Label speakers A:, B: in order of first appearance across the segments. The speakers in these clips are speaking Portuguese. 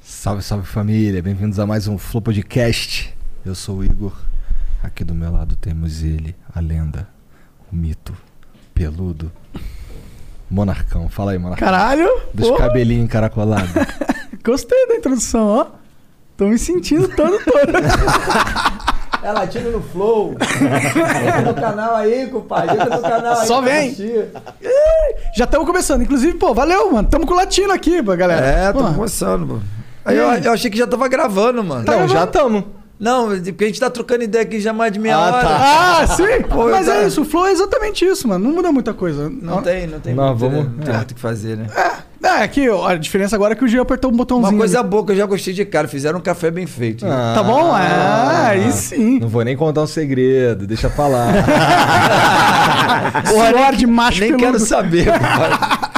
A: Salve, salve família, bem-vindos a mais um Flow Podcast. Eu sou o Igor. Aqui do meu lado temos ele, a lenda, o mito, peludo, monarcão. Fala aí, monarcão.
B: Caralho!
A: Dos
B: pô,
A: cabelinhos encaracolado.
B: gostei da introdução, ó. Tô me sentindo todo todo.
C: É latindo no Flow. Entra no canal aí, compadre. Entra no canal aí.
B: Só
C: pra
B: vem.
C: assistir.
B: Já estamos começando. Inclusive, pô, valeu, mano. Tamo com o latino aqui, pô, galera.
C: É, tô
B: Pô,
C: começando, pô. Aí
B: E
C: eu,
B: aí?
C: eu achei que já tava gravando, mano.
B: Tá gravando?
A: tamo.
C: Não, porque a gente tá trocando ideia aqui já mais de meia
A: Ah,
C: hora.
A: tá.
B: Ah, sim!
C: Pô,
B: Mas
C: tá.
B: é isso, o flow é exatamente isso, mano. Não muda muita coisa.
C: Não tem, não tem
A: Não,
C: muito,
A: vamos-
C: né? Não tem
A: é.
C: muito o que fazer, né?
B: É, aqui, ó, a diferença agora é que o Gil apertou um botãozinho.
C: Uma coisa
B: ali.
C: boa que eu já gostei de cara. Fizeram um café bem feito.
B: Tá bom? Ah, aí sim.
A: Não vou nem contar um segredo, deixa pra lá.
B: Suor de macho
C: Nem quero
B: peludo.
C: saber, compadre.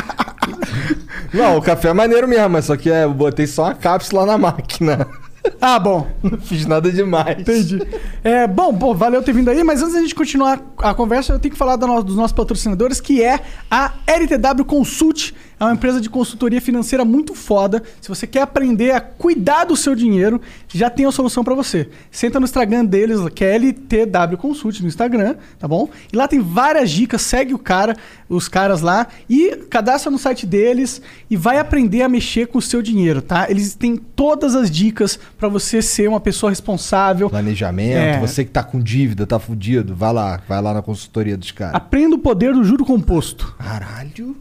A: Não, o café é maneiro mesmo, mas só que é, eu botei só uma cápsula na máquina.
B: Ah, bom.
A: Não fiz nada demais.
B: Entendi. É, bom, pô, valeu ter vindo aí, mas antes da gente continuar a conversa, eu tenho que falar do no- dos nossos patrocinadores, que é a LTW Consult. É uma empresa de consultoria financeira muito foda. Se você quer aprender a cuidar do seu dinheiro, já tem a solução pra você. Senta no Instagram deles, que é LTW Consult no Instagram, tá bom? E lá tem várias dicas, segue o cara, os caras lá e cadastra no site deles e vai aprender a mexer com o seu dinheiro, tá? Eles têm todas as dicas pra você ser uma pessoa responsável,
A: Planejamento,
B: É.
A: você que tá com dívida, tá fudido, vai lá, vai lá na consultoria dos caras.
B: Aprenda o poder do juro composto.
A: Caralho.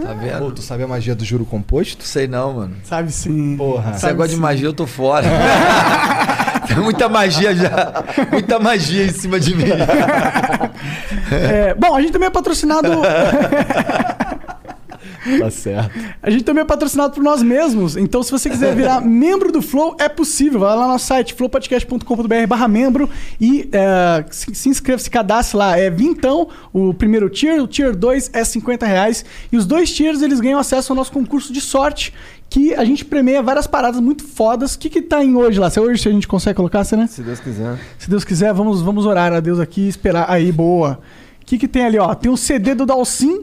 B: É.
C: Tá vendo?
A: Pô, tu sabe a magia do juro composto?
C: Não sei não, mano.
B: Sabe sim.
A: Porra.
C: Esse negócio de
B: sim.
C: magia eu tô fora. Tem muita magia já. Muita magia em cima de mim.
B: É, bom, a gente também é patrocinado.
A: Tá certo.
B: a gente também é patrocinado por nós mesmos. Então, se você quiser virar membro do Flow, é possível. Vai lá no nosso site, flowpodcast.com.br barra membro e é, se, se inscreva, se cadastre lá. É vintão o primeiro tier, o tier 2 é 50 reais. E os dois tiers, eles ganham acesso ao nosso concurso de sorte, que a gente premia várias paradas muito fodas. O que que tá em hoje lá? Se hoje se a gente consegue colocar, você, né?
A: Se Deus quiser.
B: Se Deus quiser, vamos, vamos orar a Deus aqui e esperar. Aí, boa. O que, que tem ali, ó? Tem um CD do Dalsim,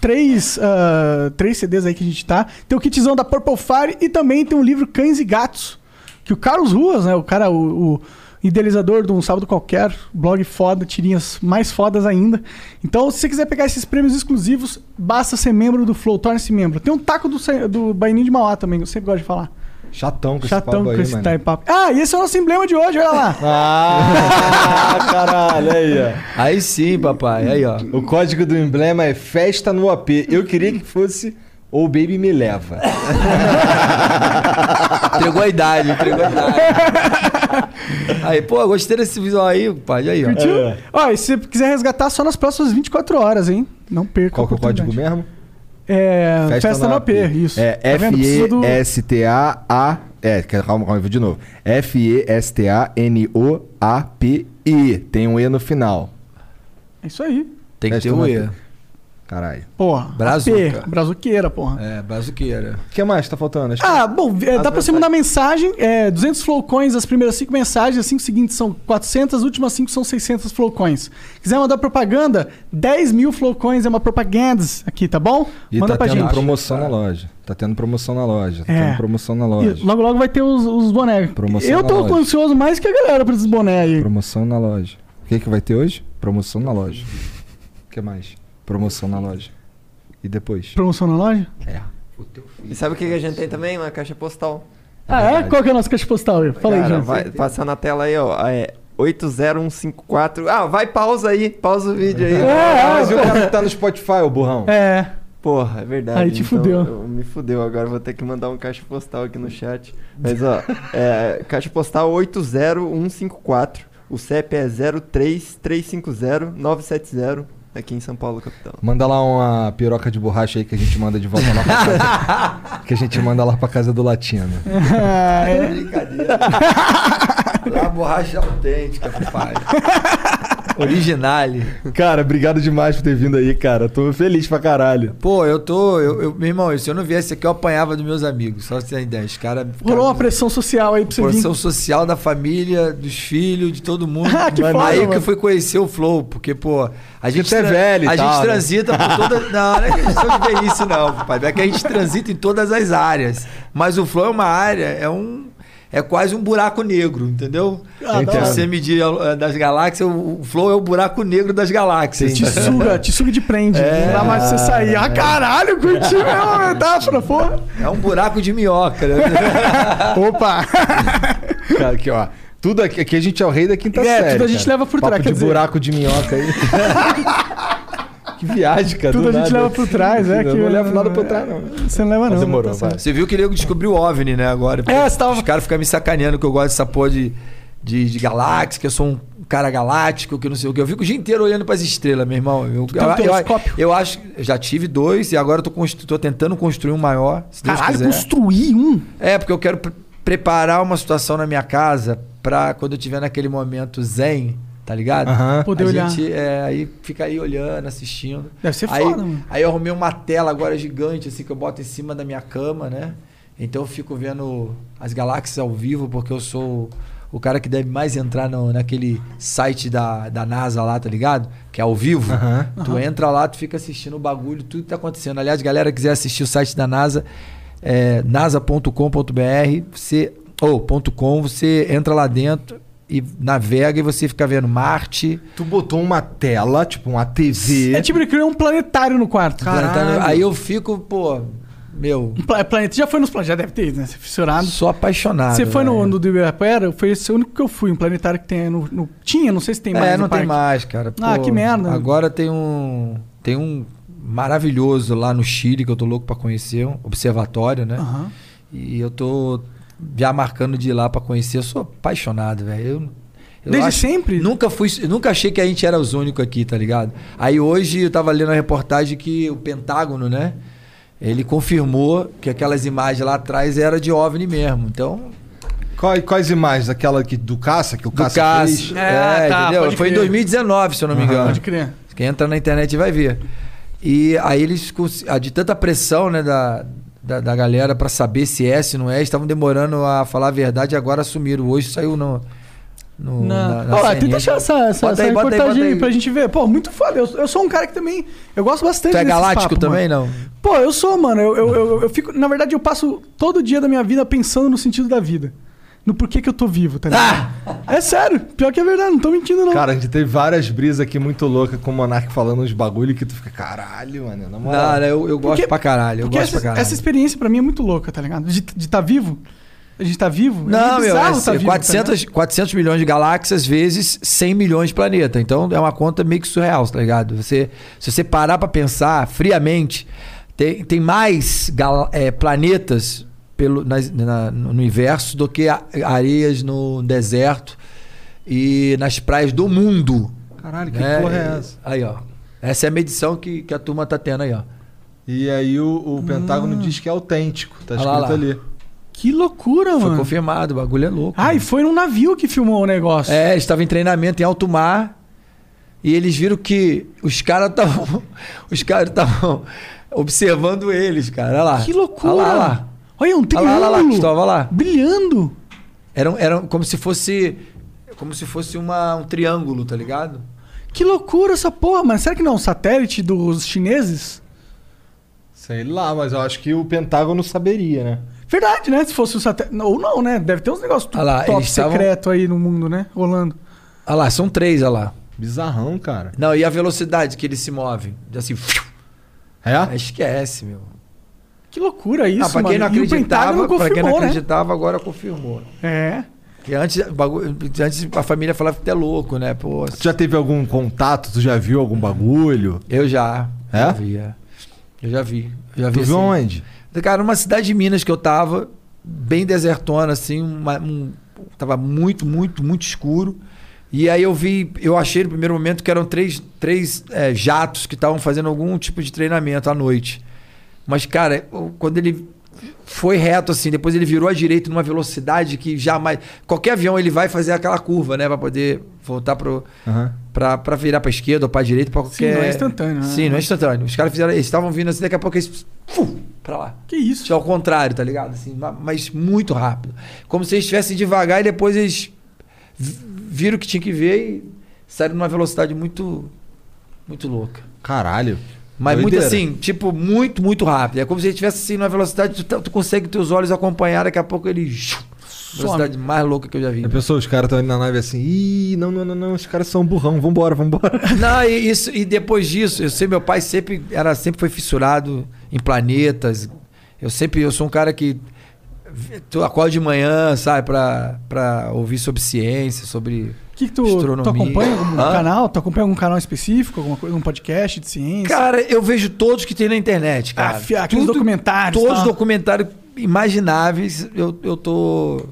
B: três, ah, três CDs aí que a gente tá. Tem o kitzão da Purple Fire e também tem o livro Cães e Gatos. Que o Carlos Ruas, né? O cara, o, o idealizador de um sábado qualquer, blog foda, tirinhas mais fodas ainda. Então, se você quiser pegar esses prêmios exclusivos, basta ser membro do Flow, torne-se membro. Tem um taco do, sa- do Baininho de Mauá também, eu sempre gosto de falar.
A: Chatão com esse
B: Chatão
A: papo
B: com
A: aí,
B: esse
A: mano.
B: type-up. Ah, e esse é o nosso emblema de hoje, olha lá.
A: Ah, caralho, aí, ó.
C: Aí sim, papai. Aí, ó.
A: O código do emblema é festa no AP. Eu queria que fosse ou Baby Me Leva.
B: É,
C: Entregou a idade, entregou a idade. Aí, pô, gostei desse visual aí, pai. Aí, ó.
B: Curtiu?
A: É.
B: Ó, e se você quiser resgatar só nas próximas 24 horas, hein? Não perca.
A: Qual que é o código
B: mesmo?
A: mesmo?
B: É. Festa, no AP, isso.
A: É
B: Tá vendo? Precisa do-
A: F-E-S-T-A-A. É, calma, calma, eu vou de novo. F-E-S-T-A-N-O-A-P-I. Tem um E no final.
B: É isso aí.
C: Tem que
A: Festa
C: ter um o
A: no
C: E.
A: AP. Caralho.
B: Porra.
C: Brazuca.
B: AP, brazuqueira, porra.
C: É, bazuqueira.
A: O que mais tá faltando? Acho que-
B: Ah, bom, é, dá pra você mandar mensagem. É, 200 flowcoins, as primeiras 5 mensagens, as 5 seguintes são 400, as últimas 5 são 600 flowcoins. Quiser mandar propaganda, 10 mil flowcoins é uma propaganda aqui, tá bom?
A: E
B: Manda
A: tá
B: pra
A: tendo
B: gente.
A: promoção na loja. Tá tendo promoção na loja. Tá
B: É.
A: tendo promoção na
B: E
A: loja.
B: logo, logo vai ter os, os bonés.
A: Promoção
B: Eu
A: na
B: tô
A: loja.
B: ansioso mais que a galera pra esses bonés aí.
A: Promoção na loja. O
D: é
A: que, que vai ter hoje? Promoção na loja. O que mais? Promoção na loja. E depois?
B: Promoção na loja?
A: É.
D: o teu filho.
E: E sabe o que que a gente tem também? Uma caixa postal.
B: Ah, é? Qual que é o nosso caixa postal? Will? Fala aí,
E: Cara,
B: gente.
E: vai passar na tela aí, ó. É 80154. Ah, vai, pausa aí. Pausa o vídeo aí.
B: É,
D: Mas e o cara que tá no Spotify, ô burrão?
B: É.
E: Porra, é verdade.
B: Aí te
E: Então,
B: fudeu.
E: eu- me fudeu. Agora vou ter que mandar um caixa postal aqui no chat. Mas, ó, é, caixa postal 80154. O CEP é 03350-970, aqui em São Paulo, capital.
D: Manda lá uma piroca de borracha aí que a gente manda de volta lá pra casa. que a gente manda lá pra casa do latino.
B: Ah, é.
D: Brincadeira.
C: É
D: lá borracha autêntica, papai.
C: Originale.
D: Cara, obrigado demais por ter vindo aí, cara. Tô feliz pra caralho.
C: Pô, eu tô. Eu, eu- meu irmão, se eu não viesse aqui, eu apanhava dos meus amigos. Só você tem ideia. Os caras.
B: Rolou uma pressão social aí pra você vir.
C: Porção social da família, dos filhos, de todo mundo.
B: Ah, que
C: Mas
B: foda,
C: Aí que
B: mano.
C: eu fui conhecer o Flow, porque, pô, a gente.
D: tu é velho e
C: A
D: tal,
C: gente
D: né?
C: transita por toda. Não, não é questão de velhice, não, pai. É que a gente transita em todas as áreas. Mas o Flow é uma área, é um. É quase um buraco negro, entendeu?
B: Ah,
D: da
C: Então,
D: hora.
C: você medir a- das galáxias, o o Flow é o buraco negro das galáxias.
B: Te
C: entendeu?
B: suga, te suga de prende. não dá mais pra você sair. Ah, caralho, curti mesmo a metáfora, porra.
C: É um buraco de minhoca, né?
B: Opa!
D: Cara, aqui, ó. Tudo aqui, aqui a gente é o rei da quinta
B: É,
D: série.
B: tudo a gente
D: cara.
B: leva por
D: Papo
B: trás,
D: de
B: quer dizer-
D: buraco de minhoca aí. que viagem, cara.
B: Tudo
D: do
B: a gente
D: nada.
B: leva por trás, é.
D: Eu
B: que-
D: não levo nada por trás, não.
B: Você não leva, não.
D: Mas demorou,
B: tá certo.
D: vai.
C: Você viu que nego descobriu o OVNI, né, agora.
B: É, você tava-
C: Os caras ficam me sacaneando que eu gosto dessa porra de, de, de galáxia, que eu sou um cara galáctico, que não sei o que. Eu fico o dia inteiro olhando pras estrelas, meu irmão. Eu,
B: tem um
C: eu- eu-
B: telescópio?
C: eu acho... Eu já tive dois e agora eu tô, constru- tô tentando construir um maior, se Deus
B: Caralho,
C: quiser.
B: construir um?
C: É, porque eu quero pre- preparar uma situação na minha casa pra quando eu tiver naquele momento zen, tá ligado?
D: Aham.
B: Poder
C: a
B: olhar.
C: gente é, aí fica aí olhando, assistindo.
B: Deve ser
C: aí,
B: foda, mano.
C: Aí eu arrumei uma tela agora gigante, assim, que eu boto em cima da minha cama, né? Então eu fico vendo as galáxias ao vivo, porque eu sou o cara que deve mais entrar no- naquele site da, da NASA lá, tá ligado? Que é ao vivo.
D: Aham.
C: Tu entra lá, tu fica assistindo o bagulho, tudo que tá acontecendo. Aliás, galera, quiser assistir o site da NASA, é nasa.com.br, você ou .com, você entra lá dentro e navega e você fica vendo Marte.
D: Tu botou uma tela, tipo uma TV.
B: É tipo, ele criou um planetário no quarto.
C: planetando- Aí eu fico, pô, meu,
B: Um pla- planeta já foi nos planetas, já deve ter, né? Você é fissurado.
C: sou apaixonado.
B: Você foi no,
C: velho.
B: no do Ibirapuera? Foi esse o único que eu fui, um planetário que tem no, no- Tinha, não sei se tem mais.
C: É,
B: no
C: não tem
B: parque.
C: mais, cara.
B: Ah, que merda.
C: Agora tem um tem um maravilhoso lá no Chile que eu tô louco pra conhecer, um observatório, né?
B: Aham.
C: E eu tô já marcando de ir lá pra conhecer. Eu sou apaixonado, velho. Eu, eu
B: Desde
C: acho-
B: sempre?
C: Nunca fui, nunca achei que a gente era os únicos aqui, tá ligado? Aí hoje eu tava lendo a reportagem que o Pentágono, né? Ele confirmou que aquelas imagens lá atrás era de OVNI mesmo. Então,
D: Quais, quais imagens? Aquela que, do caça, que o
C: do
D: caça,
C: Cássio.
D: fez?
B: É, tá, pode
C: Foi em
B: crer.
C: 2019, se eu não me engano.
B: Pode crer.
C: Quem entra na internet vai ver. E aí eles, cons- ah, de tanta pressão né, da, da, da galera pra saber se é, se não é, estavam demorando a falar a verdade e agora assumiram. Hoje saiu no. no
B: Na,
C: na- na
B: Ó lá,
C: CNN.
B: tenta achar essa, essa,
C: Bota
B: essa
C: aí, bota aí,
B: reportagem aí,
C: bota aí.
B: pra gente ver. Pô, muito foda. Eu, eu sou um cara que também. Eu gosto bastante
C: Tu é
B: desses
C: galáctico
B: papos,
C: também,
B: mano.
C: não?
B: Pô, eu sou, mano. Eu, eu, eu, eu fico. Na verdade, eu passo todo dia da minha vida pensando no sentido da vida. No porquê que eu tô vivo, tá ligado?
C: Ah!
B: É sério. Pior que é verdade, não tô mentindo, não.
D: Cara, a gente teve várias brisas aqui muito loucas com o Monark falando uns bagulho que tu fica, caralho, mano, na moral.
C: Não, não, eu, eu gosto
B: Porque-
C: pra caralho. Eu
B: Porque
C: gosto
B: essa,
C: pra caralho.
B: essa experiência pra mim é muito louca, tá ligado? De estar tá vivo. A gente tá vivo. é
C: Não,
B: muito
C: meu, é,
B: bizarro tá vivo, tá
C: 400, 400 milhões de galáxias vezes 100 milhões de planetas. Então é uma conta meio que surreal, tá ligado? Você, se você parar pra pensar friamente, tem, tem mais gal- é, planetas pelo, nas- na- no universo do que a- areias no deserto e nas praias do mundo.
D: Caralho, que
C: né?
D: porra é essa?
C: Aí, ó. Essa é a medição que, que a turma tá tendo aí, ó.
D: E aí o, o Pentágono diz que é autêntico, tá
C: Olha
D: escrito
C: lá, lá.
D: ali.
B: Que loucura,
C: Foi
B: mano.
C: confirmado, o bagulho é louco.
B: Ah, e foi num navio que filmou o negócio.
C: É, eles estavam em treinamento em alto mar. E eles viram que os caras estavam. Os caras estavam observando eles, cara. Olha lá.
B: Que loucura.
C: Ah, Olha lá, olha lá.
B: Olha, um
C: Olha lá,
B: triângulo.
C: olha lá, Cristóvão, olha lá.
B: Brilhando.
C: Era, um- era como se fosse. Como se fosse uma, um triângulo, tá ligado?
B: Que loucura essa porra, mano. Será que não é um satélite dos chineses?
D: Sei lá, mas eu acho que o Pentágono saberia, né?
B: Verdade, né? Se fosse um satélite. Ou não, né? Deve ter uns negócios
C: Ah lá,
B: top
C: eles estavam-
B: secreto aí no mundo, né? Rolando.
C: Olha lá, são três, olha lá.
D: Bizarrão, cara.
C: Não, e a velocidade que eles se movem? Assim.
D: É?
C: Esquece, meu.
B: Que loucura isso,
C: ah, pra quem
B: mano.
C: não
B: E o Pentágono
C: acreditava, pra quem não
B: confirmou, né?
C: acreditava, agora confirmou.
B: É.
C: Porque antes, o bagulho- antes a família falava que tu é louco, né? Pô,
D: Tu já teve algum contato? Tu já viu algum bagulho?
C: eu já.
D: É?
C: Eu vi, é. Eu já vi. Eu já vi
D: Tu viu
C: assim.
D: onde?
C: Cara, numa cidade de Minas que eu tava, bem desertona, assim, uma- um- tava muito, muito, muito escuro. E aí eu vi, eu achei no primeiro momento que eram três, três é, jatos que estavam fazendo algum tipo de treinamento à noite. Mas, cara, eu- quando ele foi reto, assim, depois ele virou à direita numa velocidade que jamais. Qualquer avião ele vai fazer aquela curva, né? Pra poder voltar pro.
D: Aham.
C: Pra, pra virar pra esquerda ou pra direita, pra
B: Sim,
C: qualquer.
B: não é instantâneo, né?
C: Sim, não é instantâneo. Os caras fizeram. Eles estavam vindo assim, daqui a pouco eles. Fu, pra lá.
B: Que isso?
C: Isso é ao contrário, tá ligado? Assim, ma- mas muito rápido. Como se eles estivessem devagar e depois eles vi- viram o que tinha que ver e saíram numa velocidade muito muito louca.
D: Caralho.
C: Mas
D: Doideira.
C: muito assim, tipo, muito, muito rápido. É como se ele estivesse assim numa velocidade, tu, tá- tu consegue teus olhos acompanhar, daqui a pouco ele. Velocidade mais louca que eu já vi.
D: A pessoa, os caras estão ali na nave assim, ih, não, não, não, não, os caras são burrão, vambora, vambora.
C: Não, e, isso, e depois disso, eu sei, meu pai sempre, era, sempre foi fissurado em planetas. Eu sempre, eu sou um cara que vi- tu acorda de manhã, sabe, pra, pra ouvir sobre ciência, sobre...
B: O que, que tu, tu
C: Astronomia.
B: acompanha algum
C: Hã?
B: canal? Tu acompanha algum canal específico? Alguma coisa? Um podcast de ciência?
C: Cara, eu vejo todos que tem na internet, cara.
B: Ah, fi- aqueles documentários,
C: Todos os
B: tá?
C: documentários imagináveis, eu, eu tô...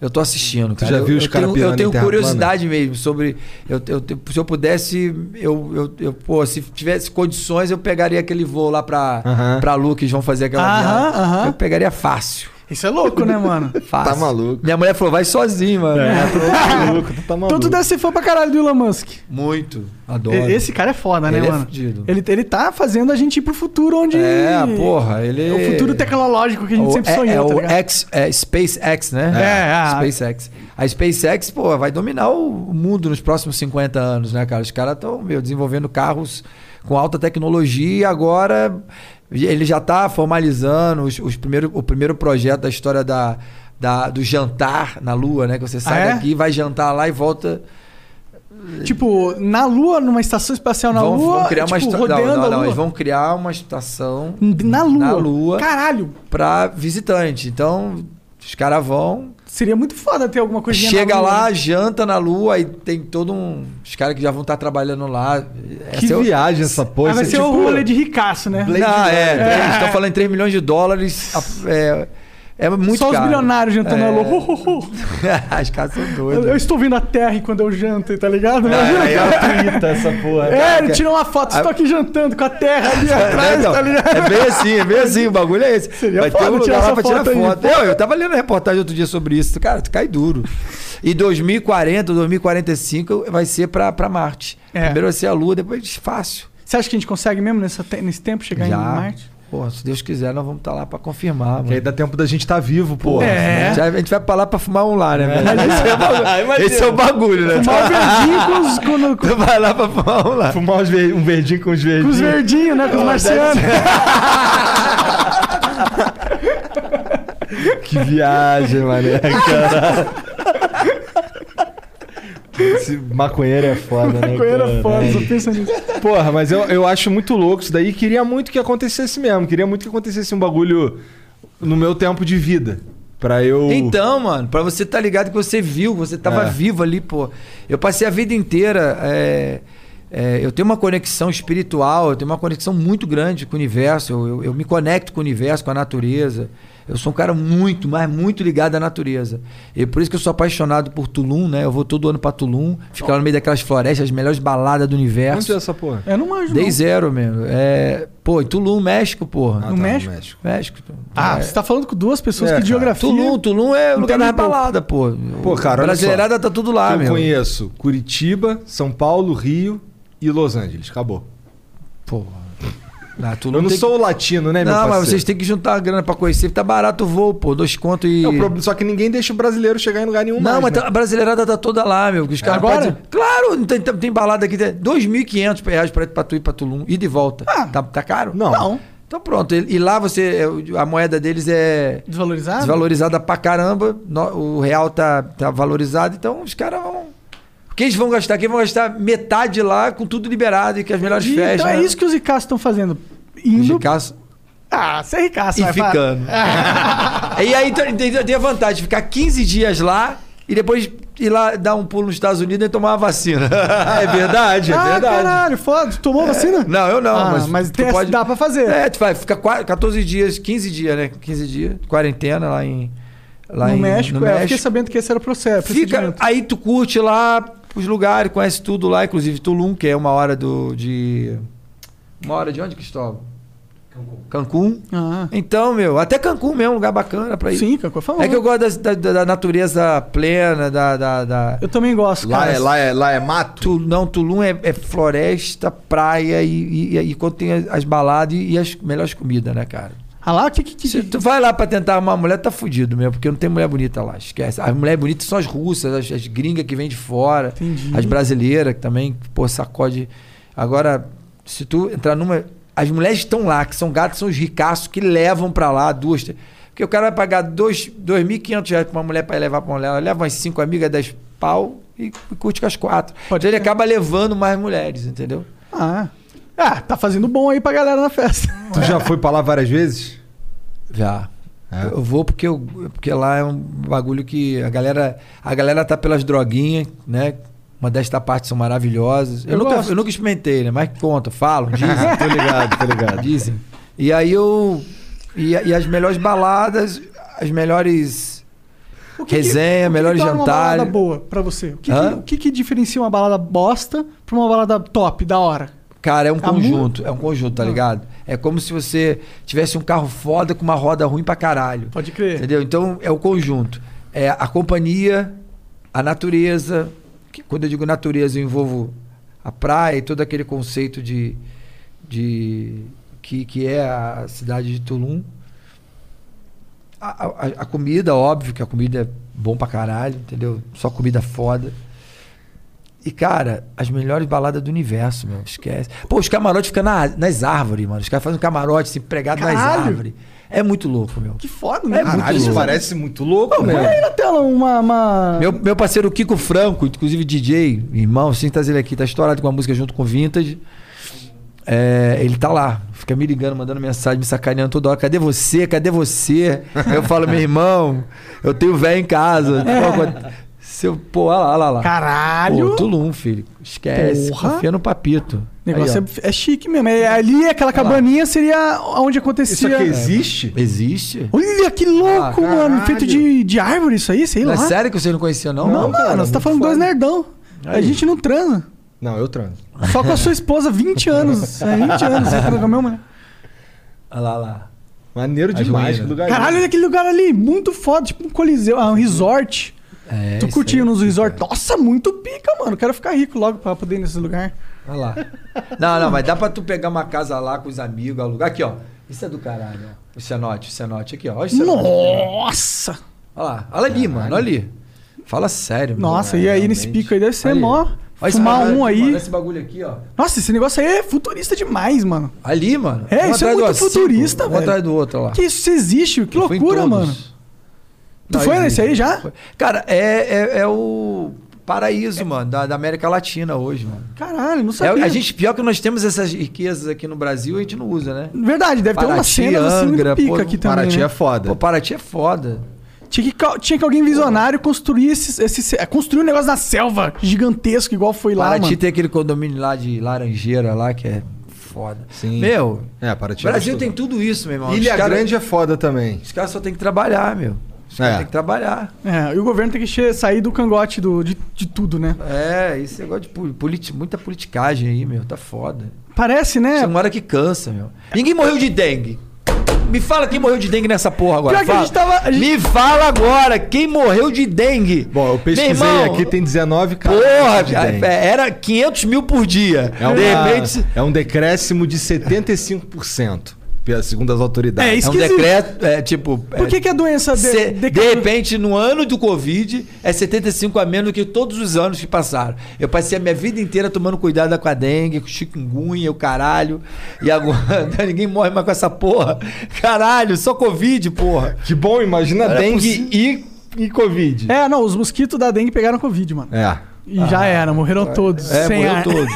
C: Eu tô assistindo, cara.
D: já
C: Eu-
D: viu
C: eu
D: os caras
C: tenho-
D: pirando
C: Eu
D: em
C: tenho
D: terra
C: curiosidade mesmo sobre... Eu, eu- eu- se eu pudesse, eu, eu, eu- Pô, se tivesse condições, eu pegaria aquele voo lá pra,
D: Aham.
C: pra Lu, que eles vão fazer aquela
B: Aham,
C: viagem.
B: aham.
C: Eu pegaria fácil.
B: Isso é louco, né, mano?
C: Fácil.
D: Tá maluco.
C: Minha mulher falou, vai sozinho, mano.
B: É.
D: tu tá maluco, tu tá maluco.
B: então tu deve ser fã pra caralho do Elon Musk.
C: Muito. Adoro.
B: E- Esse cara é foda, né,
C: Ele é
B: mano?
C: fudido.
B: ele, ele tá fazendo a gente ir pro futuro onde.
C: É, porra, ele...
B: É o futuro tecnológico que a gente
C: O-
B: sempre
C: é,
B: sonhou,
C: é
B: tá
C: o
B: ligado?
C: X, é SpaceX, né?
B: É, a-
C: SpaceX. A SpaceX, pô, vai dominar o mundo nos próximos 50 anos, né, cara? Os caras estão, meu, desenvolvendo carros com alta tecnologia e agora ele já tá formalizando os, os primeiro, o primeiro projeto da história da, da- do jantar na Lua, né? Que você
B: Ah,
C: sai
B: é?
C: daqui, vai jantar lá e volta...
B: Tipo, na Lua, numa estação espacial na
C: vão,
B: Lua,
C: vão é criar
B: tipo,
C: uma estação...
B: rodeando
C: Não, não,
B: a
C: não.
B: Lua.
C: Eles vão criar uma estação...
B: Na Lua.
C: Na Lua.
B: Caralho,
C: Pra visitante. Então, os caras vão...
B: seria muito foda ter alguma coisinha na
C: Chega
B: Lua,
C: lá,
B: né?
C: janta na lua, aí tem todo um. Os caras que já vão estar trabalhando lá.
D: Que
C: é o-
D: viagem essa porra.
B: Ah, vai
D: isso
B: ser
D: é
B: o
D: tipo-
B: rolê de ricaço, né?
C: Não, é. três- Estão falando em 3 milhões de dólares. a- É, é muito
B: Só
C: caro.
B: os bilionários jantando na
C: É.
B: Lua. Ho, ho, ho.
C: os caras são
B: Eu, eu
C: doidos. É,
B: estou vendo a Terra e quando eu janto, tá ligado? Imagina,
D: Aí
B: cara.
D: ela tuita essa porra.
B: É, ele tirou uma foto, estou aqui jantando com a Terra ali atrás,
C: Então,
B: tá ligado?
C: é bem assim, é bem assim, o bagulho é esse.
B: Seria
C: Vai ter
B: foda
C: um
B: tirar
C: lugar lá
B: essa
C: pra tirar
B: foto aí.
C: foto. Eu, eu tava lendo a reportagem outro dia sobre isso. Cara, tu cai duro. E 2040, 2045 vai ser pra, pra Marte.
B: É.
C: Primeiro vai ser a Lua, depois fácil.
B: Você acha que a gente consegue mesmo nessa te- nesse tempo chegar em
C: Já.
B: Marte?
C: Pô, se Deus quiser, nós vamos estar lá pra confirmar,
D: Que aí
C: mano.
D: dá tempo da gente tá vivo, porra.
B: É.
C: Já- a gente vai pra lá pra fumar um lá, né, velho? Esse é o bagulho, Esse é o bagulho, né?
B: Mal verdinho com os, com, com-
C: Tu vai lá pra fumar um lá.
D: Fumar uns ver- um verdinho com os
B: com
D: verdinhos.
B: os verdinhos, né? Com os marcianos.
C: é
D: Que viagem, mané. Caralho. Esse maconheiro é foda, né?
B: Maconheiro é foda, só
D: Caralho.
B: pensa nisso.
D: Porra, mas eu, eu acho muito louco isso daí. Queria muito que acontecesse mesmo. Queria muito que acontecesse um bagulho no meu tempo de vida. Pra eu.
C: Então, mano, pra você tá ligado que você viu, você tava
D: É.
C: vivo ali, pô. Eu passei a vida inteira. é, é, eu tenho uma conexão espiritual, eu tenho uma conexão muito grande com o universo. Eu, eu- eu me conecto com o universo, com a natureza. Eu sou um cara muito, mas muito ligado à natureza. E por isso que eu sou apaixonado por Tulum, né? Eu vou todo ano pra Tulum, ficar lá no meio daquelas florestas, as melhores baladas do
D: Onde é
A: assim.
C: universo.
D: essa porra?
B: Eu não manjo,
C: Dei
B: não.
C: zero, mesmo. É, pô, em Tulum, México, porra.
D: Ah, tá,
B: México?
C: México.
B: Ah,
C: É.
B: você tá falando com duas pessoas
D: É,
B: que
D: cara.
B: de geografia...
C: Tulum, Tulum é o
B: Não tem
C: lugar da
B: nem pouco.
C: balada, pô.
D: Pô, cara, olha
C: Brasileirada
D: só.
C: tá tudo lá,
D: eu
C: meu.
D: conheço Curitiba, São Paulo, Rio e Los Angeles. Acabou.
C: Pô. Ah, Tulum
D: Eu não
C: tem
D: sou o latino, né,
C: que...
D: meu
C: Não,
D: parceiro?
C: mas vocês têm que juntar a grana pra conhecer, tá barato o voo, pô. Dois conto e.
D: É o problema- Só que ninguém deixa o brasileiro chegar em lugar nenhum
C: Não,
D: mais,
C: mas
D: né?
C: tá- a brasileirada tá toda lá, meu. que Os caras
B: Agora?
C: fazem- Claro, não tem, tem balada aqui. tem 2.500 reais pra, pra tu ir pra Tulum, ida e volta. Tá, tá caro?
D: Não.
B: Não.
C: Então pronto, e, e lá você. é, A moeda deles é.
B: Desvalorizado?
C: desvalorizada pra caramba. no- o real tá, tá valorizado, então os caras vão. Quem eles vão gastar? Quem vão gastar metade lá com tudo liberado e que as melhores
B: E
C: festas. né?
B: Então é isso Então é que os Icassos estão fazendo. Indo
C: Gicasso,
B: Ah, você é ricaço,
C: e
B: vai, vai.
C: ficando. e aí então, tem, tem a vantagem de ficar 15 dias lá e depois ir lá dar um pulo nos Estados Unidos e tomar uma vacina. é verdade, é
B: ah,
C: verdade. É.
B: caralho, foda. Tu Tomou vacina?
C: Não, eu não,
B: Ah,
C: mas.
B: mas
C: tu
B: tem- dá pra fazer.
C: É, tu vai ficar qua- 14 dias, 15 dias, né? 15 dias, quarentena lá em. Lá
B: no
C: em,
B: México,
C: no
B: é. Eu
C: México.
B: Fiquei sabendo que esse era o processo.
C: Fica,
B: É procedimento.
C: aí tu curte lá os lugares, conhece tudo lá, inclusive Tulum, que é uma hora do, de. Uma hora de onde, Cristóvão? Cancún.
B: Ah,
C: Então, meu, até Cancún mesmo, um lugar bacana pra ir.
B: sim, Cacô, falou.
C: É que eu gosto da, da- da natureza plena, da. da, da-
B: Eu também gosto,
D: Lá
B: cara.
D: é, lá, é, lá é mato?
C: Tu, não, Tulum é, é floresta, praia e, e, e quando tem as, as baladas e, e as melhores comidas, né, cara?
B: Ah lá, o que que... que-
C: Se tu vai lá pra tentar arrumar uma mulher, tá fudido mesmo, porque não tem mulher bonita lá, esquece. As mulheres bonitas são as russas, as, as gringas que vêm de fora,
B: Entendi.
C: as brasileiras que também, pô, sacode. Agora, se tu entrar numa. As mulheres que estão lá, que são gatos, são os ricaços que levam pra lá duas. três- Porque o cara vai pagar dois- 2.500 reais pra uma mulher pra levar pra uma mulher, ela leva umas cinco amigas, dez pau e, e curte com as quatro.
B: Pode
C: então ele acaba levando mais mulheres, entendeu?
B: Ah. Ah, tá fazendo bom aí pra galera na festa.
C: tá-
D: Tu já foi pra lá várias vezes?
C: Já.
D: É.
C: Eu vou porque, eu, porque lá é um bagulho que a galera, a galera tá pelas droguinhas, né? Uma desta parte são maravilhosas. Eu,
B: Eu
C: nunca,
B: gosto.
C: eu nunca experimentei, né? Mas conta, falam, dizem,
D: tô ligado, tô ligado.
C: dizem. E aí eu. E, e as melhores baladas, as melhores.
B: O
C: Resenha,
B: o
C: melhores
B: torna Uma
C: jantares.
B: balada boa pra você. O que, que,
C: Hã?
B: o que que diferencia uma balada bosta pra uma balada top, da hora?
C: Cara, é
D: Tá
B: A
C: um conjunto, é um conjunto, tá
B: Ah.
C: ligado? É como se você tivesse um carro foda com uma roda ruim pra caralho.
B: Pode crer.
C: Entendeu? Então é o conjunto. É a companhia, a natureza. que quando eu digo natureza, eu envolvo a praia e todo aquele conceito de. de que, que é a cidade de Tulum. A, a- a comida, óbvio, que a comida é bom pra caralho, entendeu? Só comida foda. E, cara, as melhores baladas do universo, meu. Esquece. Pô, os camarotes ficam na- nas árvores, mano. Os caras fazem um camarote assim, pregado nas
B: Caralho!
C: árvores. É muito louco, meu.
B: Que foda, né?
C: É muito
D: Caralho, isso
C: louco. né?
D: parece muito louco,
B: Põe
D: velho.
B: aí na tela uma... uma...
C: Meu, meu parceiro Kiko Franco, inclusive DJ, irmão, sem trazer ele aqui, tá estourado com a música junto com o Vintage. É, ele tá lá, fica me ligando, mandando mensagem, me sacaneando toda hora. Cadê você? Cadê você? Eu falo, meu irmão, eu tenho velho em casa. Pô, quando- se eu, pô, olha lá, olha lá.
B: Caralho!
C: Pô, Tulum, filho. Esquece.
B: Porra.
C: Confia no papito.
B: O negócio
C: Aí, ó.
B: é, é chique mesmo. É, ali, aquela cabaninha seria onde acontecia...
D: Isso aqui existe?
B: é
C: Existe?
B: Olha que louco,
D: Ah,
B: mano.
D: caralho.
B: Feito de, de árvore isso aí, sei
C: Não
B: lá.
C: é sério que você não conhecia, não?
B: Não, mano, você tá falando dois nerdão. A
C: Aí.
B: gente não transa.
D: Não, eu transo.
B: Só com a sua esposa, 20 anos. É 20 anos, você transa com a minha mulher. tá-
C: Olha lá, olha lá.
D: Maneiro
C: As
D: demais,
C: ruínas.
D: que lugar é
B: Caralho, olha aquele lugar ali, muito foda, tipo um coliseu, ah, um resort.
C: É,
B: tu
C: isso
B: curtindo
C: aí.
B: nos resorts? Nossa, muito pica, mano. Quero ficar rico logo pra poder ir nesse lugar.
C: Olha lá. Não, não, mas dá pra tu pegar uma casa lá com os amigos, alugar. Aqui, ó. Isso é do caralho, ó. O cenote, o cenote aqui, ó. Olha o cenote.
B: Nossa!
C: Olha lá. Olha ali, mano. Olha ali. Fala sério, meu.
B: Nossa, e aí nesse pico aí deve ser
C: Aí.
B: mó.
C: Olha esse
B: Fumar
C: bagulho
B: um
C: aqui,
B: aí.
C: Olha esse bagulho aqui, ó.
B: Nossa, esse negócio aí é futurista demais, mano.
C: Ali, mano. Um
B: É, isso é
C: atrás do
B: muito
C: outro,
B: futurista,
C: cinco, Um
B: velho.
C: atrás do outro, ó lá.
B: Que isso, isso existe? Que
C: Eu fui em
B: loucura,
C: todos.
B: mano. Tu foi nesse
C: existe.
B: aí já?
C: Foi. Cara, é, é, é o paraíso, mano, da, da América Latina hoje, mano.
B: Caralho, não
C: É,
B: sabia.
C: a gente, pior que nós temos essas riquezas aqui no Brasil, a gente não usa, né?
B: Verdade, deve ter uma
C: Paraty,
B: cena assim muito
C: Angra,
B: pica
C: pô,
B: aqui também.
D: Paraty
B: né?
D: é foda.
C: Pô, Paraty é foda.
B: Tinha que, ca- tinha que alguém visionário construir esse, esse- construir um negócio na selva gigantesco, igual foi lá,
C: Paraty
B: mano.
C: tem aquele condomínio lá de Laranjeira lá que é foda.
D: Sim.
C: Meu,
D: É, Paraty
C: o Brasil
D: gostoso.
C: tem tudo isso, meu irmão.
D: Ilha
C: Os cara-
D: Grande é foda também.
C: Os caras só tem que trabalhar, meu. Os caras
D: É.
C: têm que trabalhar.
B: É, e o governo tem que che- sair do cangote do, de, de tudo, né?
C: É, esse negócio de poli- politi- muita politicagem aí, meu, tá foda.
B: Parece, né?
D: É.
C: Tem é uma hora que cansa, meu. Ninguém morreu de dengue. Me fala quem morreu de dengue nessa porra agora.
B: Pior que a
C: fala.
B: gente tava- a gente-
C: Me fala agora quem morreu de dengue.
D: Bom, eu pesquisei
C: Meu irmão,
D: aqui, tem 19 casos.
C: Porra,
D: de
C: cara,
D: dengue.
C: era 500 mil por dia.
D: É, uma-
C: de repente.
D: é um decréscimo de 75%, pela- segundo as autoridades.
B: É isso.
C: É um
B: Esquisito.
C: decreto, é tipo. é,
B: Por que, que a doença de,
C: cê- de,
B: decaiu?
C: repente, no ano do Covid, é 75 a menos do que todos os anos que passaram. Eu passei a minha vida inteira tomando cuidado com a dengue, com chikungunya, o caralho. E agora ninguém morre mais com essa porra. Caralho, só Covid, porra.
D: Que bom, imagina
C: Era
D: dengue e, e Covid.
B: É, não, os mosquitos da dengue pegaram Covid, mano.
D: É.
B: E já era, morreram todos.
C: Ah, É,
B: sem
C: morreu
B: ar.
C: todo.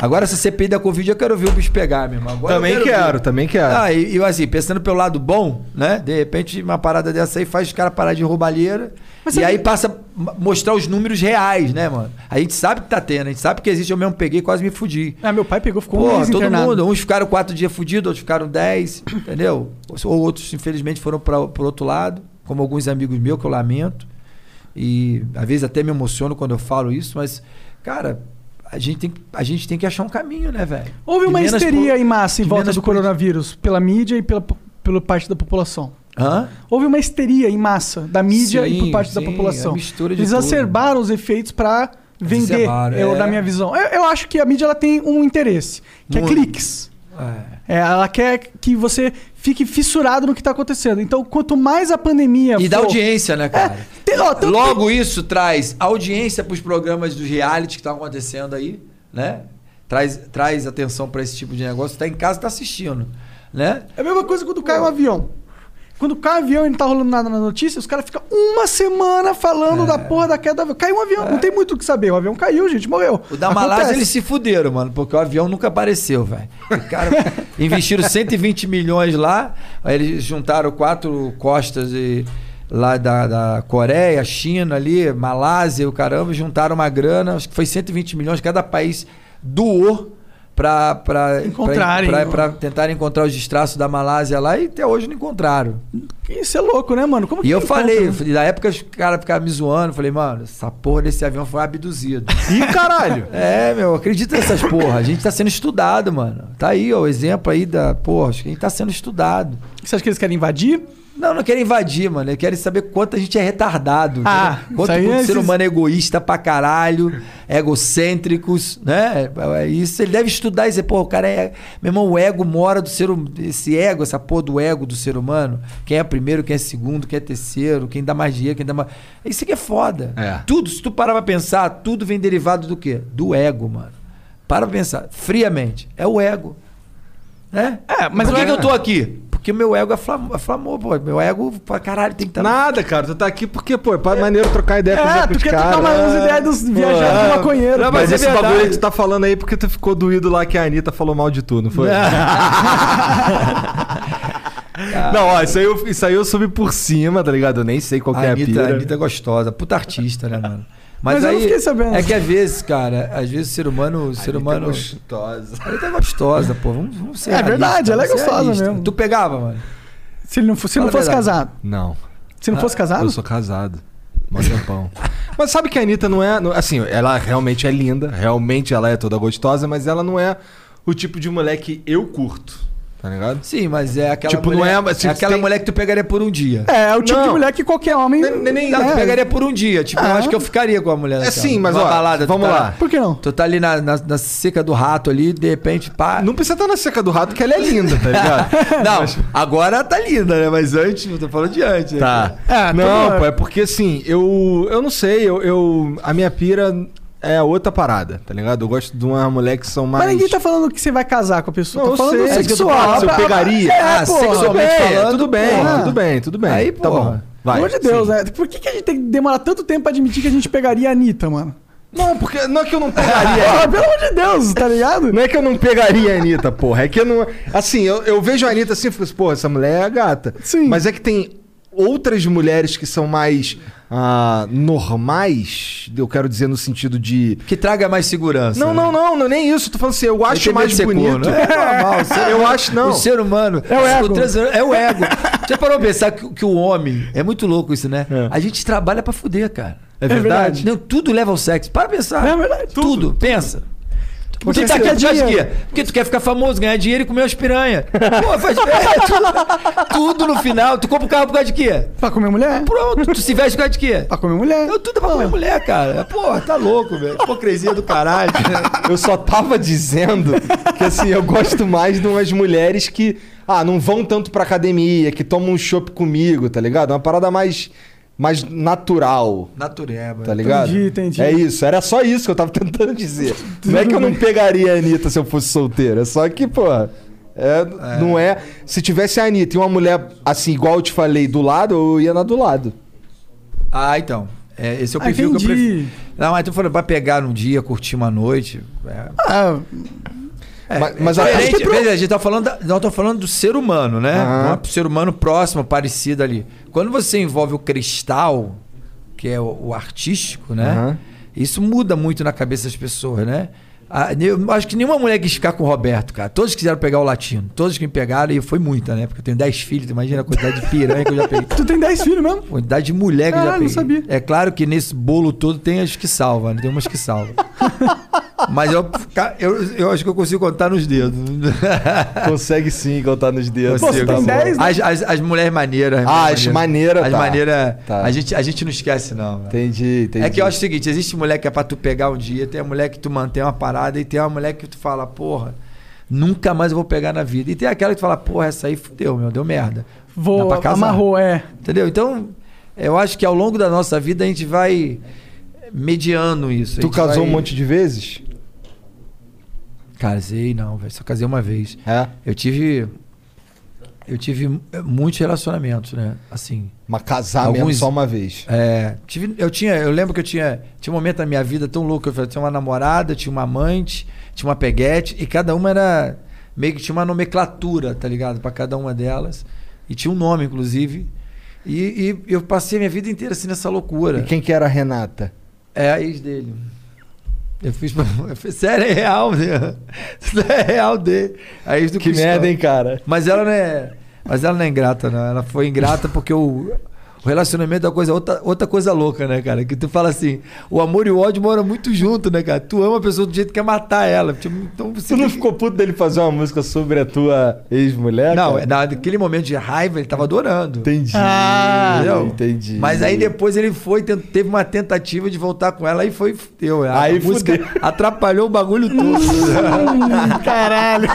C: Agora, essa CPI da Covid, eu quero ver o bicho pegar, meu irmão. Agora eu
D: Também quero,
C: ver.
D: também quero.
C: Ah, e, e assim, pensando pelo lado bom, né? De repente, uma parada dessa aí faz os caras parar de roubalheira.
B: Mas
C: e
B: sabe-
C: aí passa a m- mostrar os números reais, né, mano? A gente sabe que tá tendo, a gente sabe que existe. Eu mesmo peguei e quase me fudi.
B: Ah, meu pai pegou, ficou um
C: Pô,
B: mês
C: todo
B: internado.
C: mundo. Uns ficaram quatro dias fudidos, outros ficaram dez, entendeu? Ou outros, infelizmente, foram para o outro lado, como alguns amigos meus que eu lamento. E às vezes até me emociono quando eu falo isso, mas, cara, a gente tem que, a gente tem que achar um caminho, né, velho?
B: Houve
C: De
B: uma
C: menos
B: histeria
C: po-
B: em massa em
C: de
B: volta
C: menos
B: do
C: poli-
B: coronavírus, pela mídia e pela, pela parte da população.
C: Hã?
B: Houve uma histeria em massa da mídia e por
C: Sim,
B: parte da
C: sim,
B: população.
C: a mistura de
B: Eles
C: tudo.
B: exacerbaram os efeitos para vender,
C: Exacerbaram,
B: eu,
C: é.
B: na minha visão. Eu, eu acho que a mídia ela tem um interesse, que é
C: Muito.
B: cliques.
C: É.
B: É, ela quer que você fique fissurado no que está acontecendo. Então, quanto mais a pandemia
C: E
B: for-
C: da audiência, né, cara?
B: É, Tem- ó, tem-
C: Logo isso traz audiência para os programas do reality que estão acontecendo aí, né? Traz, traz atenção para esse tipo de negócio. Tá em casa, tá assistindo, né?
B: É a mesma coisa quando cai um avião. Quando cai um avião e não tá rolando nada na notícia, os caras ficam uma semana falando
C: É.
B: da porra da queda do avião. Caiu um avião, não tem muito o que saber. O avião caiu, gente, morreu.
C: O da
B: Acontece.
C: Malásia, eles se fuderam, mano, porque o avião nunca apareceu, velho. O cara investiram 120 milhões lá, aí eles juntaram quatro costas de, lá da, da Coreia, China ali, Malásia, o caramba, juntaram uma grana, acho que foi 120 milhões, cada país doou pra, pra,
B: Encontrarem
C: pra,
B: o-
C: pra, pra tentar encontrar os distraços da Malásia lá e até hoje não encontraram.
B: Isso é louco, né, mano? Como
C: E
B: que
C: eu
B: encontra,
C: falei,
B: né?
C: eu falei, na época os caras ficavam me zoando, eu falei, mano, essa porra desse avião foi um abduzido.
A: Ih, caralho.
C: É, meu, acredita nessas porra. A gente tá sendo estudado, mano. Tá aí, ó, o exemplo aí da. Porra, acho que a gente tá sendo estudado.
B: Você acha que eles querem invadir?
C: Não, não querem invadir, mano. Eles querem saber quanto a gente é retardado.
B: Ah,
C: entendeu? quanto
B: isso aí
C: o
B: é
C: ser
B: esses-
C: humano é egoísta pra caralho, egocêntricos, né? É Isso ele deve estudar e dizer, pô, o cara é. Meu irmão, o ego mora do ser humano. Esse ego, essa porra do ego do ser humano. Quem é primeiro, quem é segundo, quem é terceiro, quem dá mais dinheiro, quem dá mais. Isso aqui é foda.
D: É.
C: Tudo, se tu parar pra pensar, tudo vem derivado do quê? Do ego, mano. Para pra pensar, friamente. É o ego. Né?
B: É, mas
C: Por que,
B: eu-
C: que eu tô aqui? Porque meu ego aflamou, aflamou pô. Meu ego, pra caralho, tem que estar.
A: Nada, cara. Tu tá aqui porque, pô, é pra- maneiro trocar ideia com os
B: É,
A: outros
B: tu quer
A: caras.
B: trocar uma, umas
A: É.
B: ideias dos viajar
A: Pô,
B: do
A: é.
B: maconheiro.
A: Não, mas
B: Pô,
A: esse bagulho aí que tu tá falando aí porque tu ficou doído lá que a Anitta falou mal de tu, não foi? não, ó, isso aí, eu, isso aí eu subi por cima, tá ligado? Eu nem sei qual que é a
C: Anitta,
A: pira.
C: Anitta é gostosa, puta artista, né, mano?
B: Mas
C: Mas,
B: eu
C: aí,
B: não fiquei sabendo.
C: É que às vezes, cara, às vezes o ser humano. O ser
B: é
A: é
C: humano.
D: Gostosa.
C: Anitta é gostosa, pô. Vamos, vamos ser
B: É verdade, ela é
C: vamos ser
B: gostosa
C: realista.
B: mesmo.
C: Tu pegava, mano.
B: Se ele não, fo- se
C: Fala
B: não fosse
C: a verdade. Ah,
B: casado.
D: Não,
B: Se Ah, não fosse
D: eu
B: casado?
D: sou casado. Mó tempão.
A: Mas sabe que a Anitta não é. não- Assim, ela realmente é linda, realmente ela é toda gostosa, mas ela não é o tipo de mulher que eu curto, tá ligado?
C: Sim, mas é aquela.
A: Tipo, não
C: mulher,
A: é, mas, tipo,
C: aquela
A: tem-
C: mulher que tu pegaria por um dia.
B: É, é o tipo de
A: Não.
B: mulher que qualquer homem.
A: Nem- nem- nem-
C: Não, tu
B: É.
C: pegaria por um dia. Tipo, eu
B: Ah.
C: acho que eu ficaria com a mulher.
A: É
C: daquela.
A: sim, mas
C: Numa
A: ó,
C: balada, tu
A: vamos
C: tá-
A: lá.
B: Por que não?
C: Tu tá ali na, na, na seca do rato ali, de repente, pá.
A: Não precisa estar na seca do rato que ela é linda, tá ligado?
C: Não, agora tá linda, né? Mas antes, não tô falando de antes. né?
A: Tá.
B: É,
A: não,
B: todo-
A: pô, é porque assim, eu, eu não sei, eu, eu- a minha pira é outra parada, tá ligado? Eu gosto de uma mulher que são mais
B: Mas ninguém tá falando que você vai casar com a pessoa.
A: Não,
B: tá
A: eu
B: falando
A: sei, é isso que eu tô
B: sexual.
A: falando, se eu
B: Ah,
A: pegaria.
B: É,
C: Ah,
B: pô,
A: tudo
C: sexualmente
A: bem,
C: falando,
A: tudo bem,
B: porra.
A: tudo bem, tudo bem.
C: Aí,
A: tá
C: porra.
A: bom. Vai.
B: Pelo amor de Deus,
A: sim.
B: né? Por que, que a gente tem que demorar tanto tempo pra admitir que a gente pegaria a Anitta, mano?
A: Não, porque não é que eu não pegaria
B: Ah, pelo amor de Deus, tá ligado?
A: Não é que eu não pegaria a Anitta, porra. É que eu não. Assim, eu, eu vejo a Anitta assim e fico assim, porra, essa mulher é gata.
B: Sim.
A: Mas é que tem outras mulheres que são mais ah, normais, eu quero dizer no sentido de.
C: Que traga mais segurança.
A: Não,
C: né?
A: não, não, não, nem isso. Tô falando assim, eu
C: Ele tem
A: acho
C: medo
A: mais
C: de ser
A: bonito.
C: corno. É normal, o ser-
A: eu acho, não.
C: O ser humano. É
B: o ego.
C: é o ego. Você parou pra pensar que, que o homem. É muito louco isso, né? A gente trabalha pra fuder, cara.
A: É verdade.
C: Não, tudo leva ao sexo. Para pensar.
B: É verdade.
C: Tudo. Pensa. Por que
B: Você
C: tu tá aqui
B: quer
C: atrás de quê?
B: dinheiro.
C: Porque tu quer ficar famoso, ganhar dinheiro e comer umas piranha. Pô, faz é, tudo, tudo no final. Tu compra o carro por causa de quê?
B: Pra comer mulher?
C: Pronto. Tu se veste por causa de quê?
B: Pra comer mulher?
C: Eu tudo é pra comer mulher, cara. Pô, tá louco, velho. Hipocrisia do caralho.
A: Eu só tava dizendo que assim, eu gosto mais de umas mulheres que, ah, não vão tanto pra academia, que tomam um chopp comigo, tá ligado? Uma parada mais, mais natural.
C: Natureba.
A: Tá ligado?
B: Entendi, entendi.
A: É isso, era só isso que eu tava tentando dizer. Não é que eu não pegaria a Anitta se eu fosse solteiro, é só que, pô. é, Não é. Se tivesse a Anitta e uma mulher, assim, igual eu te falei, do lado, eu ia na do lado.
C: Ah, então. É, esse é o
B: Ah,
C: perfil que eu
B: entendi.
C: prefiro. Não, mas tu falou pra pegar num dia, curtir uma noite. É,
B: Ah, É,
A: mas mas
C: Diferente,
A: até,
C: veja, a gente tá falando, da, não, tô falando do ser humano, né?
A: Aham.
C: Não é um ser humano próximo, parecido ali. Quando você envolve o cristal, que é o, o artístico, né?
A: Aham.
C: Isso muda muito na cabeça das pessoas, né? Ah, eu acho que nenhuma mulher quis ficar com o Roberto, cara. Todos quiseram pegar o latino. Todos que me pegaram, e foi muita, né? Porque eu tenho 10 filhos, imagina a quantidade de piranha que eu já peguei.
B: tu tem 10 filhos mesmo?
C: Quantidade de mulher que eu já
B: Caralho,
C: peguei.
B: não sabia.
C: É claro que nesse bolo todo tem as que salva, né? tem umas que salva. Mas eu, ca- eu, eu acho que eu consigo contar nos dedos.
A: consegue sim contar nos dedos.
B: né? Pô, você
A: Tá
B: tem
A: bom.
B: 10, né?
C: As, as, as mulheres maneiras.
A: Ah,
C: mulheres
A: as
C: maneiras.
A: maneira,
C: As
A: tá.
C: maneiras.
A: Tá.
C: A, gente, a gente não esquece, não. velho.
A: Entendi, entendi.
C: É que eu acho o seguinte: existe mulher que é pra tu pegar um dia, tem a mulher que tu mantém uma parada, e tem a mulher que tu fala, porra, nunca mais eu vou pegar na vida. E tem aquela que tu fala, porra, essa aí fudeu, meu, deu merda. Dá
B: Vou,
C: pra casar.
B: amarrou, é.
C: Entendeu? Então, eu acho que ao longo da nossa vida a gente vai mediando isso. A
A: Tu
C: gente
A: casou
C: vai-
A: um monte de vezes?
C: Casei, não, velho. Só casei uma vez.
A: É.
C: Eu tive. Eu tive eh, muitos relacionamentos, né? Assim.
A: Mas casar
C: Alguns-
A: mesmo só uma vez.
C: É, tive, eu tinha, eu lembro que eu tinha, tinha um momento da minha vida tão louco, eu falei, tinha uma namorada, tinha uma amante, tinha uma peguete e cada uma era meio que tinha uma nomenclatura, tá ligado? Pra cada uma delas e tinha um nome inclusive. E, e eu passei a minha vida inteira assim nessa loucura.
A: E quem que era a Renata?
C: É a ex dele. Eu fiz, pra- eu fiz sério, é real, né? Isso é real dele. A ex do
A: Que
C: Cristão.
A: merda, hein, cara?
C: Mas ela não é. Mas ela não é ingrata, não. Ela foi ingrata porque o, o relacionamento é uma coisa, outra, outra coisa louca, né, cara? Que tu fala assim, o amor e o ódio moram muito junto, né, cara? Tu ama a pessoa do jeito que quer matar ela. Tipo, então você
A: Tu não ficou puto dele fazer uma música sobre a tua ex-mulher?
C: Não,
A: cara?
C: é na- naquele momento de raiva, ele tava adorando.
A: Entendi.
B: Ah,
C: entendeu?
A: entendi.
C: Mas aí depois ele foi, tent- teve uma tentativa de voltar com ela e foi. Deu, a
A: Aí
C: música
A: fudeu.
C: atrapalhou o bagulho todo.
B: Hum, Caralho.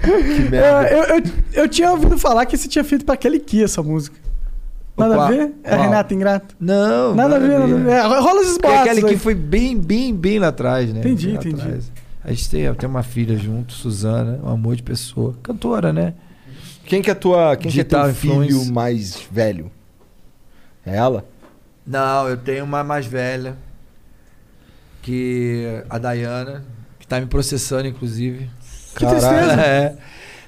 A: que merda.
B: É, Eu, eu, eu tinha ouvido falar que você tinha feito pra Kelly Key essa música. Nada
C: Qual?
B: a ver? É
C: Qual?
B: Renata Ingrata.
C: Não.
B: Nada a ver, nada a ver. É, rola esses
C: Porque
B: boatos.
C: aquele que
B: aí.
C: foi bem, bem, bem lá atrás, né?
B: Entendi,
C: Bem lá
B: entendi.
C: atrás. A gente tem, tem uma filha junto, Suzana, um amor de pessoa. Cantora, né?
A: Quem que é tua, quem que é
C: Digital
A: teu filho
C: influence.
A: mais velho? É ela?
C: Não, eu tenho uma mais velha, que a Dayana, que tá me processando, inclusive.
B: Que tristeza.
C: É.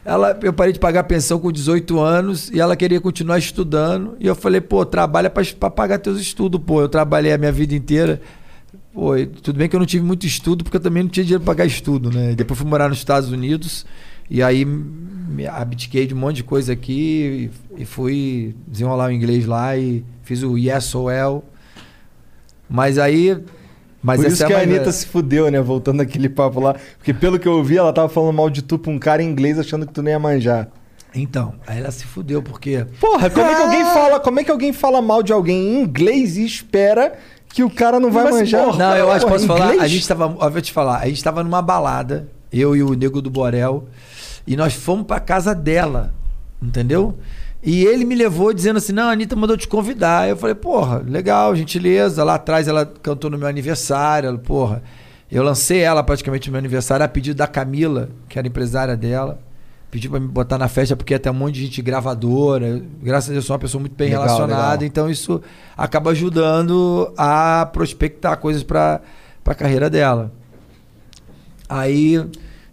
C: Ela, eu parei de pagar pensão com 18 anos e ela queria continuar estudando. E eu falei, pô, trabalha pra, pra pagar teus estudos, pô. Eu trabalhei a minha vida inteira. Pô, e tudo bem que eu não tive muito estudo, porque eu também não tinha dinheiro pra pagar estudo, né? Depois fui morar nos Estados Unidos e aí me abdiquei de um monte de coisa aqui e, e fui desenrolar o inglês lá e fiz o Yes or Well. Mas aí. Mas
A: Por
C: essa
A: isso
C: é
A: que a
C: mais
A: Anitta
C: velha.
A: se fudeu, né? Voltando aquele papo lá. Porque pelo que eu ouvi, ela tava falando mal de tu pra um cara em inglês achando que tu nem ia manjar.
C: Então, aí ela se fudeu, porque.
A: Porra, como é que alguém fala, como é que alguém fala mal de alguém em inglês e espera que o cara não vai
B: Mas,
A: manjar?
B: porra,
C: Não, eu acho que
A: Porra,
C: posso falar.
A: inglês?
C: A gente tava. Ó, vou te falar. A gente tava numa balada, eu e o Nego do Borel, e nós fomos pra casa dela, entendeu? E ele me levou dizendo assim: não, a Anitta mandou te convidar. Eu falei: porra, legal, gentileza. Lá atrás ela cantou no meu aniversário, ela, porra. Eu lancei ela praticamente no meu aniversário a pedido da Camila, que era empresária dela. Pediu pra me botar na festa porque ia ter um monte de gente gravadora. Graças a Deus, eu sou uma pessoa muito bem
A: Legal,
C: relacionada.
A: legal.
C: Então isso acaba ajudando a prospectar coisas para a carreira dela. Aí,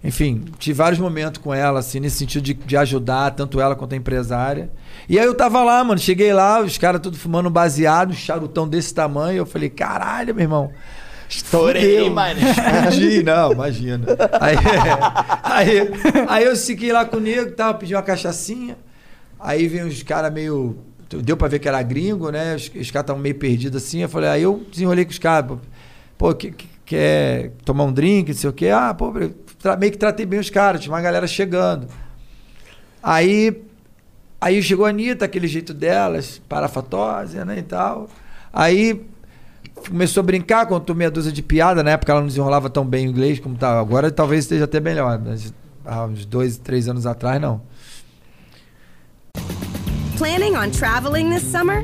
C: enfim, tive vários momentos com ela, assim, nesse sentido de, de ajudar, tanto ela quanto a empresária. E aí eu tava lá, mano, cheguei lá, os caras tudo fumando baseado, um charutão desse tamanho. Eu falei, caralho, meu irmão. Estourei, mano. Explodi, não, imagina. Aí, aí, aí eu fiquei lá com o nego, e tal, pedi uma cachaçinha. Aí vem os caras meio. Deu pra ver que era gringo, né? Os, os caras estavam meio perdidos assim. Eu falei, aí eu desenrolei com os caras. pô, Pô, que, que- quer tomar um drink, não sei o quê. Ah, pô, eu tra- meio que tratei bem os caras, tinha uma galera chegando. Aí, aí chegou a Anitta, aquele jeito delas, parafatósia, né, e tal. Aí começou a brincar, contou meia dúzia de piada, na época ela não desenrolava tão bem o inglês como tá agora, talvez esteja até melhor, mas há uns dois, três anos atrás não.
F: Planning on traveling this summer?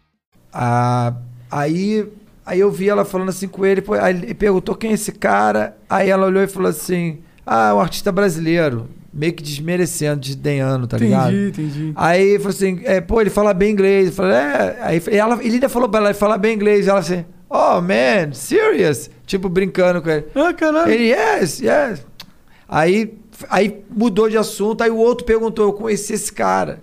C: Ah, aí, aí eu vi ela falando assim com ele, pô, aí ele perguntou quem é esse cara. Aí ela olhou e falou assim: Ah, é um artista brasileiro. Meio que desmerecendo, desdenhando, tá ligado?
B: Entendi, entendi.
C: Aí falou assim: é, Pô, ele fala bem inglês. Eu falei, é. Aí e ela, ele ainda falou pra ela: ele fala bem inglês. Ela assim: Oh, man, serious? Tipo, brincando com ele.
B: Ah, caralho.
C: Ele, yes, yes. Aí, aí mudou de assunto, aí o outro perguntou, eu conheci esse cara.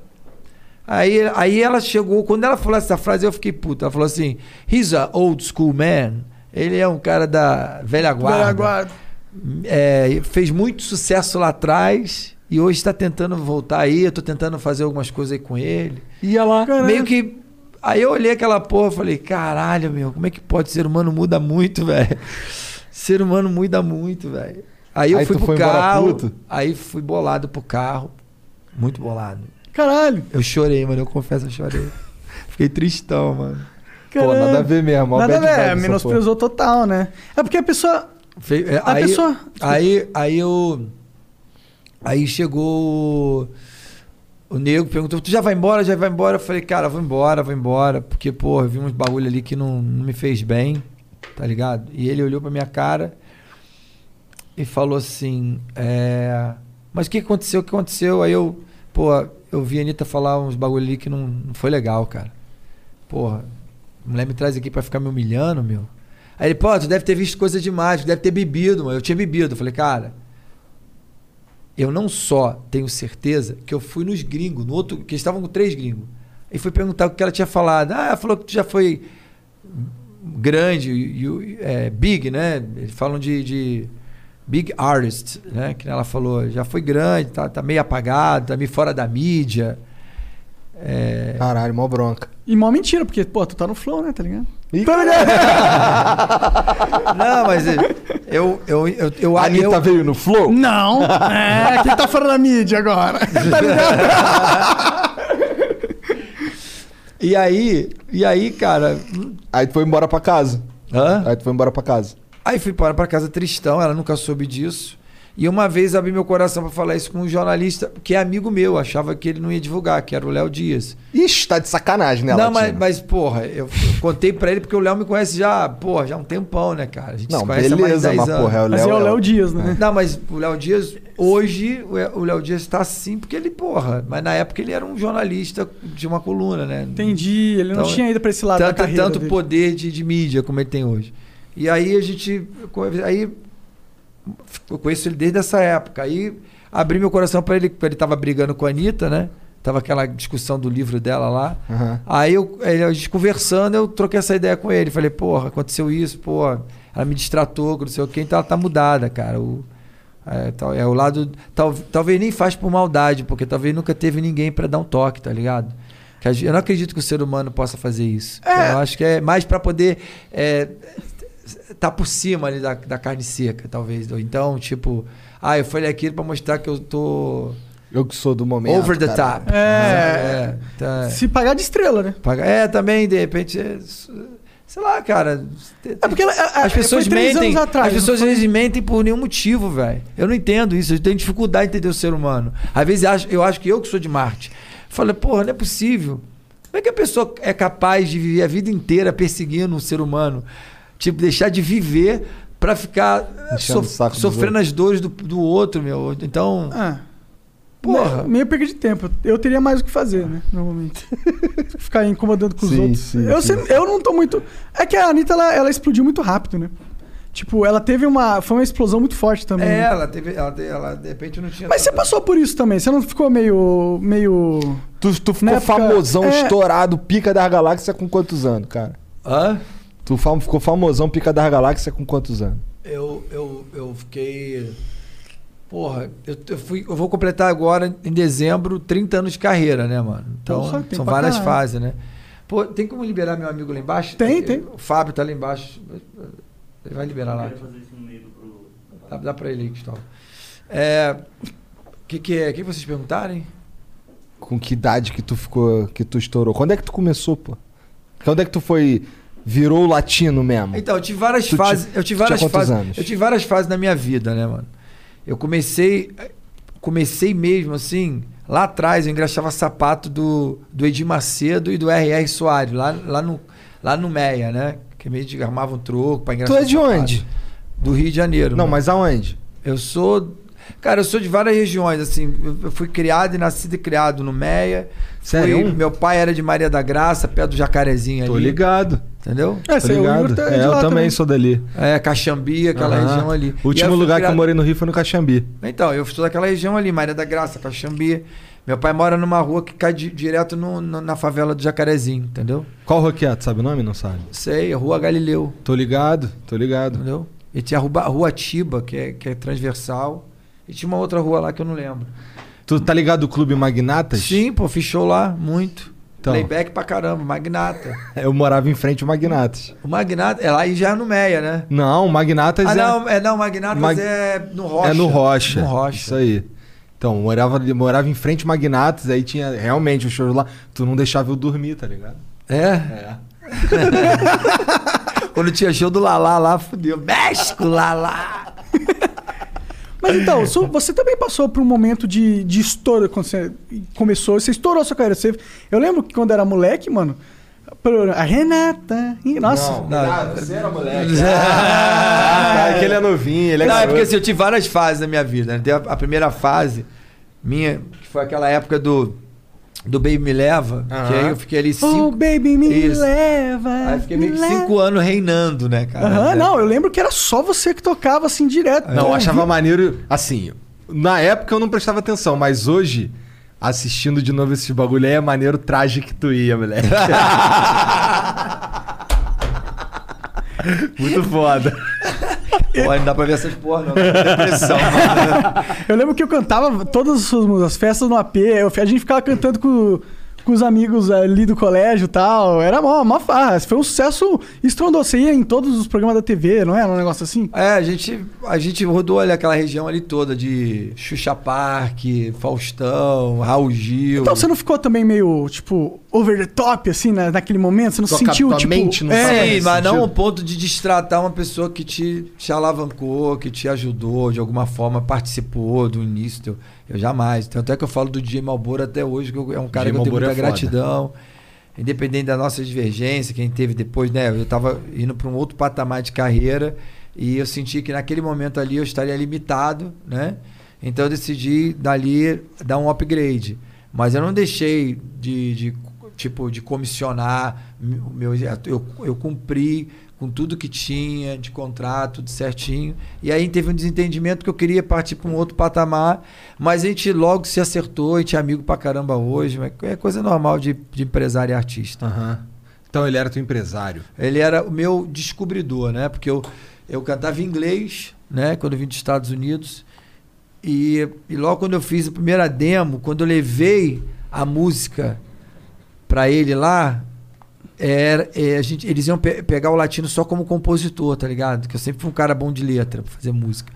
C: Aí, aí ela chegou, quando ela falou essa frase, eu fiquei puta. Ela falou assim, he's a old school man. Ele é um cara da velha guarda.
B: Velha guarda.
C: É, fez muito sucesso lá atrás e hoje está tentando voltar aí. Eu tô tentando fazer algumas coisas aí com ele.
B: Ia lá.
C: Meio que. Aí eu olhei aquela porra e falei, caralho, meu, como é que pode? Ser humano muda muito, velho. Ser humano muda muito, velho. Aí eu
A: Aí
C: fui
A: tu
C: pro
A: foi embora
C: carro.
A: puto?
C: Aí fui bolado pro carro. Muito bolado.
B: Caralho.
C: Eu chorei, mano. Eu confesso, eu chorei. Fiquei tristão, mano.
A: Pô,
B: caralho.
A: nada a ver mesmo. ó,
B: Nada a
A: bad
B: ver,
A: vibe
B: é,
A: essa
B: menosprezou total, né? É porque a pessoa.
C: Fe- é,
B: A
C: aí,
B: pessoa-
C: Aí, aí eu. Aí chegou. o- O nego perguntou: Tu já vai embora? Já vai embora? Eu falei: Cara, vou embora, vou embora. Porque, porra, eu vi uns bagulho ali que não, não me fez bem, tá ligado? E ele olhou pra minha cara e falou assim: é, Mas o que aconteceu? O que aconteceu? Aí eu, pô, eu vi a Anitta falar uns bagulho ali que não, não foi legal, cara. Porra, a mulher me traz aqui pra ficar me humilhando, meu. Aí ele, pô, tu deve ter visto coisa demais, tu deve ter bebido, mano. Eu tinha bebido. Eu falei, cara, eu não só tenho certeza que eu fui nos gringos, no outro, que eles estavam com três gringos. E fui perguntar o que ela tinha falado. Ah, ela falou que tu já foi grande, e- e- é, big, né? Eles falam de, de big artist, né? Que ela falou, já foi grande, tá, tá meio apagado, tá meio fora da mídia. É,
A: porra. Caralho, mó bronca.
B: E mó mentira, porque, pô, tu tá no flow, né? Tá ligado?
A: Ih,
C: Não, mas eu, eu, eu, eu, eu,
A: a Anitta
C: eu
A: veio no flow?
B: Não! É, quem tá fora da mídia agora? tá ligado?
C: E aí, e aí, cara.
A: Aí tu foi embora pra casa. Aí tu foi embora pra casa.
C: Aí fui para pra casa tristão, ela nunca soube disso. E uma vez abri meu coração pra falar isso com um jornalista que é amigo meu, achava que ele não ia divulgar, que era o Léo Dias.
A: Ixi, tá de sacanagem, né,
C: não, mas,
A: Latino?
C: mas, porra, eu, eu contei pra ele porque o Léo me conhece já, porra, já há um tempão, né, cara? A gente se
A: Não,
C: conhece
A: beleza,
C: há mais
A: mas
C: de 10
A: porra, é o
C: anos.
A: Léo.
B: Mas é
A: é
B: o Léo Dias, né?
C: Não, mas o Léo Dias, hoje, o Léo- o Léo Dias tá assim porque ele, porra, mas na época ele era um jornalista de uma coluna, né?
B: Entendi, ele não
C: Então,
B: tinha ido pra esse lado da
C: tanto,
B: carreira
C: tanto
B: dele.
C: poder de, de mídia como ele tem hoje. E aí a gente. Aí eu conheço ele desde essa época. Aí abri meu coração pra ele, porque ele tava brigando com a Anitta, né? Tava aquela discussão do livro dela lá.
A: Aham.
C: Aí eu, aí a gente conversando, eu troquei essa ideia com ele. Falei, porra, aconteceu isso, porra. Ela me distratou, que não sei o quê, então ela tá mudada, cara. O, é, tal- é o lado. tal- talvez nem faz por maldade, porque talvez nunca teve ninguém pra dar um toque, tá ligado? Que a gen- Eu não acredito que o ser humano possa fazer isso. Eu acho que é mais pra poder é, tá por cima ali da, da carne seca, talvez. Ou então, tipo, ah, eu falei aquilo pra mostrar que eu tô
A: Eu que sou do momento.
C: over the
A: cara.
C: top.
B: É.
C: É, tá.
B: Se pagar de estrela, né?
C: Paga- É, também, de repente. é, s- Sei lá, cara. te-
B: É porque ela- ela-
C: as
B: foi
C: pessoas
B: três
C: mentem.
B: anos atrás, né?
C: as
B: não
C: pessoas eles mentem por nenhum motivo, velho. Eu não entendo isso. Eu tenho dificuldade de entender o ser humano. Às vezes eu acho- eu acho que eu que sou de Marte. Falei, porra, não é possível. Como é que a pessoa é capaz de viver a vida inteira perseguindo um ser humano? Tipo, deixar de viver pra ficar eh,
A: Enchendo o
C: sof-
A: saco dos
C: sofrendo as dores do, do outro, meu. Então,
B: Ah,
C: Porra.
B: Meio perca de tempo. Eu teria mais o que fazer, né? Normalmente. Ficar incomodando com os
A: Sim,
B: outros.
A: sim,
B: eu,
A: sim.
B: sempre- eu não tô muito. É que a Anitta, ela, ela explodiu muito rápido, né? Tipo, ela teve uma. Foi uma explosão muito forte também.
C: É,
B: né?
C: ela teve. Ela, te- ela de repente não tinha.
B: Mas você
C: tanta-
B: passou por isso também. Você não ficou meio. meio.
A: Tu, tu
C: Né,
A: ficou
B: Na época-
A: famosão,
B: é.
A: estourado, pica da galáxia com quantos anos, cara?
C: Hã?
A: Tu fam- ficou famosão, pica da galáxia com quantos anos?
C: Eu, eu, eu fiquei. Porra, eu, eu fui, eu vou completar agora, em dezembro, 30 anos de carreira, né, mano? Então,
B: Porra, tem
C: são
B: pra
C: várias
B: caralho.
C: fases, né? Pô, tem como liberar meu amigo lá embaixo?
B: Tem,
C: Eu-
B: tem.
C: O Fábio tá lá embaixo. Ele vai liberar lá.
G: fazer isso no meio do pro.
C: Dá, dá pra ele aí, Cristóvão. É. O que, que é? O que vocês perguntarem?
A: Com que idade que tu ficou, que tu estourou? Quando é que tu começou, pô? Quando é que tu foi, virou latino mesmo?
C: Então, eu tive várias
A: Tu ti-
C: fases. eu tive
A: tu tinha
C: várias
A: quantos
C: fases.
A: anos?
C: Eu tive várias fases na minha vida, né, mano? Eu comecei. Comecei mesmo assim. Lá atrás eu engraxava sapato do, do Edir Macedo e do R.R. Soares, lá, lá, no, lá no Meia, né? Que meio de armava um troco pra engraxar
A: Tu é de
C: sapato.
A: onde?
C: Do Rio de Janeiro.
A: Não,
C: mano.
A: mas aonde?
C: Eu sou. Cara, eu sou de várias regiões, assim. Eu- Eu fui criado e nascido e criado no Meia.
A: Sério?
C: Fui- meu pai era de Maria da Graça, perto do Jacarezinho ali.
D: Tô ligado.
C: Entendeu?
B: É,
D: Tô
B: você- o Igor
D: ligado.
B: tá- é
D: É,
B: de
D: eu
B: lá
D: também,
B: também.
D: sou dali.
C: É, Caxambi, aquela
D: Aham.
C: região
D: O
C: ali. E aí
D: último
C: eu fui
D: lugar que
C: criado-
D: eu morei no Rio foi no Caxambi.
C: Então, eu estou daquela região ali, Maria da Graça, Caxambi. Meu pai mora numa rua que cai di- direto no- no- na favela do Jacarezinho, entendeu?
D: Qual rua que é? Tu sabe o nome? Não sabe?
C: Sei, Rua Galileu,
D: Tô ligado, tô ligado.
C: entendeu? E tinha a Rua, rua Tiba, que é, que é transversal. E tinha uma outra rua lá que eu não lembro.
D: Tu tá ligado o Clube Magnatas?
C: Sim, pô, fiz show lá, muito.
D: Então.
C: Playback pra caramba, Magnata.
D: Eu morava em frente ao Magnatas.
C: O Magnata, é lá e já é no Meia, né?
D: Não, o Magnatas
C: ah,
D: é...
C: não, é, não, Magnatas
D: Mag-
C: é no Rocha.
D: É no Rocha.
C: No Rocha.
D: Isso aí. Então, morava, ali- morava em frente ao Magnatas, aí tinha realmente os shows lá. Tu não deixava eu dormir, tá ligado?
C: É?
D: É.
C: Quando tinha show do Lalá lá, fudeu. México, Lalá!
B: Mas então, so- você também passou por um momento de, de estouro quando você começou, você estourou a sua carreira. Você- eu lembro que quando era moleque, mano, pro- a Renata. ih, Nossa.
A: Ah, você era moleque.
C: tá,
A: Ah, aquele é novinho, ele é
C: Não, é
A: garoto.
C: porque assim, eu tive várias fases na minha vida. Né? Tem a, a primeira fase minha, que foi aquela época do, do Baby Me Leva, que aí eu fiquei ali
B: Oh,
C: cinco.
B: baby, me
C: Isso.
B: leva.
C: aí eu fiquei meio que
B: me leva.
C: cinco anos reinando, né, cara?
B: Aham,
C: Né?
B: não, eu lembro que era só você que tocava assim direto.
D: Não, eu
B: Eu
D: achava maneiro. Assim, na época eu não prestava atenção, mas hoje, assistindo de novo esses bagulho aí, é maneiro o traje que tu ia, moleque. Muito foda.
C: Pô, não dá pra ver essas porra, não. Depressão, mano.
B: Eu lembro que eu cantava todas as suas músicas, as festas no AP, eu- a gente ficava cantando com, com os amigos ali do colégio e tal. Era mó, mó farra. Foi um sucesso estrondoso. Você ia em todos os programas da TV, não era um negócio assim?
C: É, a gente, a gente rodou ali aquela região ali toda de Xuxa Park, Faustão, Raul Gil.
B: Então você não ficou também meio, tipo, over the top, assim, na, naquele momento? Você não
D: Tua-
B: sentiu,
D: tua
B: tipo...
D: mente não
B: é,
D: tava
C: Sim,
D: nesse
C: mas não
D: sentido.
C: ao ponto de destratar uma pessoa que te, te alavancou, que te ajudou, de alguma forma participou do início. teu- Eu jamais. Tanto é que eu falo do DJ Malboro até hoje, que eu- é um cara
D: DJ
C: que eu tenho
D: Malboro
C: muita
D: é foda.
C: gratidão. Independente da nossa divergência, quem teve depois, né? Eu tava indo para um outro patamar de carreira e eu senti que naquele momento ali eu estaria limitado, né? Então eu decidi dali dar um upgrade. Mas eu não deixei de, de, tipo, de comissionar. o Meu, eu, eu cumpri com tudo que tinha de contrato, tudo certinho. E aí teve um desentendimento que eu queria partir para um outro patamar. Mas a gente logo se acertou, a gente é amigo pra caramba hoje. mas É coisa normal de, de empresário e artista. né?
D: Aham. Então ele era teu empresário.
C: Ele era o meu descobridor, né? Porque eu, eu cantava em inglês, né? Quando eu vim dos Estados Unidos. E, e logo quando eu fiz a primeira demo, quando eu levei a música pra ele lá, era, é, a gente, eles iam pe- pegar o latino só como compositor, tá ligado? Que eu sempre fui um cara bom de letra pra fazer música.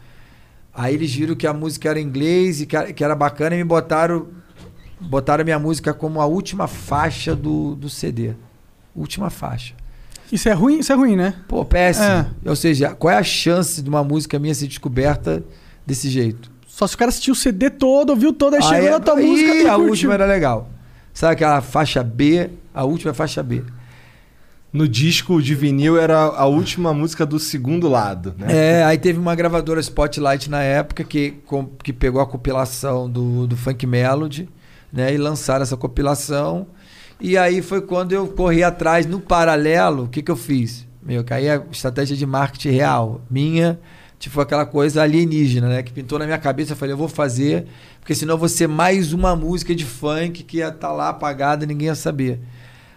C: Aí eles viram que a música era em inglês e que, a- que era bacana e me botaram botaram a minha música como a última faixa do, do CD. Última faixa.
B: Isso é ruim, isso é ruim, né?
C: Pô, péssimo.
B: É.
C: Ou seja, qual é a chance de uma música minha ser descoberta desse jeito?
B: Só se o cara assistiu o CD todo, ouviu todo, aí chegou
C: Aí-
B: na Tá tua
C: Ah, é- Ih,
B: música e
C: a
B: curtiu.
C: última era legal. Sabe aquela faixa B? A última é a faixa B.
A: no disco de vinil era a última música do segundo lado, né?
C: É, aí teve uma gravadora Spotlight na época que, com- que pegou a compilação do, do Funk Melody, né? E lançaram essa compilação. E aí foi quando eu corri atrás, no paralelo, o que, que eu fiz? Meu, que aí a estratégia de marketing real, minha, tipo aquela coisa alienígena, né? Que pintou na minha cabeça, eu falei, eu vou fazer, porque senão eu vou ser mais uma música de funk que ia estar lá apagada e ninguém ia saber.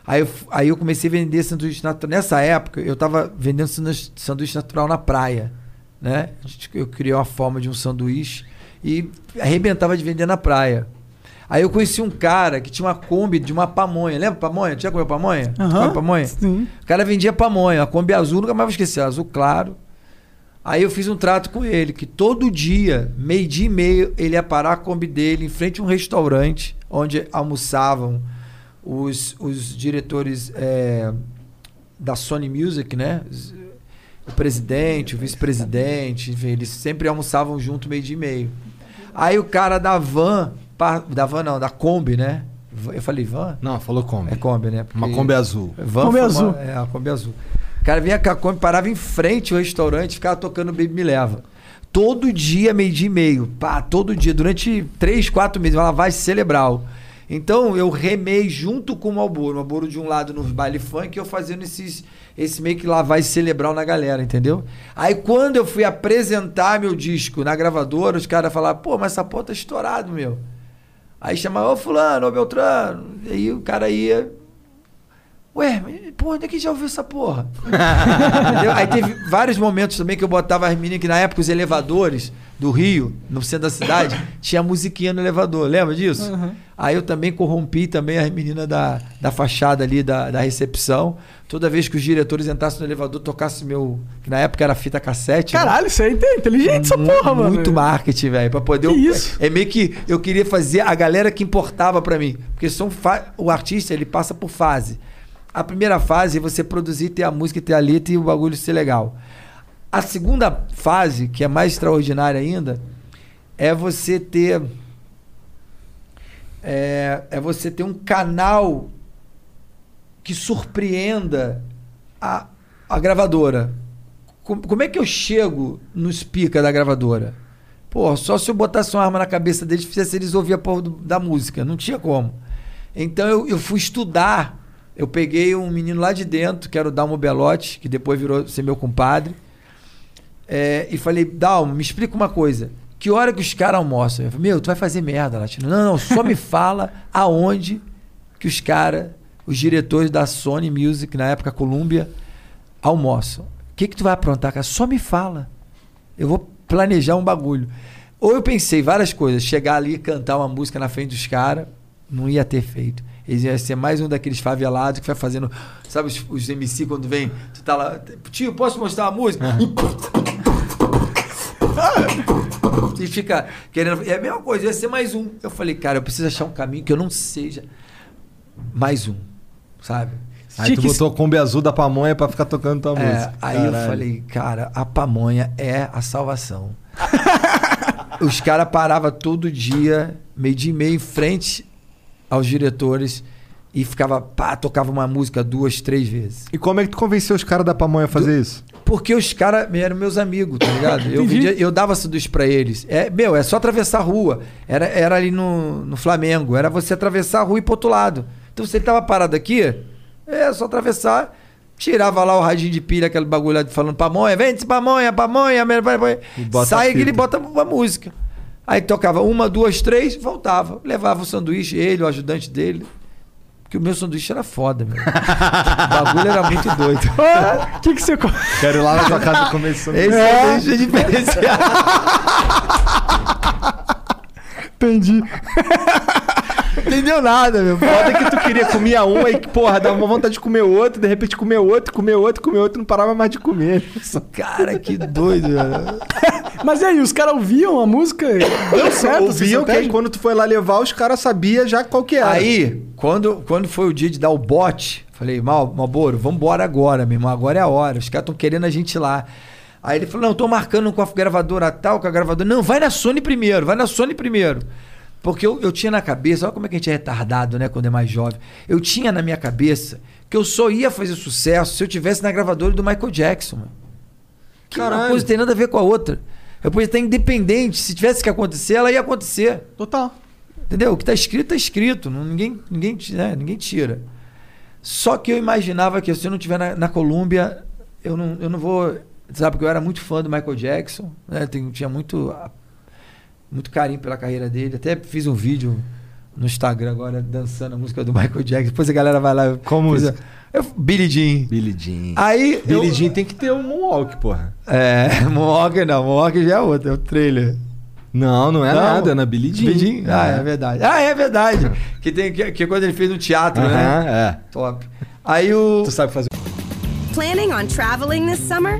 C: Aí eu, f- aí eu comecei a vender sanduíche natural. Nessa época, eu tava vendendo sandu- sanduíche natural na praia. Né? A gente- Eu criei uma forma de um sanduíche e arrebentava de vender na praia. Aí eu conheci um cara que tinha uma Kombi de uma pamonha. Lembra pamonha? Tu já comeu pamonha? Tu
B: Aham.
C: comeu pamonha?
B: Sim.
C: O cara vendia pamonha, a Kombi azul, nunca mais vou esquecer, azul claro. Aí eu fiz um trato com ele, que todo dia, meio dia e meio, ele ia parar a Kombi dele em frente a um restaurante onde almoçavam os, os diretores é, da Sony Music, né? Os- O presidente, o vice-presidente, enfim, eles sempre almoçavam junto meio dia e meio. Aí o cara da van, pa- da van não, da Kombi, né? Eu falei van?
D: Não, falou Kombi.
C: É Kombi, né?
D: Uma
C: Porque-
D: Kombi azul.
C: Van
B: Kombi
C: foi uma-
B: azul.
C: é, a Kombi azul. O cara vinha com a Kombi, parava em frente ao restaurante, ficava tocando Baby Me Leva. Todo dia, meio dia e meio. Pá, todo dia, durante três, quatro meses, uma lavagem cerebral. Então eu remei junto com o Malboro. O Malboro de um lado nos baile funk e eu fazendo esses, esse meio que lavagem cerebral na galera, entendeu? Aí quando eu fui apresentar meu disco na gravadora, os caras falaram, pô, mas essa porra tá estourado, meu. Aí chamava, ô fulano, ô Beltrano. Aí o cara ia, Ué, mas, pô, onde é que já ouviu essa porra? Entendeu? Aí teve vários momentos também que eu botava as meninas, que na época os elevadores do Rio, no centro da cidade, tinha musiquinha no elevador, lembra disso? Aí eu também corrompi também as meninas da, da fachada ali, da, da recepção. Toda vez que os diretores entrassem no elevador, tocassem meu. Que na época era fita cassete. né?
B: Caralho, isso aí é inteligente, essa porra, mano.
C: Muito marketing, velho. Pra poder.
B: Que isso?
C: É meio que eu queria fazer a galera que importava pra mim. Porque são fa- o artista, ele passa por fase. A primeira fase é você produzir, ter a música, ter a letra e o bagulho ser legal. A segunda fase, que é mais extraordinária ainda, é você ter. É, é você ter um canal que surpreenda a, a gravadora. Com- como é que eu chego nos pica da gravadora? Pô, só se eu botasse uma arma na cabeça deles, fizesse eles ouvir a porra do- da música. Não tinha como. Então eu, eu fui estudar. Eu peguei um menino lá de dentro, que era o Dalmo Belotti, que depois virou ser meu compadre. É, e falei, Dalmo, me explica uma coisa. Que hora que os caras almoçam? Eu falei, meu, tu vai fazer merda, Latino. Não, não, só me fala aonde que os caras, os diretores da Sony Music, na época Columbia, almoçam. O que que tu vai aprontar, cara? Só me fala. Eu vou planejar um bagulho. Ou eu pensei várias coisas. Chegar ali e cantar uma música na frente dos caras, não ia ter feito. Eles iam ser mais um daqueles favelados que vai fazendo. Sabe os, os MC quando vem? Tu tá lá. Tio, posso mostrar a música? E fica querendo. É a mesma coisa, ia ser mais um. Eu falei, cara, eu preciso achar um caminho que eu não seja mais um. Sabe?
A: Aí tu
B: Tinha que-
A: botou a Kombi azul da pamonha pra ficar tocando tua
C: É,
A: música.
C: aí eu
A: Caralho.
C: falei, cara, a pamonha é a salvação. Os caras paravam todo dia, meio dia e meio, em frente aos diretores e ficava, pá, tocava uma música duas, três vezes.
A: E como é que tu convenceu os caras da pamonha a fazer isso?
C: Porque os caras eram meus amigos, tá ligado? Eu,
B: Entendi.
C: vendia- eu dava sanduíche pra eles. É, meu, é só atravessar a rua. Era, era ali no, no Flamengo. Era você atravessar a rua e ir pro outro lado. Então você tava parado aqui, é só atravessar. Tirava lá o radinho de pilha, aquele bagulho lá de falando pamonha, vende pamonha, pamonha, pamonha, pamonha.
A: bota a
C: Sai que
A: fita.
C: ele bota uma música. Aí tocava uma, duas, três, voltava. Levava o sanduíche, ele, o ajudante dele. Porque o meu sanduíche era foda, meu. o bagulho era muito doido.
B: Ah, que que você... co-
A: Quero ir lá na tua casa começando.
C: Esse é, é diferenciado.
B: Entendi.
C: Entendeu nada, meu.
A: Foda que tu queria comer um, aí, porra, dava uma vontade de comer outro, de repente comer outro, comer outro, comer outro, não parava mais de comer.
C: Cara, que doido, velho.
B: Mas e aí, os caras ouviam a música? Deu certo? essa
A: Ouviam que aí
B: estratégia?
A: quando tu foi lá levar, os caras sabiam já qual que era.
C: Aí, quando, quando foi o dia de dar o bote, falei, Mal, Malboro, vambora agora, meu irmão. Agora é a hora. Os caras estão querendo a gente lá. Aí ele falou, não, tô marcando com a gravadora tal, com a gravadora. Não, vai na Sony primeiro, vai na Sony primeiro. Porque eu, eu tinha na cabeça, olha como é que a gente é retardado, né, quando é mais jovem. Eu tinha na minha cabeça que eu só ia fazer sucesso se eu tivesse na gravadora do Michael Jackson. Mano. Que uma
A: Caralho.
C: coisa tem nada a ver com a outra. É Eu podia estar tá independente. Se tivesse que acontecer, ela ia acontecer.
B: Total.
C: Entendeu? O que tá escrito, tá escrito. Não- Ninguém, ninguém, ti- né? ninguém tira. Só que eu imaginava que se eu não estiver na, na Colômbia, eu não, eu não vou. Sabe, porque eu era muito fã do Michael Jackson, né? Tem- tinha muito, a- muito carinho pela carreira dele. Até fiz um vídeo no Instagram agora dançando a música do Michael Jackson. Depois a galera vai lá.
A: Qual
C: Fiz a-
A: música?
C: Eu, Billie Jean.
D: Billy Jean.
C: Aí. eu-
A: Billie Jean tem que ter um moonwalk, Ah, porra.
C: É, Moonwalker não. Moonwalker já é outra, é o trailer.
A: Não, não é
C: Não.
A: nada, é na Billie Jean.
C: Billie Jean? Ah, é verdade. Ah, é verdade. Que, tem, que, que quando ele fez no teatro, né?
A: Aham, é.
C: Top. Aí o.
A: Tu sabe fazer.
F: Planning on traveling this summer?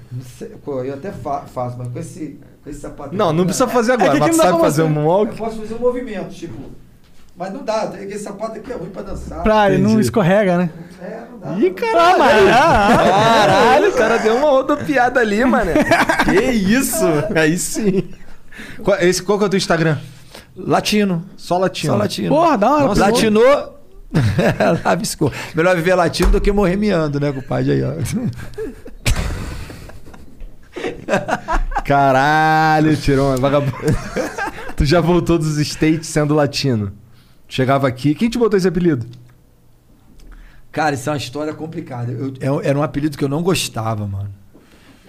C: Não sei, pô, eu até fa- faço, mas com esse, com esse sapato.
A: Não, não precisa fazer
B: É
A: agora,
B: que
A: mas tu
B: aqui não dá
A: sabe
B: pra
A: fazer um
B: mostrar.
C: Eu
A: moonwalk?
C: posso fazer um movimento, tipo. Mas não dá, tem- esse sapato aqui é ruim pra dançar.
B: Pra não
A: Entendi.
B: escorrega, né?
C: É, não dá.
B: Ih, caralho.
A: Caralho, o cara deu uma rodopiada ali, mano. Que É isso? Aí sim. Qual, esse, qual que é o teu Instagram?
C: Latino.
A: Só latino.
C: Só latino.
B: Porra, da hora, pegou.
C: Latinou. Lá biscou. Melhor viver latino do que morrer miando, né, compadre? Aí, ó.
A: Caralho, tirou uma vagabundo. tu já voltou dos States sendo latino. Chegava aqui. Quem te botou esse apelido?
C: Cara, isso é uma história complicada. Eu- eu- era um apelido que eu não gostava, mano.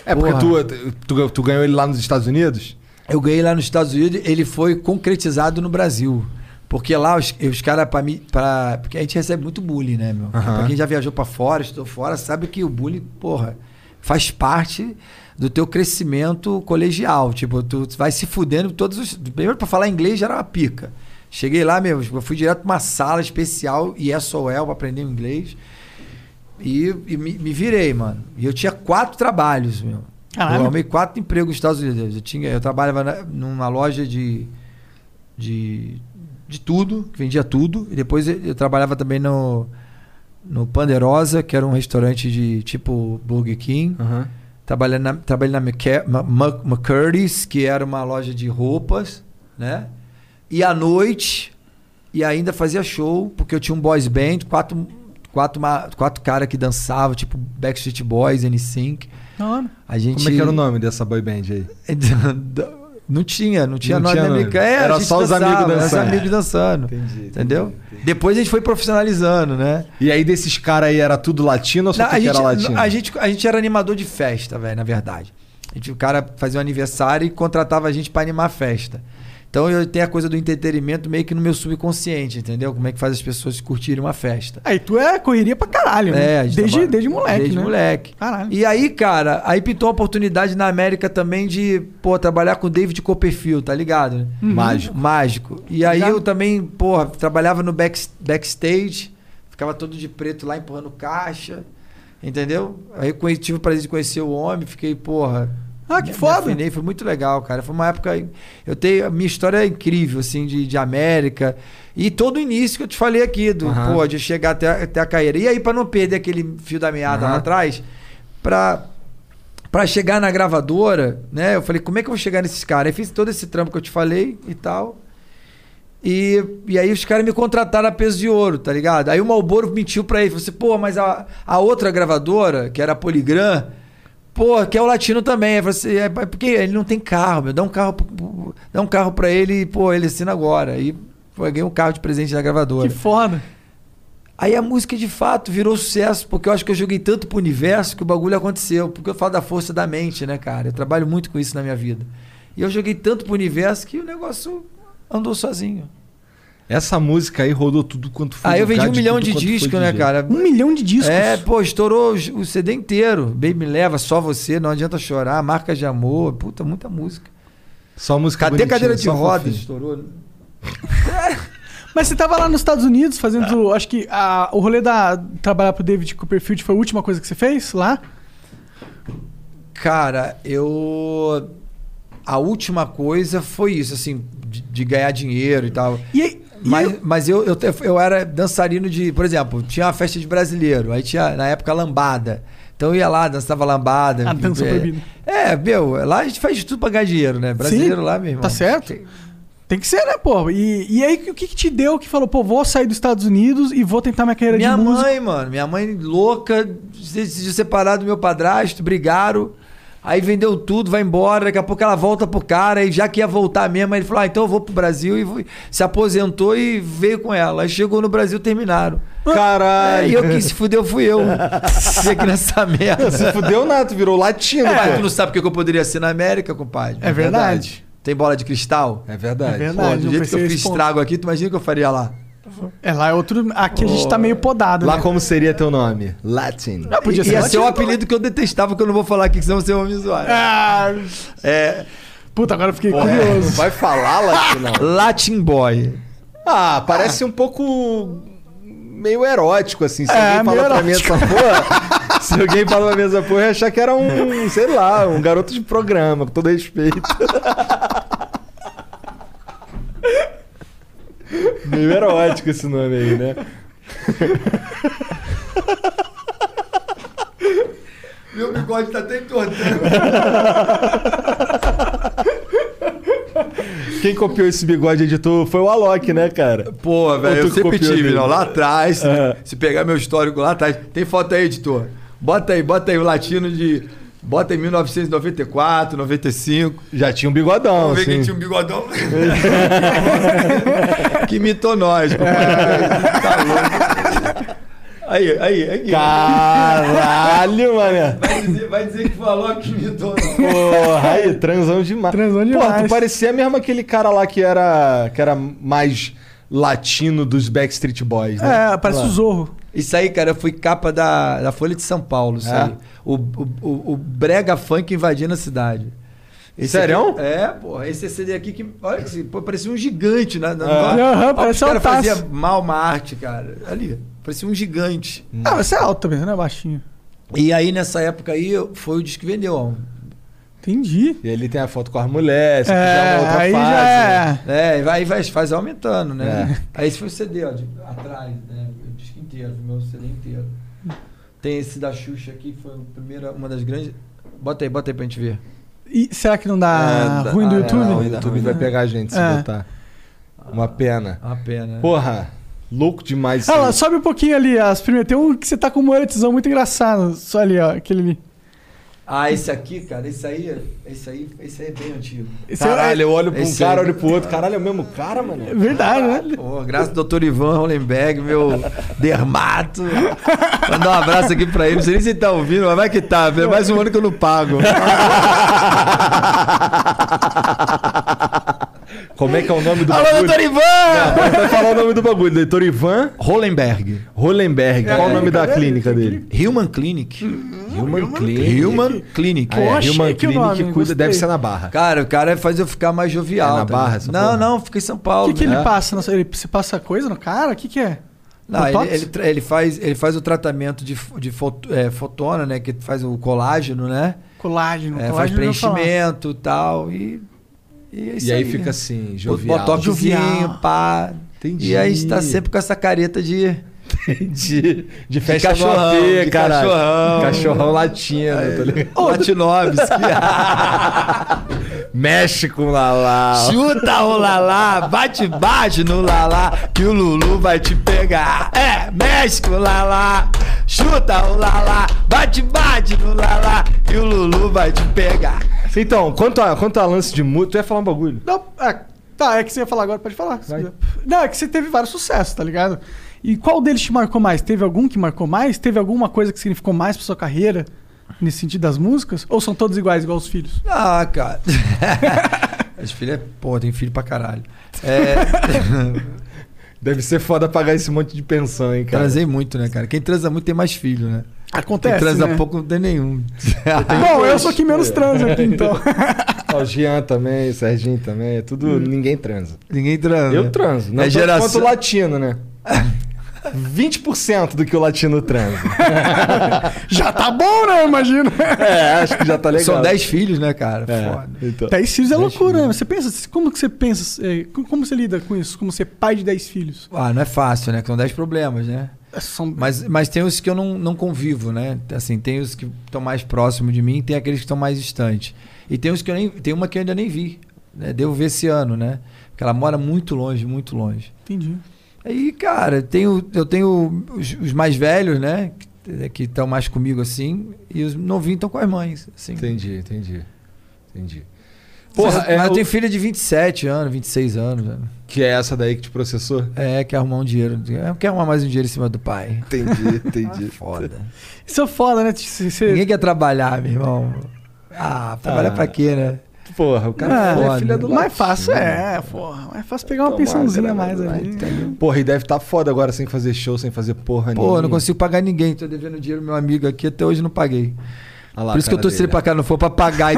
A: É
C: Porra.
A: porque tu, tu, tu ganhou ele lá nos Estados Unidos?
C: Eu ganhei lá nos Estados Unidos, ele foi concretizado no Brasil. Porque lá os, os caras, pra mim. Pra, porque a gente recebe muito bullying, né, meu? Pra quem já viajou pra fora, estou fora, sabe que o bullying, porra, faz parte do teu crescimento colegial. Tipo, tu vai se fudendo todos os. Primeiro, pra falar inglês já era uma pica. Cheguei lá mesmo, eu fui direto pra uma sala especial e SOL pra aprender o inglês. E, e me, me virei, mano. E eu tinha quatro trabalhos, meu.
B: Caralho.
C: Eu arrumei quatro empregos nos Estados Unidos. Eu, tinha, eu trabalhava na- numa loja de, de, de tudo, que vendia tudo. E depois eu, eu trabalhava também no, no Panderosa, que era um restaurante de tipo Burger King.
A: Aham.
C: Trabalhei na, trabalhei na McCa- Ma- Ma- McCurdy's, que era uma loja de roupas, né? E à noite, e ainda fazia show, porque eu tinha um boys band, quatro, quatro, ma- quatro caras que dançavam, tipo Backstreet Boys, NSYNC.
B: Da hora.
C: A gente...
A: Como é que era o nome dessa boy band aí?
C: Não tinha, não tinha
A: Não
C: nome
A: tinha
C: da
A: nome.
C: Mica- É, a
A: Era
C: gente
A: só os
C: dançava,
A: amigos
C: era os
A: dançando.
C: amigos dançando.
A: Entendi,
C: Entendeu?
A: entendi,
C: Depois a gente foi profissionalizando, né?
A: E aí desses caras aí era tudo latino ou só
C: Não,
A: tu
C: a,
A: que
C: gente,
A: era latino?
C: a, gente, a gente era animador de festa, velho, na verdade. A gente, o cara fazia um aniversário e contratava a gente pra animar a festa. Então eu tenho a coisa do entretenimento meio que no meu subconsciente, entendeu? Como é que faz as pessoas curtirem uma festa.
B: Aí tu é correria pra caralho.
C: É, a
B: né?
C: gente
B: Desde,
C: trabalha-
B: desde moleque,
C: Desde
B: né?
C: moleque.
B: Caralho.
C: E aí, cara, aí pintou uma oportunidade na América também de, pô, trabalhar com o David Copperfield, tá ligado? né?
A: Mágico.
C: Mágico. E aí
B: Uhum. Tá.
C: eu também, porra, trabalhava no back, backstage, ficava todo de preto lá empurrando caixa, entendeu? Aí eu conhe- tive o prazer de conhecer o homem, fiquei, porra.
B: Ah, que
C: me- me
B: foda.
C: afinei, foi muito legal, cara. Foi uma época. Eu tenho. A minha história é incrível, assim, de, de América. E todo o início que eu te falei aqui, do,
A: Aham.
C: pô, de chegar até, a- até a carreira. E aí, pra não perder aquele fio da meada lá
A: Aham.
C: atrás, pra, Pra chegar na gravadora, né? Eu falei, como é que eu vou chegar nesses caras? Aí fiz todo esse trampo que eu te falei e tal. E, e aí os caras me contrataram a peso de ouro, tá ligado? Aí o Malboro mentiu pra ele, falou assim, pô, mas a, a outra gravadora, que era a Poligram, pô, que é o latino também. Aí eu falei assim, é, mas porque ele não tem carro, meu, dá um carro, pro- pro- dá um carro pra ele e, pô, ele assina agora. Aí pô, eu ganhei um carro de presente da gravadora.
B: Que foda.
C: Aí a música de fato virou sucesso, porque eu acho que eu joguei tanto pro universo que o bagulho aconteceu. Porque eu falo da força da mente, né, cara? Eu trabalho muito com isso na minha vida. E eu joguei tanto pro universo que o negócio andou sozinho.
A: Essa música aí rodou tudo quanto foi.
C: Aí eu vendi
A: lugar,
C: um milhão
A: tudo
C: de
A: quanto foi
C: discos, né,
A: DJ.
C: cara?
B: Um milhão de discos.
C: É, pô, estourou o o CD inteiro. Baby Leva, Só Você, Não Adianta Chorar, Marca de Amor, puta, muita música.
A: Tá né? Só música
C: Cadê
A: bonitinha,
C: cadeira de
A: só
C: rodas?
A: fofinha.
C: Estourou.
B: Mas você tava lá nos Estados Unidos
C: Ah.
B: fazendo. Acho que a- o rolê da trabalhar pro David Copperfield foi a última coisa que você fez lá?
C: Cara, eu. A última coisa foi isso, assim, de, de ganhar dinheiro e tal.
B: E aí. e
C: Mas,
B: aí-
C: mas eu, eu, te- eu era dançarino de. Por exemplo, tinha uma festa de brasileiro, aí tinha na época lambada. Então eu ia lá, dançava lambada.
B: A Ah, dança
C: é,
B: proibida.
C: É, meu, lá a gente faz de tudo pra ganhar dinheiro, né? Brasileiro lá, meu irmão.
B: Tá certo? Tem que ser, né, pô? E, e aí, o que, que te deu que falou, pô, vou sair dos Estados Unidos e vou tentar minha carreira
C: Minha
B: de música?
C: mãe, mano, minha mãe louca, decidiu separar do meu padrasto, brigaram. Aí vendeu tudo, vai embora, daqui a pouco ela volta pro cara, e já que ia voltar mesmo, aí ele falou: ah, então eu vou pro Brasil e fui- se aposentou e veio com ela. Aí chegou no Brasil, terminaram.
A: Caralho.
C: Aí eu quem se fudeu fui eu. Fiquei nessa merda. É,
A: Se fudeu nada, tu virou latino,
C: Mas
A: pô.
C: tu não sabe o que eu poderia ser na América, compadre.
B: É verdade.
C: Tem bola de cristal?
D: É verdade.
B: É
C: Pô,
B: verdade.
C: do
B: eu
C: jeito que eu
B: pensei
C: fiz
B: esse ponto.
C: estrago aqui, tu imagina o que eu faria lá?
B: É, lá é outro... Aqui a gente tá meio podado,
A: Lá
B: né?
A: como seria teu nome? Latin.
B: Ah, podia
C: Ia ser
B: latino
C: é o
B: também.
C: apelido que eu detestava, que eu não vou falar aqui, que senão você vai me zoar.
B: Ah,
C: É.
B: puta, agora eu fiquei
A: É, não
B: curioso.
A: vai falar latim, não.
C: Latin Boy.
A: Ah, parece um pouco meio erótico, assim. Se
B: É,
A: alguém
B: meio
A: falar pra mim essa porra. se alguém falar pra mim essa porra, eu ia achar que era um, sei lá, um garoto de programa, com todo respeito. meio erótico esse nome aí, né?
C: Meu bigode tá até entortando.
A: Quem copiou esse bigode editor foi o Alok, né, cara?
C: Pô, velho,
A: Ou tu
C: eu sempre
A: copiou
C: tive,
A: dele?
C: não. Lá atrás, se-
A: É.
C: se pegar meu histórico lá atrás. Tem foto aí, editor? Bota aí, bota aí o latino de. Bota em 1994, 95.
A: Já tinha um bigodão,
C: Vamos ver quem
A: assim.
C: tinha um bigodão. que mitou nós, Tá louco. Aí, aí, aí.
A: Caralho, mané.
C: Vai, dizer, vai dizer que falou que mitou nós.
A: Porra, aí, transão demais.
B: Transão
A: Porra,
B: demais.
A: tu parecia mesmo aquele cara lá que era, que era mais latino dos Backstreet Boys, né?
B: É, parece
A: Lá.
B: o Zorro.
C: Isso aí, cara, eu fui capa da, da Folha de São Paulo, isso
A: É?
C: aí. O, o, o, o brega funk invadindo a cidade. Esse
A: Sério?
C: aqui- é, pô. Esse CD aqui que. Olha, que esse- pô, parecia um gigante, né?
A: É.
C: Na,
B: Aham,
C: olha,
B: parecia
C: os
B: um
C: cara
B: taço.
C: fazia mal uma arte, cara. Ali, parecia um gigante.
B: Ah, mas você é alto também, você não é baixinho.
C: E aí, nessa época aí, foi o disco que vendeu, ó.
B: Entendi.
A: E ele tem a foto com as mulheres, isso aqui já é
B: É,
A: uma outra
B: aí
A: fase.
B: já
A: né?
B: é...
C: É, e vai, vai, faz aumentando, né?
A: É.
C: Aí esse foi o CD, ó, de, atrás, né? O disco inteiro, o meu CD inteiro. Tem esse da Xuxa aqui, foi a primeira, uma das grandes. Bota aí, bota aí pra gente ver.
B: E será que não dá
A: É,
B: ruim do
A: ah,
B: YouTube?
A: não, o YouTube vai pegar a gente se
B: É.
A: botar. Uma pena.
C: Uma pena. né?
A: Porra, louco demais isso
B: Ah, lá,
A: aí.
B: sobe um pouquinho ali, as primeiras. Tem um que você tá com um moretizão muito engraçado. Só ali, ó, aquele ali.
C: Ah, esse aqui, cara, esse aí, esse aí, esse aí é bem antigo.
B: Esse é-
A: Caralho, eu olho pra um
C: Esse
A: cara,
C: aí.
A: olho pro outro. Caralho, é o mesmo cara, mano?
B: é verdade, né?
C: Pô, graças ao Dr. Ivan Hollenberg, meu dermato. Mandar um abraço aqui pra ele. Não sei nem se ele tá ouvindo, mas vai que tá. É mais um ano que eu não pago.
A: Como é que é o nome do
C: Alô, Dr.
A: bagulho?
C: Ivan!
A: Vai falar o nome do bagulho, doutor Ivan
C: Hollenberg.
A: Hollenberg. Qual o nome da clínica dele?
C: Human Clinic.
A: Human Clinic.
C: Human Clinic.
A: Ah, é,
B: Pô, achei
A: Human
B: que o
A: Clinic
B: nome,
A: cuida,
B: gostei.
A: deve ser na barra.
C: Cara, o cara faz eu ficar mais jovial.
A: É na
C: tá
A: Barra,
C: ligado?
A: essa
C: Não,
A: porra?
C: não, fica em São
B: O
C: Paulo.
B: que, que ele
C: né?
B: passa? na sua- Ele se passa coisa no cara? O que, que é?
C: Não, ele,
B: Botox?
C: ele, tra- ele faz, ele faz o tratamento de, fo- de foto- é, fotona, né? Que faz o colágeno, né?
B: Colágeno.
C: É,
B: colágeno
C: faz
B: eu não vou falar.
C: preenchimento e tal. E, e é isso
A: E aí
C: aí
A: fica assim,
C: o
A: jovial.
C: botoxinho,
B: Jovial.
C: pá.
A: Entendi.
C: E aí está sempre com essa careta de.
A: de, de festa no
C: cachorrão,
A: AP,
C: de
A: cara.
C: cachorrão.
A: Cachorrão latino, tá ligado?
C: Latinovski.
A: Mexe com Lalá.
C: Chuta o lalá, bate baixo no lalá, que o Lulu vai te pegar. É, mexe com o lalá. Chuta o lalá, bate bate no lalá, que o Lulu vai te pegar.
A: Então, quanto a, quanto a lance de música, tu ia falar um bagulho.
B: Não, é, tá, é que você ia falar agora, pode falar. se quiser. Não, é que você teve vários sucessos, tá ligado? E qual deles te marcou mais? Teve algum que marcou mais? Teve alguma coisa que significou mais pra sua carreira? Nesse sentido das músicas? Ou são todos iguais, igual os filhos?
C: Ah, cara. As filhas, pô, tem filho pra caralho. É,
A: Deve ser foda pagar esse monte de pensão, hein, cara.
C: transei muito, né, cara? Quem transa muito tem mais filho, né? Quem
B: Acontece,
C: transa
B: né?
C: pouco não tem nenhum. É.
B: Bom, eu sou que menos transa aqui, então.
A: Ó, o Jean também, o Serginho também. é Tudo. Ninguém transa.
C: Ninguém transa.
A: Eu transo. Não
C: É
A: tanto
C: geração-
A: quanto o latino, né? 20% do que o latino transa.
B: Já tá bom, né? Eu imagino.
A: É, acho que já tá legal.
C: São 10 filhos, né, cara?
A: É,
C: Foda.
A: então.
B: 10 filhos é loucura, né? Você pensa, como que você pensa, é, co- como você lida com isso? Como ser pai de 10 filhos?
C: Ah, não é fácil, né? Que são 10 problemas, né?
B: É, São...
C: Mas, mas tem os que eu não, não convivo, né? Assim, tem os que estão mais próximos de mim, tem aqueles que estão mais distantes. E tem os que eu nem. Tem uma que eu ainda nem vi. Né? Devo ver esse ano, né? Porque ela mora muito longe, muito longe.
B: Entendi.
C: Aí, cara, eu tenho, eu tenho os, os mais velhos, né? Que- Que estão mais comigo assim, e os novinhos estão com as mães. Assim.
A: Entendi, entendi. Entendi.
C: Porra,
A: Porra,
C: mas,
A: é
C: mas eu
A: o-
C: tenho filha de 27 anos, 26 anos. né?
A: Que é essa daí que te processou?
C: É, quer arrumar um dinheiro. é, Quer arrumar mais um dinheiro em cima do pai.
A: Entendi, entendi.
C: Foda.
B: Isso é foda, né? Você- você-
C: Ninguém quer trabalhar, meu irmão. Ah, trabalhar pra quê, né?
A: Porra, o
C: Ah,
A: cara é,
C: foda.
A: filha do
B: Mais
A: latino.
B: fácil é, porra. Mais fácil pegar uma
A: Tomar
B: pensãozinha a
A: grana
B: mais
A: lá,
B: ali.
A: Porra, e deve estar foda agora sem fazer show, sem fazer porra
C: Pô, eu não consigo pagar ninguém. Tô devendo dinheiro pro meu amigo aqui, até hoje não paguei.
A: Ah lá,
C: Por isso que eu
A: cara
C: torci ele
A: dele,
C: pra cá, não for pra pagar.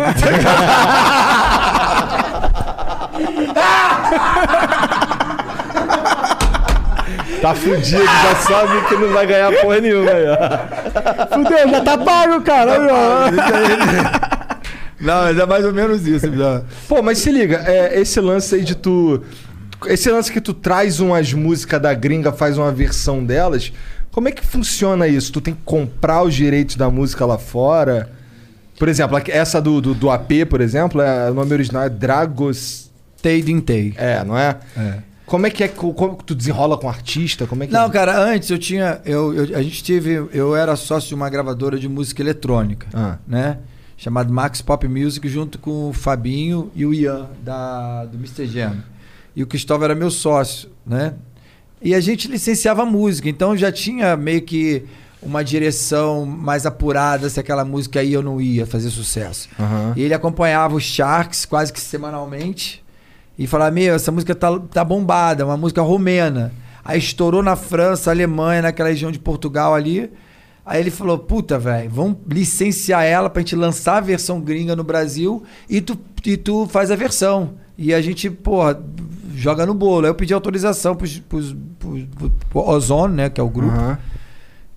A: Tá fudido, já sabe que não vai ganhar porra nenhuma. aí, ó.
B: Fudeu, já tá pago, cara. Aí, ó.
C: não, mas é mais ou menos isso. Biel.
A: Pô, mas se liga, é, esse lance aí de tu. Esse lance que tu traz umas músicas da gringa, faz uma versão delas. Como é que funciona isso? Tu tem que comprar os direitos da música lá fora? Por exemplo, aqui- essa do, do, do AP, por exemplo, é, o nome original é Dragos.
C: Tei din tei.
A: É, não é?
C: É.
A: Como é que é que como que tu desenrola com o artista? Como é que
C: Não, cara, antes eu tinha. Eu, eu- a gente tive. Eu era sócio de uma gravadora de música eletrônica,
A: Ah.
C: né? Chamado Max Pop Music, junto com o Fabinho e o Ian, da, do Mr. Jam. E o Cristóvão era meu sócio, né? E a gente licenciava música, então já tinha meio que uma direção mais apurada se aquela música ia ou não ia fazer sucesso.
A: Aham.
C: E ele acompanhava os Sharks quase que semanalmente e falava: Meu, essa música tá, tá bombada, é uma música romena. Aí estourou na França, Alemanha, naquela região de Portugal ali. Aí ele falou: Puta, velho, vamos licenciar ela pra gente lançar a versão gringa no Brasil e tu, e tu faz a versão. E a gente, porra, joga no bolo. Aí eu pedi autorização pros, pros, pros, pro- pro Ozone, né, que é o grupo.
A: Aham.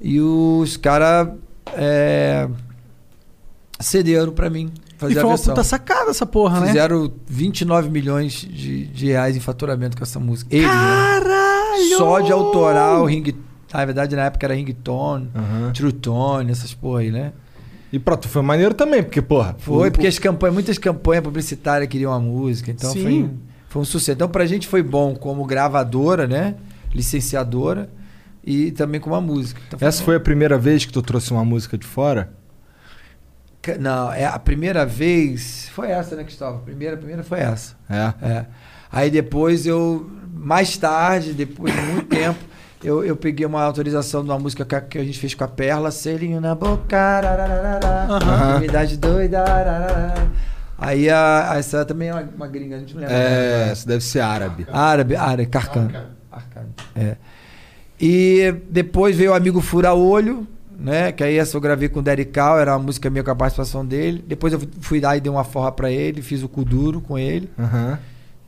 C: E os caras é, cederam pra mim
B: E
C: fazer
B: foi
C: a
B: uma
C: versão.
B: puta sacada essa porra, né?
C: Fizeram 29 milhões de, de reais em faturamento com essa música. Ele, né?
B: Caralho!
C: Só de autoral, ring... Na verdade, na época era ringtone,
A: Aham.
C: true tone, essas porra aí, né?
A: E pronto, foi maneiro também, porque, porra.
C: Foi,
A: o-
C: porque as campanhas, muitas campanhas publicitárias queriam a música, então
B: Sim.
C: foi, foi um sucesso. Então pra gente foi bom como gravadora, né? Licenciadora e também como a música. Então,
A: Essa foi a primeira vez que tu trouxe uma música de fora?
C: Ca- Não, é a primeira vez. Foi essa, né, Cristóvão? Primeira, primeira foi essa.
A: É.
C: É. Aí depois eu, mais tarde, depois de muito tempo, eu, eu peguei uma autorização de uma música que a, que a gente fez com a Perla, Selinho na boca,
B: Aham.
C: rarararara, intimidade doida. rararara. Aí a, a- essa também é uma, uma gringa, a gente não lembra.
A: É, essa deve ser árabe.
C: Árabe, árabe, Carcano. Arcano. É. E depois veio o amigo Fura Olho, né? Que aí essa eu gravei com o Derek Cal, era uma música minha com a participação dele. Depois eu fui lá e dei uma forra pra ele, fiz o cu duro com ele.
A: Aham.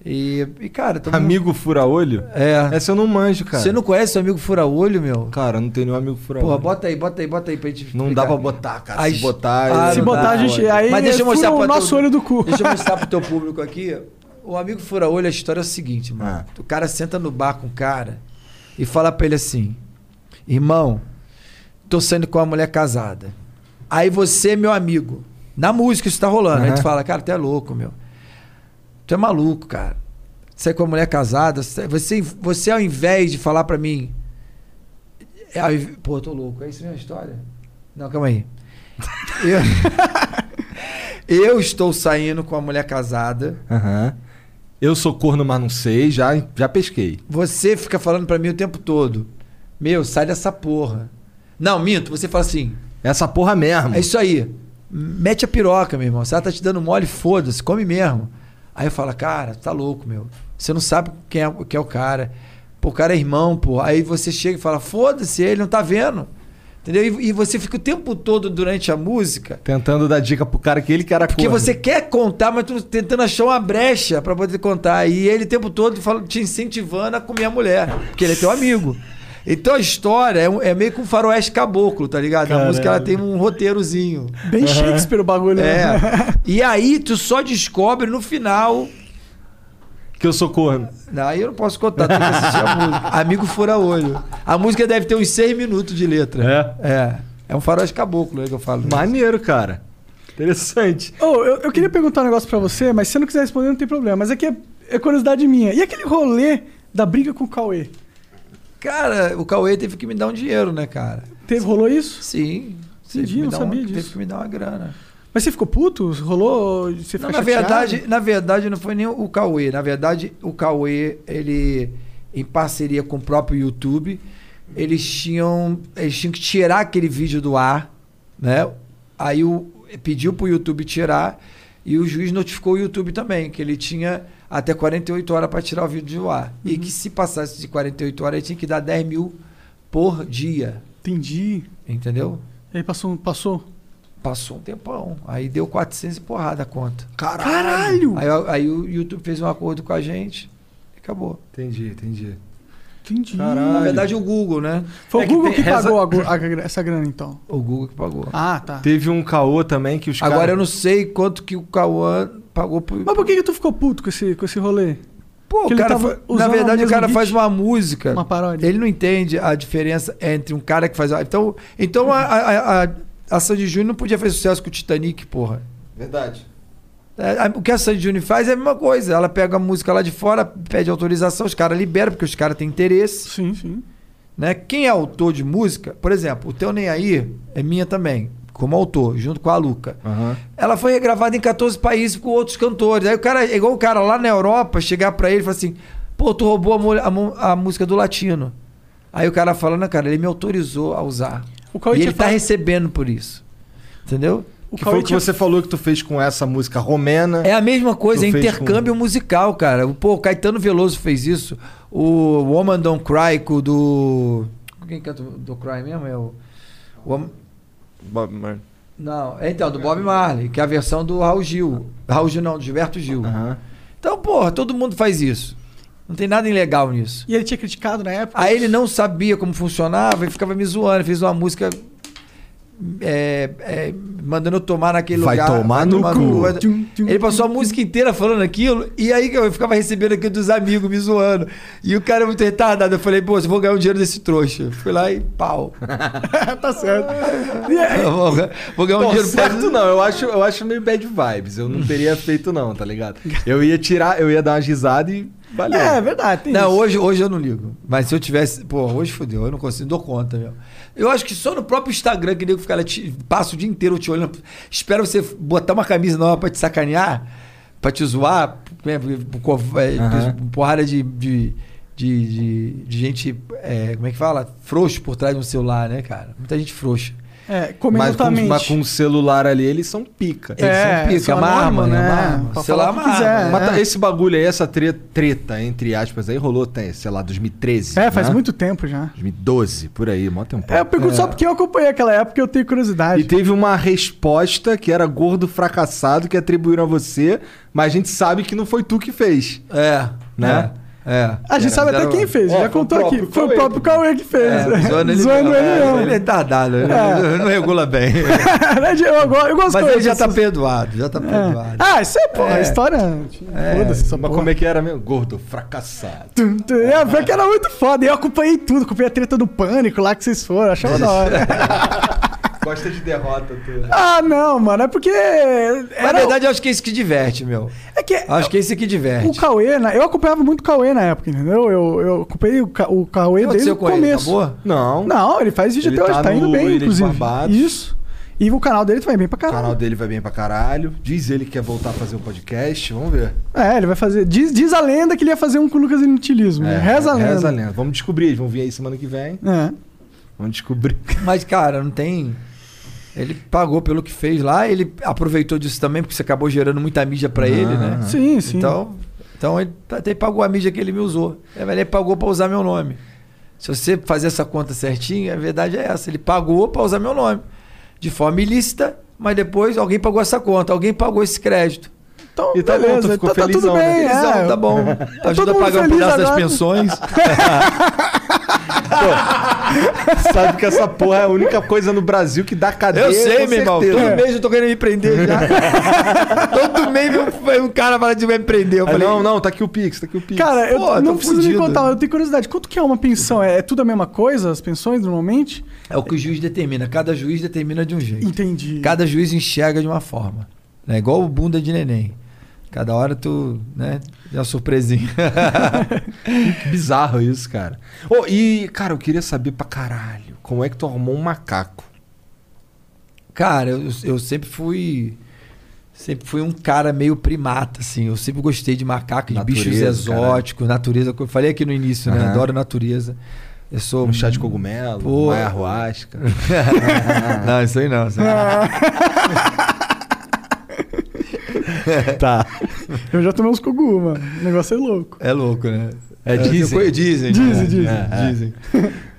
C: E, e cara, todo mundo-
A: Amigo fura-olho?
C: É.
A: Essa eu não manjo, cara.
C: Você não conhece o amigo Fura Olho, meu?
A: Cara, eu não tenho nenhum amigo fura-olho.
C: Porra, bota aí, bota aí, bota aí pra gente.
A: Não
C: explicar.
A: dá pra botar, cara.
C: Ai,
A: Se botar...
C: ah,
A: eu-
B: Se
C: não
B: botar
C: dá,
B: a gente.
C: olha.
B: Aí
C: Mas deixa eu
B: fura
C: mostrar
B: o
C: pra
B: nosso
C: todo-
B: olho do cu.
C: Deixa eu mostrar pro teu público aqui. O amigo fura-olho, a história é a seguinte, mano. O cara senta no bar com o cara e fala pra ele assim: Irmão, tô saindo com uma mulher casada. Aí você, é meu amigo, na música isso tá rolando. Aí tu
A: Aham.
C: fala, cara, tu é louco, meu. Tu é maluco, cara. Sair com uma mulher casada, você, você ao invés de falar pra mim. é, ao inv- Pô, eu tô louco, é isso mesmo a história? Não, calma aí. Eu, eu estou saindo com uma mulher casada.
A: Aham. Eu sou corno, mas não sei. Já, já pesquei.
C: Você fica falando pra mim o tempo todo. Meu, sai dessa porra. Não, minto, você fala assim.
A: Essa porra mesmo.
C: É isso aí. Mete a piroca, meu irmão. Se ela tá te dando mole, foda-se, come mesmo. Aí eu falo, cara, tá louco, meu. Você não sabe quem é, quem é o cara. Pô, o cara é irmão, pô. Aí você chega e fala, foda-se, ele não tá vendo. Entendeu? E, e você fica o tempo todo durante a música.
A: Tentando dar dica pro cara que ele que era
C: Porque você quer contar, mas tu tentando achar uma brecha pra poder contar. E ele o tempo todo fala, te incentivando a comer a mulher. Porque ele é teu amigo. Então a história é, um- é meio que um faroeste caboclo, tá ligado? A música ela tem um roteirozinho.
B: Bem Shakespeare o bagulho,
C: É.
B: né?
C: e aí tu só descobre no final.
A: Que eu sou corno.
C: Não, Aí eu não posso contar, tem que assistir a música. é um Amigo fura olho. A música deve ter uns seis minutos de letra. É? É. É um faroeste caboclo aí que eu falo. né?
A: Maneiro, cara. Interessante.
B: Ô, eu, eu queria perguntar um negócio pra você, mas se você não quiser responder, não tem problema. Mas aqui é, é curiosidade minha. E aquele rolê da briga com o Cauê?
C: Cara, o Cauê teve que me dar um dinheiro, né, cara?
B: Teve, rolou isso?
C: Sim.
B: Entendi,
C: Teve que me
B: não
C: dar
B: sabia
C: uma,
B: disso.
C: Teve que me dar uma grana.
B: Mas você ficou puto? Rolou? Você
C: Não,
B: ficou
C: na
B: chateado?
C: verdade, na verdade não foi nem o Cauê. Na verdade, o Cauê, ele em parceria com o próprio YouTube, eles tinham, eles tinham que tirar aquele vídeo do ar, né? Aí o pediu pro YouTube tirar e o juiz notificou o YouTube também que ele tinha até 48 horas para tirar o vídeo do ar.
B: Uhum.
C: E que se passasse de 48 horas, ele tinha que dar 10 mil por dia,
B: Entendi.
C: entendeu?
B: E aí passou. passou.
C: Passou um tempão. Aí deu 400 e porrada a conta.
B: Caralho!
C: Aí, aí o YouTube fez um acordo com a gente e acabou.
A: Entendi, entendi.
B: Entendi.
C: Na verdade, o Google, né?
B: Foi
A: É
B: o
A: que
B: Google
A: tem-
B: que,
A: reza-
B: pagou a gu- a gra- essa grana, então.
C: O Google que pagou.
B: Ah, tá.
A: Teve um caô também que os
C: Agora
A: caras.
C: eu não sei quanto que o Cauã pagou pro.
B: Mas por que, que tu ficou puto com esse, com esse rolê?
C: Pô,
B: que
C: o
B: ele
C: cara,
B: tava
C: fa- na
B: usando
C: verdade,
B: o
C: o cara
B: mesmo
C: faz
B: beat?
C: uma música.
B: Uma paródia.
C: Ele não entende a diferença entre um cara que faz. Então, então a, a, a, a Sandy Júnior não podia fazer sucesso com o Titanic, porra.
A: Verdade.
C: É, a- O que a Sandy Júnior faz é a mesma coisa. Ela pega a música lá de fora, pede autorização, os caras liberam, porque os caras têm interesse.
B: Sim, sim.
C: né? Quem é autor de música, por exemplo, o Teu Nem Aí é minha também, como autor, junto com a Luca. Ela foi regravada em 14 países com outros cantores. Aí o cara, é igual o cara lá na Europa, chegar pra ele e falar assim: pô, tu roubou a, mu- a mu- a música do latino. Aí o cara fala: não, cara, ele me autorizou a usar.
B: O Cauê
C: e
B: tinha
C: ele tá
B: falado-
C: recebendo por isso. Entendeu?
B: O
A: Que
B: Cauê
A: foi o que
B: tinha-
A: você falou que tu fez com essa música romena.
C: É a mesma coisa,
A: Tu
C: é
A: fez
C: intercâmbio musical, cara. Pô, o Caetano Veloso fez isso. O Woman Don't Cry com o do. Quem canta o do Cry mesmo? É o. o Woman-
E: Bob Marley.
C: Não, é, então, do Bob Marley, que é a versão do Raul Gil. Raul Gil não, do Gilberto Gil.
A: Aham.
C: Então, porra, todo mundo faz isso. Não tem nada ilegal nisso.
B: E ele tinha criticado na época.
C: Aí Ah, ele não sabia como funcionava e ficava me zoando, fez uma música. é, é, mandando eu tomar naquele
A: Vai
C: lugar.
A: tomar no cu.
C: vai- Ele passou a música inteira falando aquilo, e aí que eu ficava recebendo aquilo dos amigos me zoando. E o cara é muito retardado. Eu falei, pô, eu vou ganhar o dinheiro desse trouxa. Fui lá e pau.
B: tá certo.
C: Eu vou, vou
B: Então,
C: ganhar um
A: Bom,
C: dinheiro pra-
A: certo não, eu acho, eu acho meio bad vibes. Eu não teria feito não, tá ligado? Eu ia tirar, eu ia dar uma risada e valeu.
B: É, é verdade. Tem
C: Não,
B: isso.
C: hoje, hoje eu não ligo. Mas se eu tivesse. Pô, hoje fodeu, eu não consigo, não dou conta mesmo. Eu acho que só no próprio Instagram que nego fica lá, te- passa o dia inteiro te olhando. Espera você botar uma camisa nova pra te sacanear, pra te zoar, né, com- é, porrada de, de, de, de- de gente. é, como é que fala? Frouxo por trás de um celular, né, cara? Muita gente frouxa.
B: É,
A: mas, com,
B: comentamente.
A: mas com o celular ali, eles são pica.
C: Eles
B: É,
C: são pica, é
B: são
C: uma
B: anônimo,
C: arma, né?
B: né?
C: Uma arma.
B: Pra
C: O celular é
B: falar o
C: uma
B: que quiser,
C: arma. né?
A: Mas tá- esse bagulho aí, essa tre- treta, entre aspas, aí rolou, tem, sei lá, 2013.
B: É, faz
A: né?
B: muito tempo já.
A: 2012, por aí, mó tempão.
B: É, eu pergunto só porque eu acompanhei aquela época e eu tenho curiosidade.
A: E teve uma resposta que era gordo fracassado que atribuíram a você, mas a gente sabe que não foi tu que fez.
C: É,
A: Né?
C: né? É.
B: A gente sabe até
C: Era-
B: quem fez,
A: É,
B: já
A: foi o
B: contou aqui.
A: próprio
B: Foi o
A: Cauê.
B: próprio Cauê que fez.
C: É, zoando ele, mesmo. É, ele é retardado, ele
A: É.
C: não- não regula bem.
B: Verdade, Né, eu, go- eu gosto
C: Mas
B: quando
C: ele já tá
B: essas-
C: perdoado, já tá
B: É.
C: perdoado.
B: Ah, isso é, pô, a história. Foda-se, essa
A: Mas
B: porra.
A: como é que era mesmo? Gordo fracassado.
B: Tum, tum. É, pior que era muito foda. E eu acompanhei tudo, acompanhei a treta do pânico lá que vocês foram, achava da hora.
A: Gosta de derrota, tu.
B: ah, não, mano, é porque.
C: Na
B: Era,
C: verdade, eu acho que é isso que diverte, meu.
B: é que
C: Acho que é isso que diverte.
B: o Cauê, né, eu acompanhava muito o Cauê na época, entendeu? Eu, eu acompanhei o, Ca- o Cauê desde
C: aconteceu
B: o
C: com ele?
B: começo.
C: Acabou?
A: Não.
B: Não, ele faz vídeo
A: Ele
B: até hoje,
A: tá
B: tá
A: no
B: indo bem,
A: Ilha de
B: inclusive.
A: Barbados.
B: Isso. E o canal dele também bem pra
A: O canal
B: caralho.
A: dele vai bem pra caralho. Diz ele que quer voltar a fazer um podcast. Vamos ver.
B: É, ele vai fazer. Diz, diz a lenda que ele ia fazer um com o Lucas Inutilismo. né? reza a lenda.
A: É, Reza a lenda. Vamos descobrir. Eles vão vir aí semana que vem.
B: É.
A: Vamos descobrir.
C: Mas, cara, não tem. Ele pagou pelo que fez lá, ele aproveitou disso também, porque você acabou gerando muita mídia pra ele, né?
B: Ah, Sim, sim.
C: tá, É, Então, então ele até pagou a mídia que ele me usou. Ele pagou pra usar meu nome. Se você fazer essa conta certinha, a verdade é essa. Ele pagou para usar meu nome. De forma ilícita, mas depois alguém pagou essa conta, alguém pagou esse crédito.
B: Então,
A: E tá bom, tu
B: beleza,
A: ficou
B: tá, tá tudo
A: felizão, né?
B: bem.
C: Felizão,
B: é.
C: tá bom. Ajuda a
B: mundo
C: pagar um
B: feliz
C: pedaço das
B: agora.
C: pensões.
A: Sabe que essa porra é a única coisa no Brasil que dá cadeia.
C: Eu sei,
A: com
C: meu irmão.
A: certeza.
C: Todo mês eu tô querendo me prender já. Todo mês um, um cara fala de me prender. Eu
A: Aí,
C: falei,
A: não, não, tá aqui o Pix, tá aqui o Pix.
B: Cara, eu
C: Pô, tô
A: tá
B: não preciso
C: fudido.
B: me contar, mas eu tenho curiosidade. Quanto que é uma pensão? É, é tudo a mesma coisa, as pensões, normalmente?
C: É o que o juiz determina. Cada juiz determina de um jeito.
B: Entendi.
C: Cada juiz enxerga de uma forma. É igual o bunda de neném. Cada hora tu, né, é uma surpresinha.
A: Que bizarro isso, cara. Ô, e, cara, eu queria saber pra caralho, como é que tu arrumou um macaco?
C: Cara, eu, eu sempre fui. Sempre fui um cara meio primata, assim. Eu sempre gostei de macacos, de
A: Natureza,
C: bichos exóticos, natureza. Eu falei aqui no início, né?
A: Aham.
C: Adoro natureza. Eu sou.
A: Um chá de cogumelo,
C: Pô.
A: uma ayahuasca.
C: Não, isso aí não. Isso aí não. é.
A: tá.
B: Eu já tomei uns cogu, mano. O negócio é louco.
C: É louco, né?
A: É, dizem.
C: depois- Dizem.
B: Dizem,
C: né?
B: dizem.
C: É, é. dizem.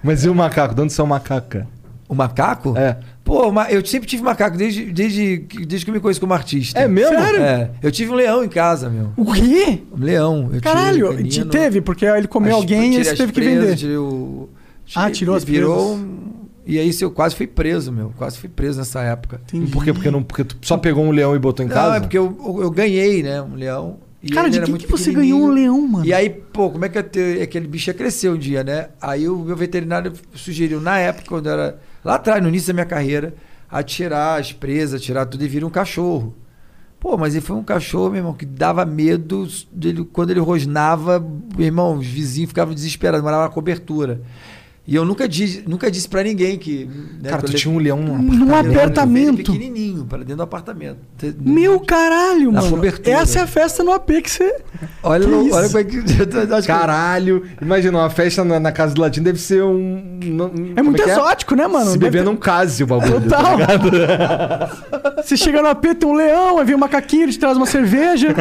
A: Mas e o macaco? De onde são macaco, cara?
C: O macaco?
A: É.
C: Pô, ma- eu sempre tive macaco desde, desde, que- desde que eu me conheço como artista.
A: É mesmo? Sério?
C: É. Eu tive um leão em casa, meu.
B: O quê?
C: Um leão. Eu
B: Caralho,
C: tirei um
B: te
C: canino,
B: teve, porque ele comeu
C: as-
B: alguém e
C: tirei
B: você
C: as
B: teve que
C: presas,
B: vender.
C: tirei o-
B: Ah, tirou as
C: virou
B: presas.
C: um- E aí isso eu quase fui preso, meu. Quase fui preso nessa época.
B: Entendi.
A: Por quê? Porque, não, porque tu só pegou um leão e botou em
C: Não,
A: casa?
C: é porque eu, eu- eu ganhei, né? Um leão. E
B: Cara,
C: ele
B: de
C: era
B: quem
C: muito
B: que você ganhou um
C: pequenininho.
B: leão, mano?
C: E aí, pô, como é que eu te... aquele bicho ia crescer um dia, né? Aí o meu veterinário sugeriu, na época, quando eu era lá atrás, no início da minha carreira, a tirar as presas, tirar tudo e vira um cachorro. Pô, mas ele foi um cachorro, meu irmão, que dava medo. Dele, quando ele rosnava, meu irmão, os vizinhos ficavam desesperados, morava na cobertura. E eu nunca disse, nunca disse para ninguém que. né,
A: Cara,
C: que eu
A: tu
C: le-
A: tinha um leão no
B: Num
C: eu levei ele
B: apartamento.
C: Pequenininho, para dentro do apartamento.
B: Meu caralho,
C: Na
B: mano.
C: cobertura.
B: Essa é a festa no AP que você.
C: Olha,
B: Que isso?
C: olha como é que. acho que-
A: Caralho, imagina, uma festa na, na casa do Latino deve ser um.
B: É muito exótico, né, mano?
A: Se
B: Deve
A: beber
B: ter-
A: não case o bagulho.
C: Tá
B: Total. Você chega no AP, tem um leão, aí vem um macaquinho, ele te traz uma cerveja.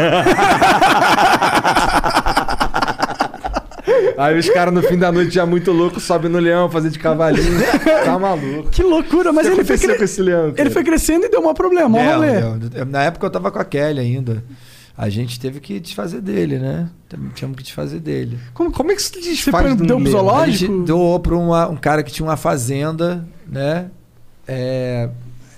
A: Aí os caras no fim da noite já muito louco, sobem no leão, fazer de cavalinho. tá maluco.
B: Que loucura, mas
A: o que
B: ele foi,
A: aconteceu
B: cre-
A: com esse leão? cara?
B: ele foi crescendo e deu um problema, um
C: Não,
B: rolê.
C: não, eu- na época eu tava com a Kelly ainda. A gente teve que desfazer dele, né? Tam- Tínhamos que desfazer dele.
A: Como, como é que se
B: Você
A: desfaz
B: foi,
A: de um
B: deu pro
A: leão?
C: A
B: zoológico?
C: gente doou pra uma- um cara que tinha uma fazenda, né? É,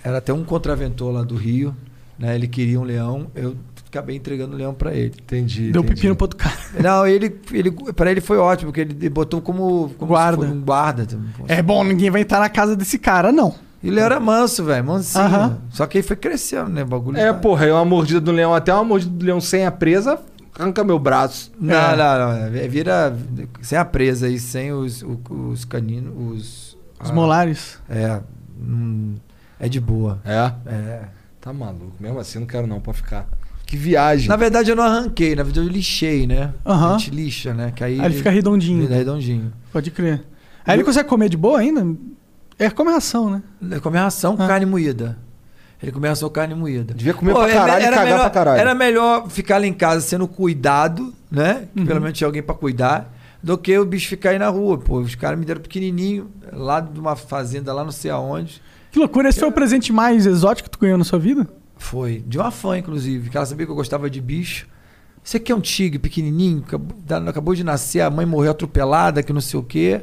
C: era até um contraventor lá do Rio, né? Ele queria um leão, eu acabei entregando o leão pra ele.
A: Entendi.
B: Deu
A: entendi.
B: pepino pro outro cara.
C: Não, ele, ele para ele foi ótimo, porque ele botou como, como se
B: Guarda.
C: fosse um guarda.
B: É bom, ninguém vai entrar na casa desse cara, não.
C: E o leão era manso, velho, mansinho.
B: Aham.
C: Só que aí foi crescendo, né? O bagulho.
A: É,
C: tá-
A: porra, é uma mordida do leão, até uma mordida do leão sem a presa, arranca meu braço.
C: Não,
B: É.
C: não, não. É, Vira sem a presa e sem os, o- os caninos. Os,
B: Os
C: ah,
B: molares.
C: É. hum, é de boa.
A: É?
C: É.
A: Tá maluco. Mesmo assim, não quero não, pode ficar. Que viagem.
C: Na verdade, eu não arranquei, na verdade, eu lixei, né?
B: Aham.
C: A gente lixa, né? Que aí,
B: Aí ele fica redondinho.
C: Ele é redondinho.
B: Pode crer. Aí ele consegue comer de boa ainda? É come ração, né?
C: Ele come ração com
B: Ah.
C: carne moída. Ele come ração com carne moída.
A: Devia comer pra
C: é me-
A: caralho e cagar
C: melhor,
A: pra caralho.
C: Era melhor ficar lá em casa sendo cuidado, né?
A: Uhum.
C: Que Pelo menos tinha alguém pra cuidar. Do que o bicho ficar aí na rua. Pô, os caras me deram pequenininho, lá de uma fazenda, lá não sei aonde.
B: Que loucura, esse foi o presente mais exótico que tu ganhou na sua vida?
C: Foi. De uma fã, inclusive, que ela sabia que eu gostava de bicho. Você quer um tigre pequenininho, acabou- da- acabou de nascer, a mãe morreu atropelada, que não sei o quê.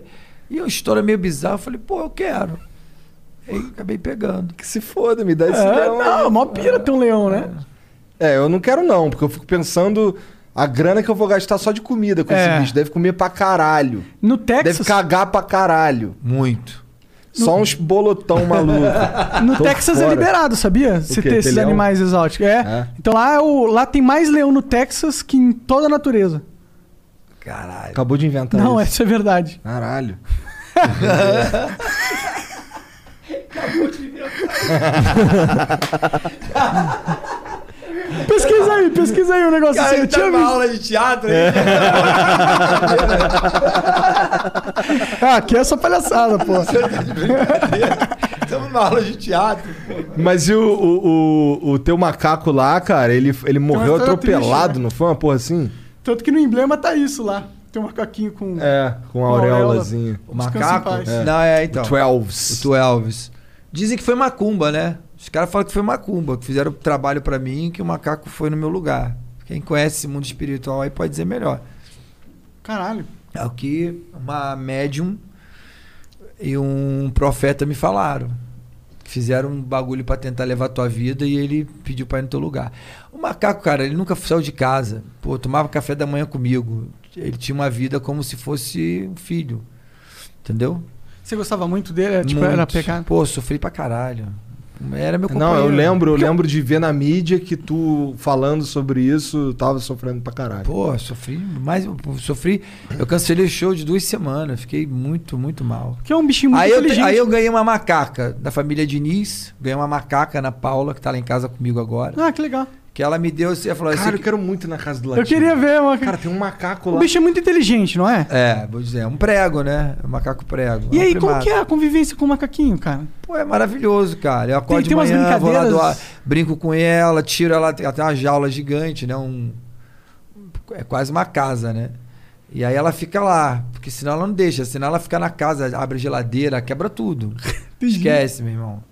C: E uma história meio bizarra. Eu falei, pô, eu quero. E aí, acabei pegando.
A: Que se foda, me dá esse
B: é,
A: leão. aí.
B: não, mó pira ter um leão, né?
A: É, eu não quero não, porque eu fico pensando a grana que eu vou gastar só de comida com
B: É.
A: esse bicho. Deve comer pra caralho.
B: No
A: Deve
B: Texas,
A: cagar pra caralho.
C: Muito.
A: Só uns bolotão maluco.
B: no
A: Tô
B: Texas é
A: fora.
B: liberado, sabia? Você
A: quê?
B: ter
A: Ter
B: esses
A: leão?
B: animais exóticos. É.
A: É.
B: Então lá, é o, lá tem mais leão no Texas que em toda a natureza.
C: Caralho.
A: Acabou de inventar
B: não,
A: Tá isso.
B: isso é verdade.
A: Caralho.
B: Pesquisa aí, pesquisa aí o negócio
C: Cara,
B: assim.
C: ele
B: Eu
C: tá
B: tinha
C: numa
B: visto.
C: aula de teatro. hein?
B: Ah, aqui é só palhaçada, pô.
C: Tá Estamos Tá numa aula de teatro.
A: Mas e o, o, o, o teu macaco lá, cara, ele, ele morreu
B: história
A: atropelado,
B: triste, né?
A: não foi uma porra assim?
B: Tanto que no emblema tá isso lá. Tem um macaquinho com.
A: É, com a
B: Uma auréola.
A: auréolazinha.
C: O
B: Descansa em
C: macaco?
B: paz.
C: É. Não, é, então. O
A: Twelves.
C: Tu Elvis. Dizem que foi macumba, né? Os caras falam que foi macumba, que fizeram trabalho pra mim que o macaco foi no meu lugar. Quem conhece esse mundo espiritual aí pode dizer melhor.
B: Caralho.
C: É o que uma médium e um profeta me falaram. Fizeram um bagulho pra tentar levar a tua vida e ele pediu pra ir no teu lugar. O macaco, cara, ele nunca saiu de casa. Pô, tomava café da manhã comigo. Ele tinha uma vida como se fosse um filho. Entendeu?
B: Você gostava muito dele? É, Tipo,
C: Muito.
B: era pegado.
C: Pô, sofri pra caralho. Era meu companheiro.
A: Não, eu lembro, eu lembro de ver na mídia que tu falando sobre isso tava sofrendo pra caralho.
C: Pô, sofri mais. Sofri. Eu cancelei o show de duas semanas. Fiquei muito, muito mal.
B: Porque é um bichinho muito
C: Aí eu, te-
B: inteligente.
C: aí eu ganhei uma macaca da família Diniz. Ganhei uma macaca na Paula, que tá lá em casa comigo agora.
B: Ah, que legal.
C: Que ela me deu. Você falou
A: Cara,
C: assim.
A: eu quero muito ir na casa do
B: Eu
A: Latino.
B: queria ver uma.
A: Cara, tem um macaco
B: O
A: lá.
B: bicho é muito inteligente, não é?
C: É, vou dizer, é um prego, né? É um macaco prego.
B: E
C: é um
B: aí, como
C: primata.
B: que é a convivência com o macaquinho, cara?
C: Pô, é maravilhoso, cara. Eu acordo
B: tem
C: de
B: umas
C: manhã, vou lá
B: brincadeiras-
C: doar, brinco com ela, tiro ela, ela tem uma jaula gigante, né? Um, é quase uma casa, né? E aí ela fica lá, porque senão ela não deixa, senão ela fica na casa, abre a geladeira, quebra tudo. Esquece, meu irmão.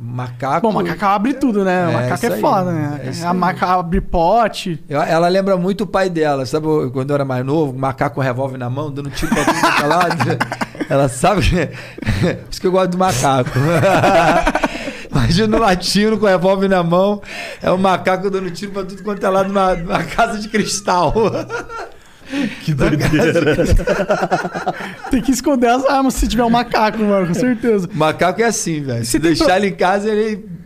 C: Macaco.
B: Bom, macaco abre tudo, né?
C: É,
B: macaco
C: isso
B: é
C: aí.
B: foda, né?
C: É isso
B: a
C: aí.
B: macaca abre pote.
C: Eu- Ela lembra muito o pai dela, sabe? o- Quando eu era mais novo, o macaco com revólver na mão, dando tiro pra tudo pra lá. Ela sabe. Por isso que eu gosto do macaco. Imagina um latino com revólver na mão, é um macaco dando tiro pra tudo quanto é lado numa, numa casa de cristal. Que doideira.
B: Tem que esconder as armas se tiver um macaco, mano, com certeza.
C: Macaco é assim, velho.
B: Você
C: Se
B: tem
C: deixar
B: pro-
C: ele em casa, ele.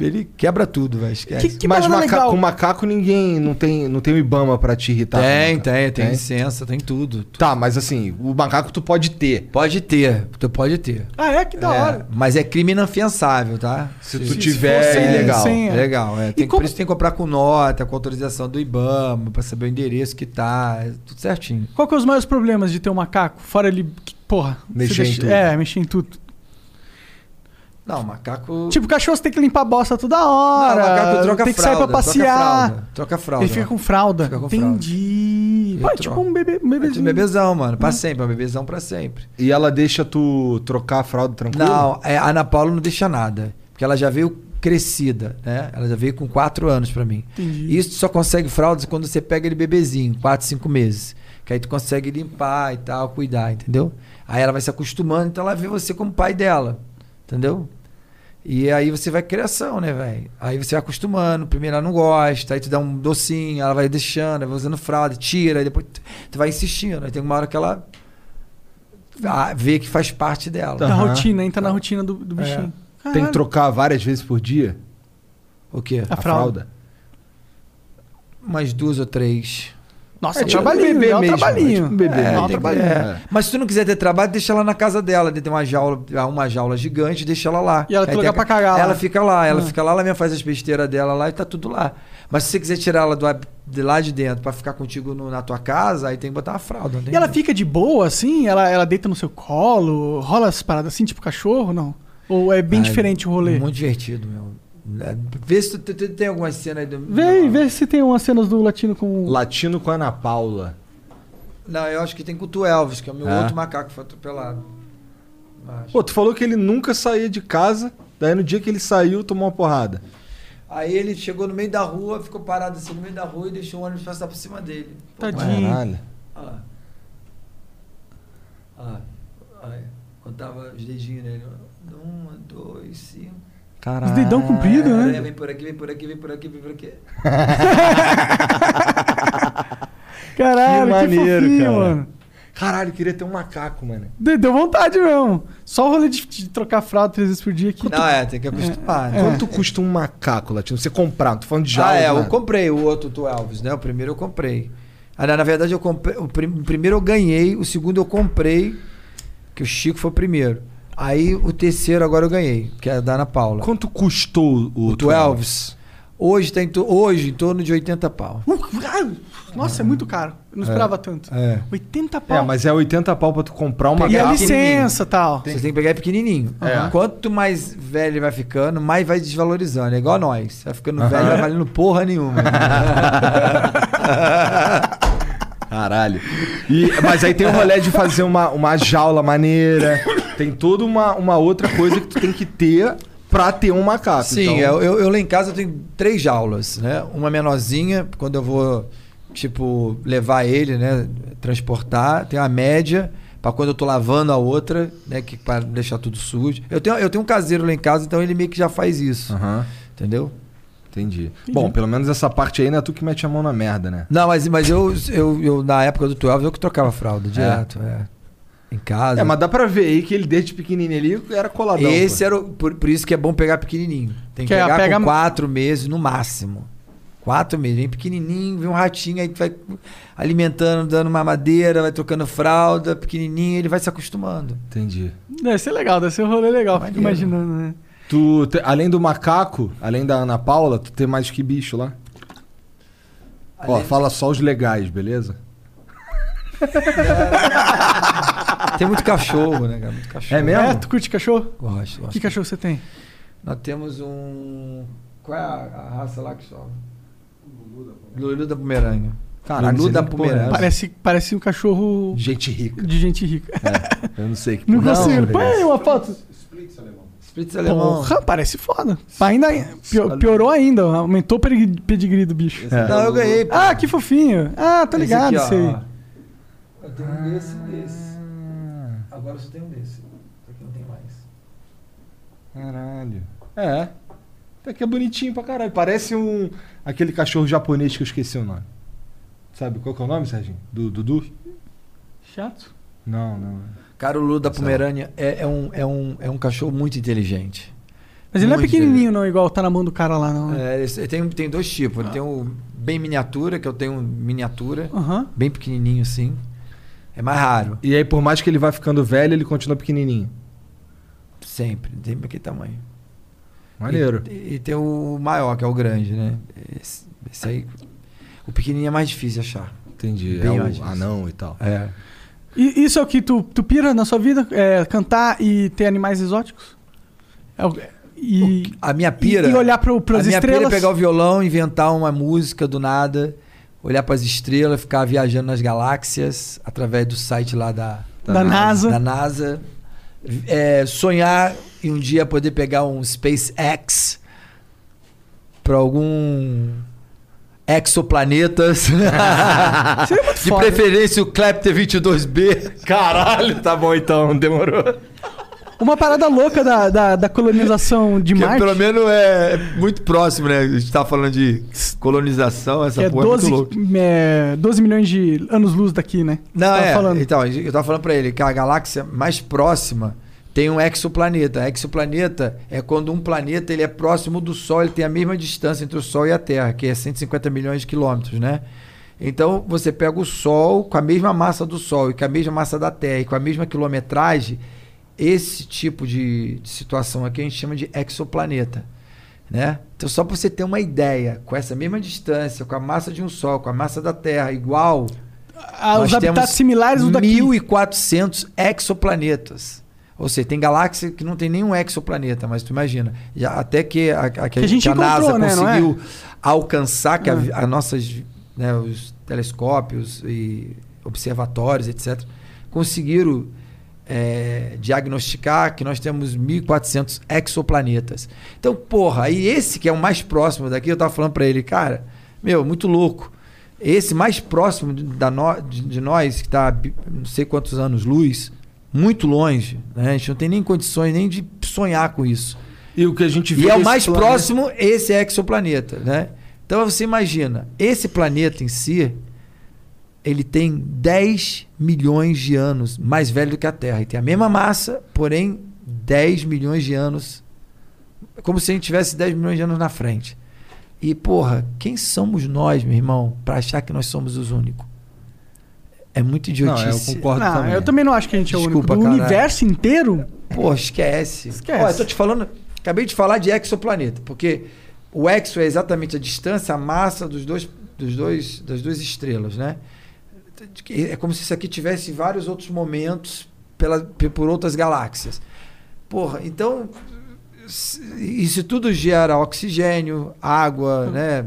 C: Ele quebra tudo, velho. Esquece.
B: Que, que
A: Mas
B: parada
A: maca-
B: legal.
A: com macaco ninguém não tem, não tem o Ibama pra te irritar.
C: tem,
A: né, cara?
C: Tá, tem, tem licença, tem tudo.
A: Tá, mas assim, o macaco tu pode ter.
C: Pode ter, tu pode ter.
B: Ah, é? Que da
C: É,
B: hora.
C: mas é crime inafiançável, tá?
A: Se,
C: Se
A: tu tiver,
B: fosse
A: é ilegal.
B: sem-
C: É legal, é. Tem,
B: como-
C: Por isso tem que comprar com nota, com autorização do IBAMA, pra saber o endereço que tá, é tudo certinho.
B: Qual que é os maiores problemas de ter um macaco? Fora ele. que- Porra. você
A: Mexer em tudo.
B: É, mexer em tudo.
C: Não, macaco.
B: Tipo, o cachorro você tem que limpar a bosta toda
C: não,
B: hora.
C: macaco troca
B: tem que
C: fralda,
B: sair pra
C: Troca
B: passear.
C: fralda. Troca fralda.
B: Ele fica com fralda.
C: Fica com fralda.
B: Entendi.
C: Eu
B: Pô, é
C: troco.
B: tipo um bebê. Um
C: É um
B: bebezinho. Hum.
C: bebezão, mano. Pra sempre, é um bebezão pra sempre.
A: E ela deixa tu trocar a fralda tranquilo?
C: Não, é, a Ana Paula não deixa nada. Porque ela já veio crescida, né? Ela já veio com 4 anos pra mim.
B: Entendi.
C: E isso só consegue fraldas quando você pega ele bebezinho, 4, 5 meses. Que aí tu consegue limpar e tal, cuidar, entendeu? Aí ela vai se acostumando, então ela vê você como pai dela, entendeu? E aí você vai criação, né, velho? Aí você vai acostumando, primeiro ela não gosta, aí tu dá um docinho, ela vai deixando, vai usando fralda, tira, aí depois tu- tu vai insistindo. Aí tem uma hora que ela ah, vê que faz parte dela.
B: Da
A: Aham.
B: rotina, entra na rotina do, do bichinho.
A: Tem
B: Caralho.
A: que trocar várias vezes por dia
C: O quê?
B: A
A: a,
B: fralda.
A: fralda?
C: Umas duas ou três.
B: Nossa,
A: É
B: é
A: tipo
B: trabalhinho,
A: bebê
B: dá um
A: mesmo,
B: trabalhinho.
A: é tipo bebê
B: dá um
A: mesmo.
B: trabalhinho.
C: É.
A: É.
C: Mas se tu não quiser ter trabalho, deixa ela na casa dela. Tem uma jaula, uma jaula gigante, deixa ela lá.
B: E ela tem
C: Aí
B: lugar
C: a-
B: pra cagar
C: Ela
B: lá.
C: fica lá, ela
B: Ah.
C: fica lá, ela mesmo faz as besteiras dela lá e tá tudo lá. Mas se você quiser tirar ela do, hab- de lá de dentro pra ficar contigo no- na tua casa, aí tem que botar uma fralda. né?
B: E ela fica de boa, assim? Ela, ela deita no seu colo? Rola as paradas assim, tipo cachorro, não? Ou é bem
C: Ah,
B: diferente o rolê?
C: Muito divertido, meu. É, Vê se tu, tu- tu tem alguma cena aí do.
B: Vê aí, vê se tem umas cenas do latino com...
A: é, Latino com Ana Paula.
C: Não, eu acho que tem com o Tu Elvis, que é o meu
A: É.
C: outro macaco que foi atropelado. Acho.
A: Pô, tu falou que ele nunca saía de casa, daí no dia que ele saiu, tomou uma porrada.
C: Aí ele chegou no meio da rua, ficou parado assim no meio da rua e deixou o ônibus passar por cima dele. Pô,
B: Tadinho.
A: Caralho.
C: Olha lá. Olha lá. Olha. Contava os dedinhos nele. Um, dois, cinco.
A: Caralho.
B: dedão comprido, né?
C: Vem por aqui, vem por aqui, vem por aqui, vem por aqui.
B: Caralho, que,
A: maneiro,
B: fofinho,
A: cara.
B: mano.
A: Caralho, queria ter um macaco, mano.
B: De- Deu vontade mesmo. Só o rolê de, de trocar fralda três vezes por dia aqui.
C: Não, é, tem que acostumar. né?
A: Quanto custa um macaco, Latino? Você comprar, não tô falando de né? jaula.
C: ah, é, eu
A: nada.
C: comprei o outro do Elvis, né? O primeiro eu comprei. Ah, na, na verdade, eu comprei. O, prim- o primeiro eu ganhei, o segundo eu comprei, que o Chico foi o primeiro. Aí o terceiro agora eu ganhei, que é da Ana Paula.
A: Quanto custou o,
C: O do Elvis. Hoje tá em, to- hoje em torno de 80 pau.
B: Uh, ah, nossa, é muito caro. Eu não esperava tanto.
C: É.
B: 80 pau.
A: É, mas é 80 pau pra tu comprar um
B: E a
A: macaco.
B: licença e tal.
C: Você tem que pegar pequenininho.
A: É.
C: Quanto mais velho ele vai ficando, mais vai desvalorizando. É igual nós. né? Vai ficando velho, vai valendo porra nenhuma.
D: Caralho.
A: E- mas aí tem o rolê de fazer uma, uma jaula maneira. Tem toda uma, uma outra coisa que tu tem que ter pra ter um macaco.
C: Sim, é.
A: então,
C: eu, eu- eu lá em casa eu tenho três jaulas, né? Uma menorzinha, quando eu vou, tipo, levar ele, né? Transportar. Tem uma média, pra quando eu tô lavando a outra, né? Que, pra deixar tudo sujo. Eu tenho, eu tenho um caseiro lá em casa, então ele meio que já faz isso.
D: Aham,
C: Entendeu?
D: entendi. Bom, pelo menos essa parte aí não é tu que mete a mão na merda, né?
C: Não, mas, mas eu, eu, eu, na época do 12, eu que trocava fralda direto, é. Em casa.
A: É, mas dá pra ver aí que ele desde pequenininho ali era coladão.
C: Esse era o, por, por isso que é bom pegar pequenininho. Tem que
B: Que é,
C: pegar
B: pega-
C: com quatro meses no máximo. Quatro meses, vem pequenininho, vem um ratinho, aí tu vai alimentando, dando mamadeira, vai trocando fralda, pequenininho, ele vai se acostumando.
D: Entendi.
B: Deve ser legal, deve ser um rolê legal. Fico
C: Maneiro.
B: imaginando, né?
D: Tu, te- além do macaco, além da Ana Paula, tu tem mais que bicho lá? Ó, fala só os legais, beleza?
C: Tem muito cachorro, né, cara? Muito cachorro.
D: É mesmo?
B: É, tu curte cachorro?
C: Gosto, gosto.
B: Que cachorro você tem?
C: Nós temos um. Qual é a, a raça lá que sobe? Lulu da Pomerânia.
D: Caralho,
C: Lulu
D: sei
C: da
D: nem que porra é
C: Pomerânia.
D: essa.
B: Parece, parece um cachorro
D: Gente rica.
B: de gente rica.
D: Eu não sei que
B: Não
D: porra é
B: consigo.
D: essa,
B: Põe
D: velho.
B: aí uma foto.
C: Spritz alemão.
B: Porra, parece foda. Ainda, pio- piorou ainda, aumentou o pedi- pedigree do bicho.
D: É.
C: Não, eu ganhei. pô.
B: Ah, que fofinho. Ah, tô
C: Esse
B: ligado,
C: aqui, ó,
B: sei.
C: ó. Eu tenho um desse e desse.
D: Ah,
C: Agora eu só tenho um desse. Isso aqui não tem mais.
D: Caralho.
A: É.
D: Até que é bonitinho pra caralho. Parece um. aquele cachorro japonês que eu esqueci o nome. Sabe qual que é o nome, Serginho? Do Dudu?
B: Chato.
D: Não, não.
C: Cara, o Lulu da
B: Tá
D: Essa-
C: Pomerânia é, é um, é, um, é um cachorro muito inteligente.
B: Mas ele não é
C: Muito
B: pequenininho, não, igual tá na mão do cara lá, não. né?
C: É, esse- tem, tem dois tipos.
B: Ah.
C: Tem o bem miniatura, que eu tenho miniatura,
B: Aham.
C: bem pequenininho assim. É mais raro,
D: E aí, por mais que ele vá ficando velho, ele continua pequenininho.
C: sempre. Tem aquele tamanho.
D: Maneiro.
C: E, e tem o maior, que é o grande, né? Esse, esse aí. O pequenininho é mais difícil de achar.
D: Entendi.
C: Bem
D: é
C: ótimo.
D: o anão e tal.
C: É.
B: E isso é o que tu, tu pira na sua vida? É cantar e ter animais exóticos? É o- e,
C: A minha pira.
B: e, e olhar pro,
C: a
B: pras
C: minha pira é
B: estrelas?
C: pegar o violão, inventar uma música do nada, olhar pras estrelas, ficar viajando nas galáxias através do site lá da,
B: Da NASA.
C: Da NASA. É, sonhar e um dia poder pegar um SpaceX pra algum exoplanetas. De
B: foda.
C: preferência o Clapter 22B.
A: Caralho, tá bom então, demorou.
B: Uma parada louca da, da, da colonização de
C: Que
B: Marte.
C: pelo menos é muito próximo, né? A gente tá falando de colonização, essa
B: que é
C: porra é muito
B: 12,
C: louca.
B: é 12 milhões de anos-luz daqui, né?
C: Não,
B: Tava
C: é.
B: falando.
C: Então, eu tava falando pra ele que a galáxia mais próxima tem um exoplaneta. Exoplaneta é quando um planeta ele é próximo do Sol, ele tem a mesma distância entre o Sol e a Terra, que é 150 milhões de quilômetros, né? Então, você pega o Sol com a mesma massa do Sol e com a mesma massa da Terra e com a mesma quilometragem, esse tipo de, de situação aqui a gente chama de exoplaneta. Né? Então, só para você ter uma ideia, com essa mesma distância, com a massa de um Sol, com a massa da Terra igual,
B: Ah, os
C: nós
B: habitats
C: temos
B: similares do daqui.
C: 1.400 exoplanetas. Ou seja, tem galáxia que não tem nenhum exoplaneta, mas tu imagina. Já- até que a, a- que a
B: a gente
C: gente- a NASA
B: encontrou, né, não é?
C: conseguiu alcançar que a vi- as nossas né, os telescópios e observatórios, etc., conseguiram é, diagnosticar que nós temos 1.400 exoplanetas. Então, porra, aí esse que é o mais próximo daqui, eu tava falando pra ele, cara, meu, muito louco. Esse mais próximo de, da no- de- de nós, que tá bi- não sei quantos anos luz, muito longe, né? A gente não tem nem condições nem de sonhar com isso.
D: E o que a gente
C: E é o
D: desse
C: mais
D: planeta-
C: próximo esse é exoplaneta, né? Então você imagina, esse planeta em si, ele tem 10 milhões de anos mais velho do que a Terra. E tem a mesma massa, porém 10 milhões de anos. é Como se a gente tivesse 10 milhões de anos na frente. E, porra, quem somos nós, meu irmão, para achar que nós somos os únicos? É muito
D: Não, eu
C: idiotice.
D: concordo
B: Não,
D: também.
B: Ah, eu também não acho que a gente
C: Desculpa,
B: é o único. Do
C: caralho.
B: universo inteiro?
C: Pô, esquece.
B: Esquece.
C: Ó, eu tô te falando, acabei de falar de exoplaneta, porque o exo é exatamente a distância, a massa dos dois, dos dois, das duas estrelas, né? É como se isso aqui tivesse vários outros momentos pela, pe- por outras galáxias. Porra,
B: Hum.
C: então se- isso tudo gera oxigênio, água, né?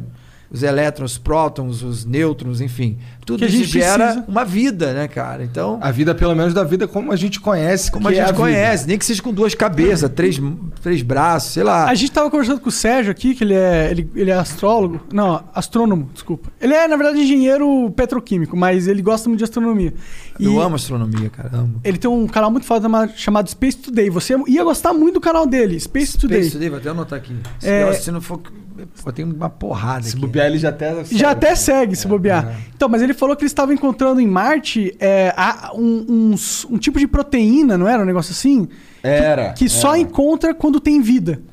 C: os elétrons, os prótons, os nêutrons, enfim. Tudo
B: Que a
C: isso
B: gente
C: gera
B: precisa.
C: uma vida, né, cara? Então,
D: A vida, pelo menos da vida como a gente conhece.
C: como a
D: que é
C: gente
D: vida.
C: conhece, nem que seja com duas cabeças, três, três braços, sei lá.
B: A gente tava conversando com o Sérgio aqui, que ele é, ele, ele é astrólogo. Não, astrônomo, desculpa. Ele é, na verdade, engenheiro petroquímico, mas ele gosta muito de astronomia.
C: Eu
B: E
C: amo astronomia, cara. Amo.
B: Ele tem um canal muito foda ma- chamado Space Today. Você ia gostar muito do canal dele, Space Today.
C: Space Today, vou até anotar aqui. Se,
B: É-
C: eu- se não for. Eu tenho uma porrada.
D: Se
C: aqui.
D: bobear, ele já até.
B: Já até segue,
D: É,
B: se bobear. Então, mas ele falou que eles estavam encontrando em Marte é, a- um, uns- um tipo de proteína, não era? Um negócio assim?
D: Era.
B: Que só
D: era.
B: encontra quando tem vida.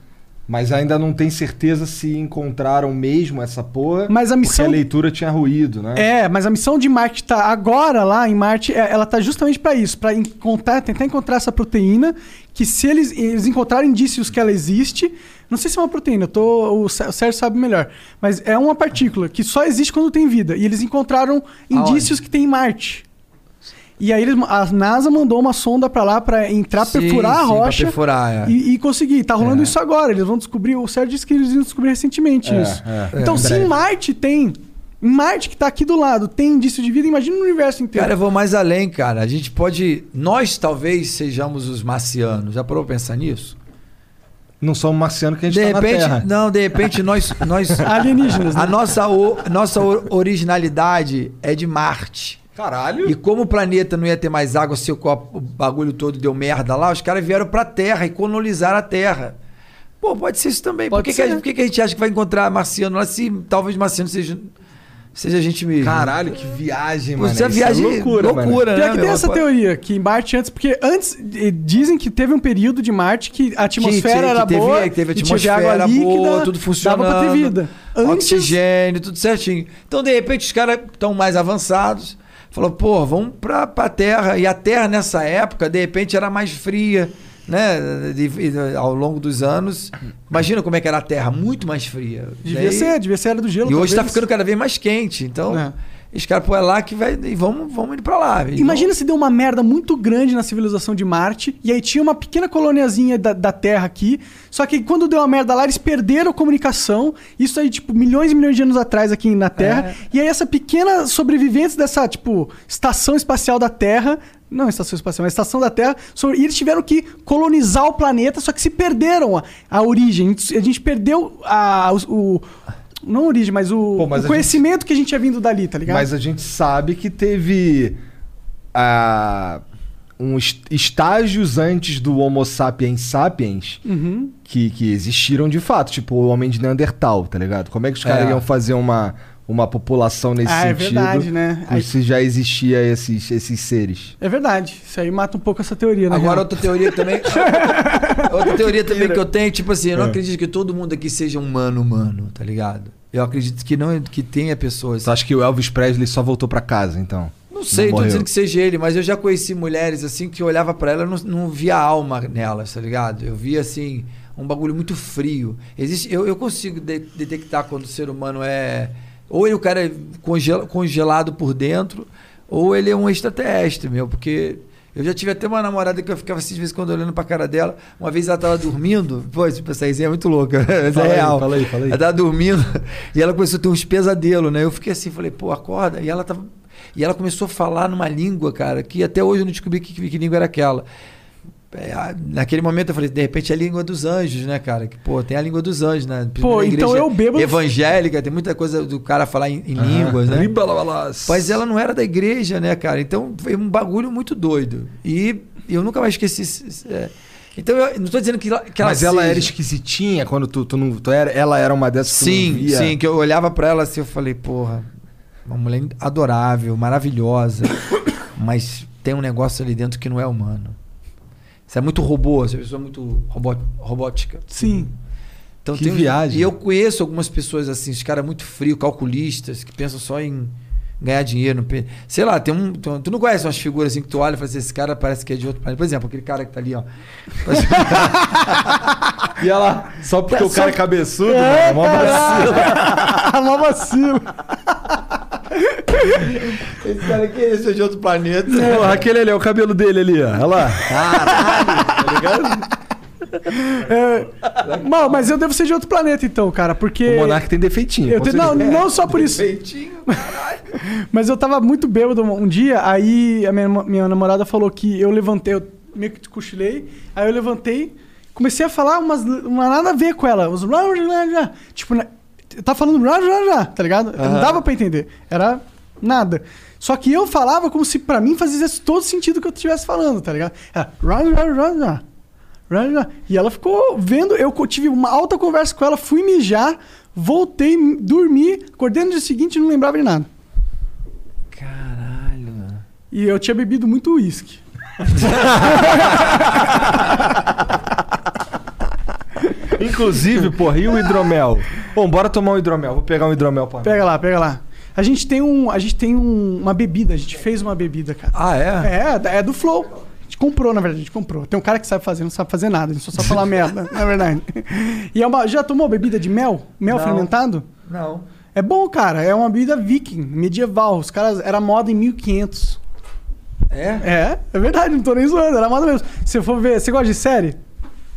D: Mas ainda não tem certeza se encontraram mesmo essa porra.
B: Mas a missão-
D: Porque a leitura tinha ruído, né?
B: É, mas a missão de Marte tá agora lá em Marte, é, ela tá justamente para isso, para encontrar, tentar encontrar essa proteína que se eles, eles encontrarem indícios que ela existe, não sei se é uma proteína, eu tô, o Sé- o Sérgio sabe melhor, mas é uma partícula que só existe quando tem vida e eles encontraram
C: Aonde?
B: indícios que tem em Marte. E aí eles, a NASA mandou uma sonda para lá para entrar,
C: Sim,
B: perfurar a
C: sim, pra
B: rocha
C: perfurar, é.
B: e, e conseguir. Tá rolando
C: É.
B: isso agora, eles vão descobrir, o Sérgio disse que eles iam descobrir recentemente
D: É,
B: isso.
D: é.
B: então
D: É, em
B: se em
D: breve.
B: Marte tem. Em Marte, que tá aqui do lado, tem indício de vida, imagina no universo inteiro.
C: Cara, eu vou mais além, cara. A gente pode. Nós talvez sejamos os marcianos. Já parou pra pensar nisso?
D: Não somos marciano que a gente
C: De
D: tá na
C: repente, né?
D: Terra.
C: não, de repente nós. nós
B: Alienígenas, né?
C: A nossa, o- nossa o- originalidade é de Marte.
D: Caralho.
C: E como o planeta não ia ter mais água se o, copo- o bagulho todo deu merda lá, os caras vieram pra Terra e colonizaram a Terra. Pô, pode ser isso também.
B: Pode
C: por que,
B: ser. né?
C: que a, por que que a gente acha que vai encontrar marciano lá se talvez marciano seja, seja a gente mesmo?
D: Caralho, que viagem,
C: Pô,
D: mano.
C: isso é
D: Isso
C: viagem loucura,
D: mano.
C: né?
B: Pior que tem
C: meu?
B: essa
C: Pô,
B: teoria, que em Marte antes, porque antes eh, dizem que teve um período de Marte que a atmosfera
C: que
B: era
C: teve-
B: boa,
C: que teve
B: e
C: atmosfera boa, tudo funcionando.
B: dava pra ter vida. Antes,
C: Oxigênio, tudo certinho. Então, de repente, os caras estão mais avançados. Falou, pô, vamos pra, pra Terra. E a Terra, nessa época, de repente, era mais fria, né? De- de- ao longo dos anos. Imagina como é que era a Terra, muito mais fria.
B: devia
C: Daí-
B: ser, devia ser era do gelo.
C: né? E hoje tá
B: talvez.
C: ficando cada vez mais quente. Então,
B: É.
C: os caras, pô, é lá que vai... E vamos, vamos indo pra lá.
D: Então,
C: E
B: Imagina se deu uma merda muito grande na civilização de Marte, e aí tinha uma pequena coloniazinha da, da Terra aqui, só que quando deu uma merda lá, eles perderam a comunicação, isso aí, tipo, milhões e milhões de anos atrás aqui na
D: É.
B: Terra, e aí essa pequena sobrevivente dessa, tipo, estação espacial da Terra, não estação espacial, mas estação da Terra, sobre- e eles tiveram que colonizar o planeta, só que se perderam a, a origem, a gente perdeu a, o... o- não a origem, mas o,
D: Pô, mas
B: o
D: a
B: conhecimento que a gente tinha vindo dali, tá ligado?
D: Mas a gente sabe que teve ah, uns estágios antes do Homo sapiens sapiens que, que existiram de fato, tipo o homem de Neandertal, tá ligado? Como é que os caras
C: É.
D: iam fazer uma, uma população nesse
B: Ah, é
D: sentido?
B: verdade, né?
D: e Se já existia esses, esses seres.
B: É verdade. Isso aí mata um pouco essa teoria, né?
C: Agora,
B: Real?
C: outra teoria também. outra teoria também que eu tenho, tipo assim, eu
B: É.
C: não acredito que todo mundo aqui seja um humano, humano, tá ligado? Eu acredito que não que tenha pessoas.
D: Tu acha que o Elvis Presley só voltou pra casa, então?
C: Não sei, tô
D: morreu.
C: dizendo que seja ele, mas eu já conheci mulheres assim que eu olhava pra ela e não, não via alma nelas, tá ligado? Eu via assim, um bagulho muito frio. Existe, eu, eu consigo de- detectar quando o ser humano é. Ou ele, o cara é congel- congelado por dentro, ou ele é um extraterrestre, meu, porque. Eu já tive até uma namorada que eu ficava assim, de vez em quando olhando pra cara dela. Uma vez ela tava dormindo. Pô, essa resenha é muito louca. Mas
D: Fala
C: é
D: aí,
C: real.
D: fala aí, fala aí.
C: Ela tava dormindo e ela começou a ter uns pesadelos, né? Eu fiquei assim, falei, pô, acorda. E ela tava. E ela começou a falar numa língua, cara, que até hoje eu não descobri que, que língua era aquela. É, a- naquele momento eu falei, de repente é a língua dos anjos, né, cara? Que, pô, tem a língua dos anjos, né?
B: Pô,
C: Na
B: então
C: igreja
B: eu bebo-
C: Evangélica, tem muita coisa do cara falar em, em
D: Ah,
C: línguas, né? Mas ela não era da igreja, né, cara? Então foi um bagulho muito doido. E eu nunca mais esqueci. esse- esse- é. Então eu não tô dizendo que ela, que
D: Mas ela
C: seja.
D: era esquisitinha quando tu, tu não. Tu era, ela era uma dessas que tu não
C: Sim,
D: via.
C: sim, que eu olhava pra ela assim, eu falei, porra, uma mulher adorável, maravilhosa, mas tem um negócio ali dentro que não é humano. Isso é muito robô, essa pessoa é muito robó- robótica.
B: Sim.
C: Então,
D: Que
C: tem uns-
D: viagem.
C: E eu conheço algumas pessoas assim, os caras muito frios, calculistas, que pensam só em ganhar dinheiro. não pe- Sei lá, tem um. Tu tu não conhece umas figuras assim que tu olha e fala assim, esse cara parece que é de outro planeta. Por exemplo, aquele cara que tá ali, ó.
D: E ela, só porque o cara é cabeçudo, mano, mó vacilo.
B: Mó vacilo.
C: esse cara que é esse é de outro planeta.
D: Porra, aquele ali, é o cabelo dele ali, ó. Olha lá.
B: É, mal, mas eu devo ser de outro planeta então, cara, porque...
D: Né? O Monark tem defeitinho.
B: Eu
D: com
B: te- não,
D: certeza. É.
B: não só por isso. Mas eu tava muito bêbado um um dia, aí a minha, minha namorada falou que eu levantei, eu meio que cochilei, aí eu levantei, comecei a falar umas, uma nada a ver com ela. Uns blá, blá, blá, blá. Tipo, na- eu tava falando blá, blá, blá, tá ligado? Não dava pra entender. Era nada. Só que eu falava como se pra mim fazia todo sentido que eu estivesse falando, tá ligado? Era blá, blá, blá, blá. E ela ficou vendo, eu co- tive uma alta conversa com ela, fui mijar, voltei, m- dormi, acordei no dia seguinte e não lembrava de nada.
C: Caralho, mano.
B: E eu tinha bebido muito uísque.
A: É.
D: Inclusive, porra, e o hidromel? Bom, bora tomar um hidromel. Vou pegar um hidromel pra mim.
B: Pega lá, pega lá. A gente tem, um, a gente tem um- uma bebida, a gente fez uma bebida, cara.
C: Ah, é?
B: É, da- é do Flow. A gente comprou, na verdade, a gente comprou. Tem um cara que sabe fazer, não sabe fazer nada, ele só sabe falar merda, na verdade. E é uma, já tomou bebida de mel? Mel
C: Não.
B: fermentado?
C: Não.
B: É bom, cara. É uma bebida viking, medieval. Os caras... Era moda em 1500.
C: É?
B: É, é verdade, não tô nem zoando, era moda mesmo. Se eu for ver, você gosta de série?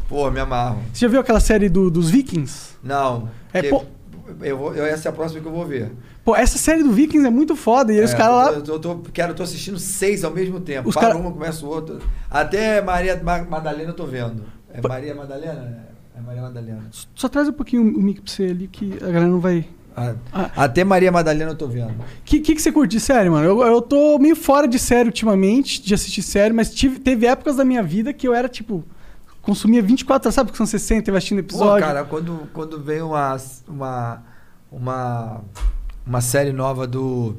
C: Pô, me amarro.
B: Você já viu aquela série do- dos Vikings?
C: Não.
B: É,
C: porque
B: pô-
C: Eu vou, eu, essa é a próxima que eu vou ver.
B: Pô, essa série do Vikings é muito foda. E eles
C: É,
B: caras lá.
C: Eu tô, eu tô- quero, eu tô assistindo seis ao mesmo tempo.
B: Os
C: Para
B: cara-
C: uma, começa o outro. Até Maria Ma- Madalena eu tô vendo. É Maria Madalena? É Maria Madalena.
B: Só traz um pouquinho o mic pra você ali que a galera não vai.
C: Ah,
B: Ah.
C: Até Maria Madalena eu tô vendo.
B: O que, que, que você curte de série, mano? Eu, eu tô meio fora de série ultimamente, de assistir série, mas tive, teve épocas da minha vida que eu era tipo. Consumia 24 horas, sabe? Porque são 60 e vai assistindo
C: Pô,
B: episódio.
C: cara, quando, quando vem uma, uma, uma, uma série nova do,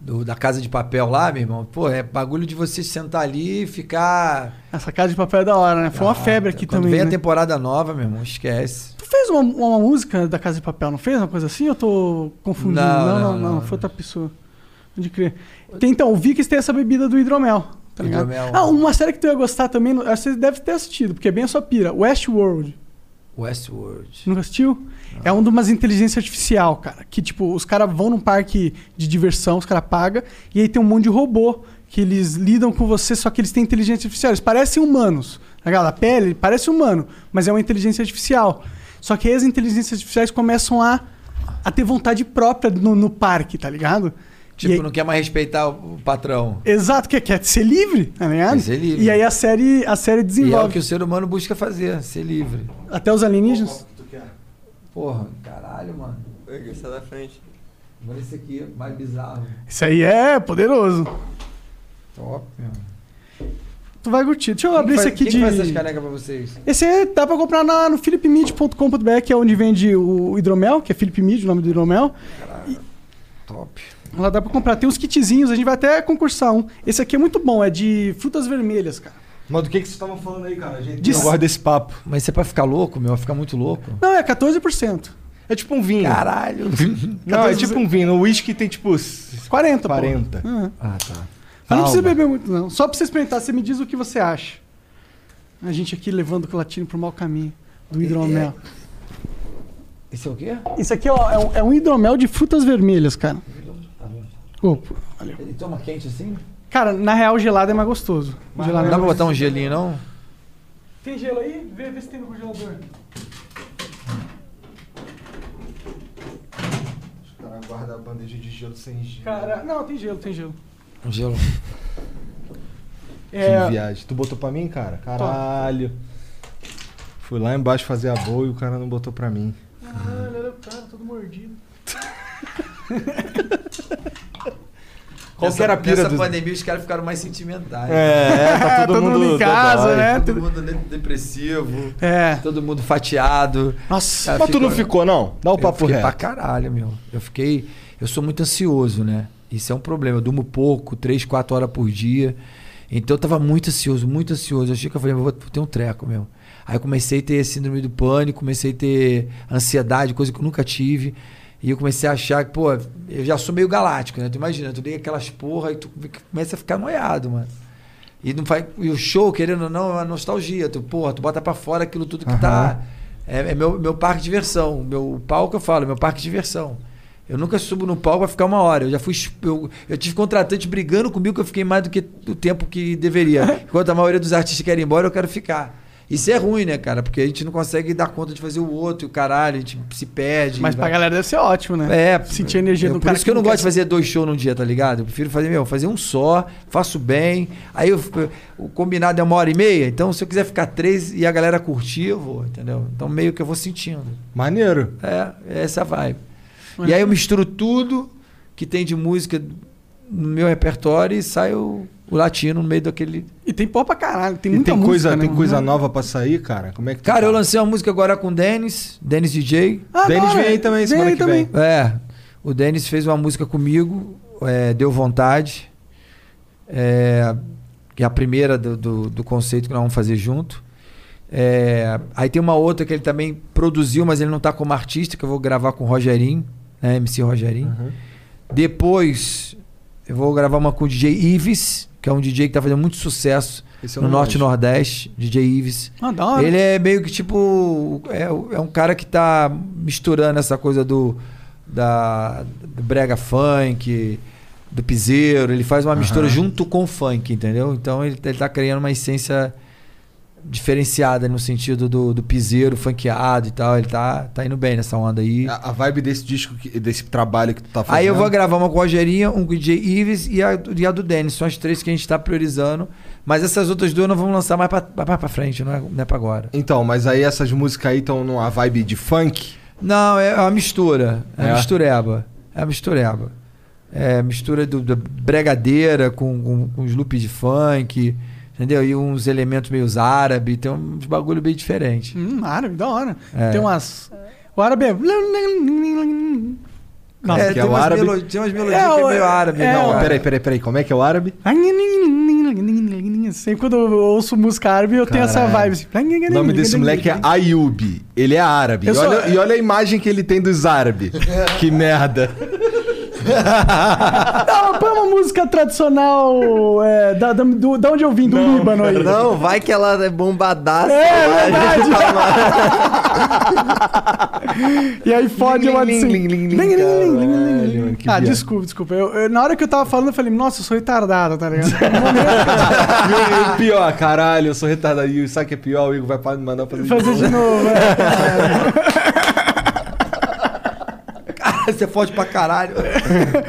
C: do- da Casa de Papel lá, meu irmão, pô, é bagulho de você sentar ali e ficar.
B: Essa casa de papel é da hora, né? Foi uma
C: Ah,
B: febre aqui
C: quando
B: também.
C: Vem
B: né?
C: a temporada nova, meu irmão, esquece.
B: Tu fez uma, uma música da Casa de Papel, não fez? Uma coisa assim? Eu tô confundindo. Não,
C: Não,
B: não, não.
C: não, não.
B: foi outra pessoa. Pode crer. Tem, então, o Vikings tem essa bebida do hidromel. Tá ligado?
C: Hidromel.
B: Ah, uma série que tu ia gostar também, não- acho que você deve ter assistido, porque é bem a sua pira. Westworld.
C: Westworld.
B: Nunca assistiu? É um de umas inteligência artificial, cara. Que, tipo, os caras vão num parque de diversão, os caras pagam, e aí tem um monte de robô que eles lidam com você, só que eles têm inteligência artificial. Eles parecem humanos. tá ligado? A pele parece humano, mas é uma inteligência artificial. Só que aí as inteligências artificiais começam a, a ter vontade própria no, no parque, tá ligado?
C: Tipo,
B: E aí-
C: não quer mais respeitar o o patrão.
B: Exato, que quer ser livre, tá ligado?
C: Quer ser livre.
B: E aí a série, a série
C: E é o
B: desenvolve.
C: que o ser humano busca fazer, ser livre.
B: Até os alienígenas.
C: Porra, caralho, mano.
E: Pega, sai é da frente.
C: Olha esse aqui, é mais bizarro.
B: Isso aí é poderoso.
C: Top, meu.
B: Tu vai curtir. Deixa eu abrir
C: Quem
B: isso
C: faz-
B: aqui
C: quem
B: de.
C: faz essas canecas pra vocês?
B: Esse aí dá pra comprar na- no philipmid.com.br, que é onde vende o hidromel, que é Philip Mid, o nome do hidromel.
C: Top.
B: Lá dá pra comprar. Tem uns kitzinhos, a gente vai até concursar um. Esse aqui é muito bom, é de frutas vermelhas, cara.
A: Mas do que, que vocês estavam falando aí, cara? A gente
B: De-
A: eu gosto desse papo.
C: Mas isso é pra ficar louco, meu? Vai ficar muito louco.
B: Não, é 14%.
A: É tipo um vinho.
C: Caralho.
A: não, é tipo um vinho. O uísque tem tipo s-
B: 40,
A: 40.
B: Pô. Uhum.
C: ah, tá.
B: Mas não precisa
A: Calma.
B: beber muito, não. Só pra você experimentar, você me diz o que você acha. A gente aqui levando o clatino pro mau caminho do hidromel.
C: Isso é o quê?
B: Isso aqui ó, é, um, é um hidromel de frutas vermelhas, cara. Opa.
C: Ele toma quente assim?
B: Cara, na real, gelado é mais gostoso. Gelado
C: Não
B: é
C: dá pra
B: mais
C: botar um gelinho, não?
B: Tem gelo aí? Vê, vê se tem no congelador.
A: Os caras guardam a bandeja de gelo sem gelo.
B: Cara, não, tem gelo, tem gelo.
C: Um gelo.
B: É,
A: Que viagem. Tu botou pra mim, cara? Caralho. Fui lá embaixo fazer a boa e o cara não botou pra mim.
B: Caralho, olha o cara, todo mordido.
A: Qual que era a pira
C: Nessa
A: do-
C: pandemia os caras ficaram mais sentimentais.
A: É, tá
B: todo mundo em casa, né?
C: Todo mundo de- depressivo,
B: É.
C: todo mundo fatiado.
B: Nossa.
C: Cara,
A: Mas tu não
C: fica-
A: ficou, não? Dá o
C: eu
A: papo
C: fiquei
A: reto.
C: pra caralho, meu. Eu fiquei. Eu sou muito ansioso, né? Isso é um problema. Eu durmo pouco, três, quatro horas por dia. Então eu tava muito ansioso, muito ansioso. Eu achei que eu falei, "Meu, vou ter um treco mesmo. Aí eu comecei a ter síndrome do pânico, comecei a ter ansiedade, coisa que eu nunca tive. E eu comecei a achar que, pô, eu já sou meio galáctico, né? Tu imagina, tu liga aquelas porra e tu começa a ficar noiado, mano. E, não faz, e o show, querendo ou não, é uma nostalgia. Tu, porra, tu bota pra fora aquilo tudo que tá. É, é meu, meu parque de diversão. Meu o palco, eu falo, meu parque de diversão. Eu nunca subo no palco pra ficar uma hora. Eu já fui. exp- Eu, eu tive contratante brigando comigo que eu fiquei mais do que o tempo que deveria. Enquanto a maioria dos artistas quer ir embora, eu quero ficar. Isso é ruim, né, cara? Porque a gente não consegue dar conta de fazer o outro e o caralho, a gente se perde.
B: Mas pra
C: vai-
B: galera deve ser ótimo, né?
C: é,
B: Sentir a energia
C: eu-
B: do
C: por
B: cara.
C: isso que eu não
B: quer
C: gosto de fazer dois shows num dia, tá ligado? Eu prefiro fazer, meu, fazer um só, faço bem. Aí eu fico- o combinado é uma hora e meia, então se eu quiser ficar três e a galera curtir, eu vou, entendeu? Então meio que eu vou sentindo.
A: Maneiro.
C: É, é essa a vibe.
B: É.
C: E aí eu misturo tudo que tem de música no meu repertório e sai o, o latino no meio daquele.
B: E tem pó pra caralho, tem
A: E
B: muita
A: tem
B: música,
A: coisa,
B: né,
A: tem
B: mano?
A: coisa nova pra sair, cara? Como é que tu
C: Cara, eu
A: tá?
C: lancei uma música agora com o Denis, Denis DJ.
B: Ah,
A: Denis
B: não,
A: vem aí
B: é.
A: também,
B: Vem
A: semana
B: aí
A: que
B: também.
A: vem.
C: É, o Denis fez uma música comigo, é, deu vontade. É, que é a primeira do, do, do conceito que nós vamos fazer junto. É, aí tem uma outra que ele também produziu, mas ele não tá como artista, que eu vou gravar com o Rogerinho, né, MC Rogerinho.
A: Uhum.
C: Depois eu vou gravar uma com o DJ Ives, que é um DJ que tá fazendo muito sucesso
A: Esse eu
C: no
A: não
C: Norte e
A: manjo.
C: Nordeste, DJ Ives.
B: Ah, da hora.
C: Ele é meio que tipo. É, o- é um cara que tá misturando essa coisa do. Da, do brega funk, do piseiro. Ele faz uma mistura junto com o funk, entendeu? Então ele, ele tá criando uma essência diferenciada no sentido do, do piseiro funkeado e tal. Ele tá, tá indo bem nessa onda aí.
A: A, a vibe desse disco, que- desse trabalho que tu tá Ah, fazendo.
C: Aí eu vou gravar uma com o Rogerinha, um com o DJ Ives e a, e a do Denis. São as três que a gente tá priorizando. Mas essas outras duas nós vamos lançar mais pra, mais pra frente, não é, não é pra agora.
A: Então, mas aí essas músicas aí estão numa vibe de funk.
C: Não, é uma mistura. É,
A: É?
C: uma mistureba. É uma mistureba. É mistura do, da bregadeira com, com, com uns loops de funk, entendeu? E uns elementos meio árabe. Tem uns bagulho bem
A: é-
C: diferente.
B: Hum, árabe, da hora.
C: É.
B: Tem umas. O árabe é. Nossa,
C: é,
A: que
C: tem,
A: é o
C: umas
A: árabe.
C: melo- tem umas melodias
B: É,
C: que é
B: o-
C: meio árabe.
B: é,
C: não,
B: o-
C: cara.
A: Peraí, peraí, peraí. Como é que é o árabe?
B: Sempre quando eu ouço música árabe, eu tenho essa
A: Caralho.
B: vibe. assim.
A: O nome desse moleque é Ayub. Ele é árabe. E
B: Eu sou-
A: olha, e olha a imagem que ele tem dos árabes. que merda.
B: Não, Ah, põe uma música tradicional é, da, da, do- da onde eu vim, do Líbano aí.
E: Não, vai que ela é bombadaça.
B: É verdade! e aí fode o assim.
A: Lim,
B: AdSense.
A: lim, lim, lim,
B: Lim, lim, lim, lim, lim,
A: caralho,
B: lim.
A: mano, que
B: Ah,
A: viagem.
B: desculpa, desculpa. Eu- eu- na hora que eu tava falando, eu falei, nossa, eu sou retardado, tá ligado?
A: E o- e o pior, caralho, eu sou retardado. E sabe o que é pior? O Igor vai pa- mandar fazer.
B: Fazer de novo. é.
C: Você fode pra caralho.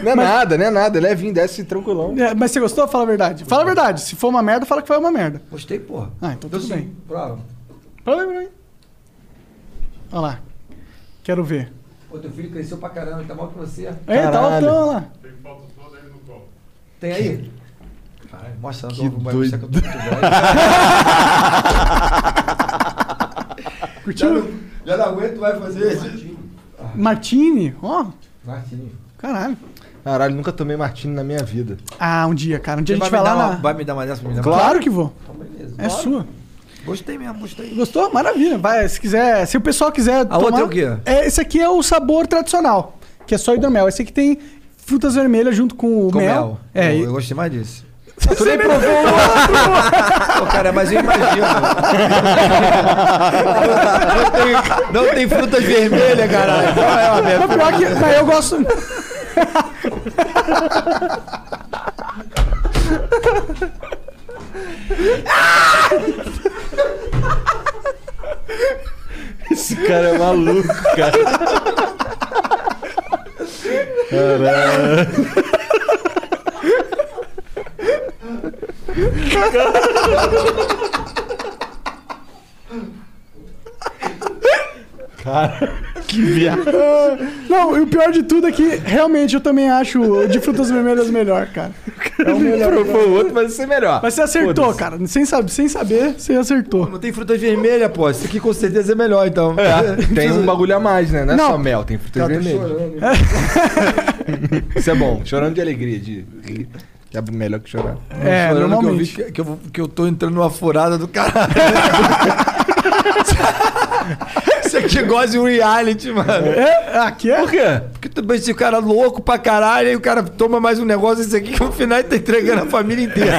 A: Não é nada, não é nada. Ele é vinho, desce tranquilão.
B: É, mas você gostou? Fala a verdade. Fala a verdade. Se for uma merda, fala que foi uma merda.
C: Gostei, porra.
B: Ah, então tudo bem.
C: Prova.
B: Fala aí, fala aí. Olha lá. Quero ver.
C: Pô, teu filho cresceu pra caramba, ele tá mal que você.
B: É, tá
A: Caralho.
B: altão, olha lá.
C: Tem aí? Caralho, mostra que
A: doido.
C: que eu tô muito velho.
B: Curtiu?
C: Já não aguento mais fazer isso.
B: Martini, ó.
C: Martinho.
B: Caralho.
A: Caralho, nunca tomei martini na minha vida.
B: Ah, um dia, cara. Um dia
C: Você
B: a gente vai lá
C: me dar
B: na...
C: uma- Vai me dar uma dessa pra mim? né?
B: Claro que vou.
C: Então, beleza.
B: É sua.
C: Gostei mesmo, gostei.
B: Gostou? Maravilha. Vai, se quiser, se o pessoal quiser
C: A outra é o quê?
B: É, esse aqui é o sabor tradicional, que é só hidromel. Esse aqui tem frutas vermelhas junto com o
C: Com
B: mel.
C: mel.
B: É,
C: eu,
B: e-
C: eu gostei mais disso.
B: Você nem provou.
C: Pô, cara, mas eu imagino. não, tem, não tem frutas vermelhas, caralho. Qual é uma merda?
B: Mas pior que, mas eu gosto.
A: Esse cara é maluco, cara. Caralho. Cara, que viagem.
B: Não, e o pior de tudo é que realmente eu também acho o de frutas vermelhas melhor, cara. É o melhor.
A: Provou o outro, mas esse é melhor.
B: Mas você acertou,
A: Foda-se.
B: cara. Sem, sab sem saber, você acertou.
C: Não tem frutas vermelhas, pô. Isso aqui com certeza é melhor, então.
A: É, tem um bagulho a mais, né? Não é
B: Não. Tá,
A: só mel, tem frutas
C: Cara, tô
A: vermelhas.
C: chorando.
A: Isso é bom, chorando de alegria, de. É melhor que chorar.
B: É,
C: Chorando
B: normalmente.
C: Que eu, vi que, que eu, vou- que eu tô entrando numa furada do caralho. Você aqui gosta de um reality, mano.
B: É, aqui é.
A: Por quê?
C: Porque tu pensa o cara é louco pra caralho, aí o cara toma mais um negócio esse aqui que no final ele tá entregando a família inteira.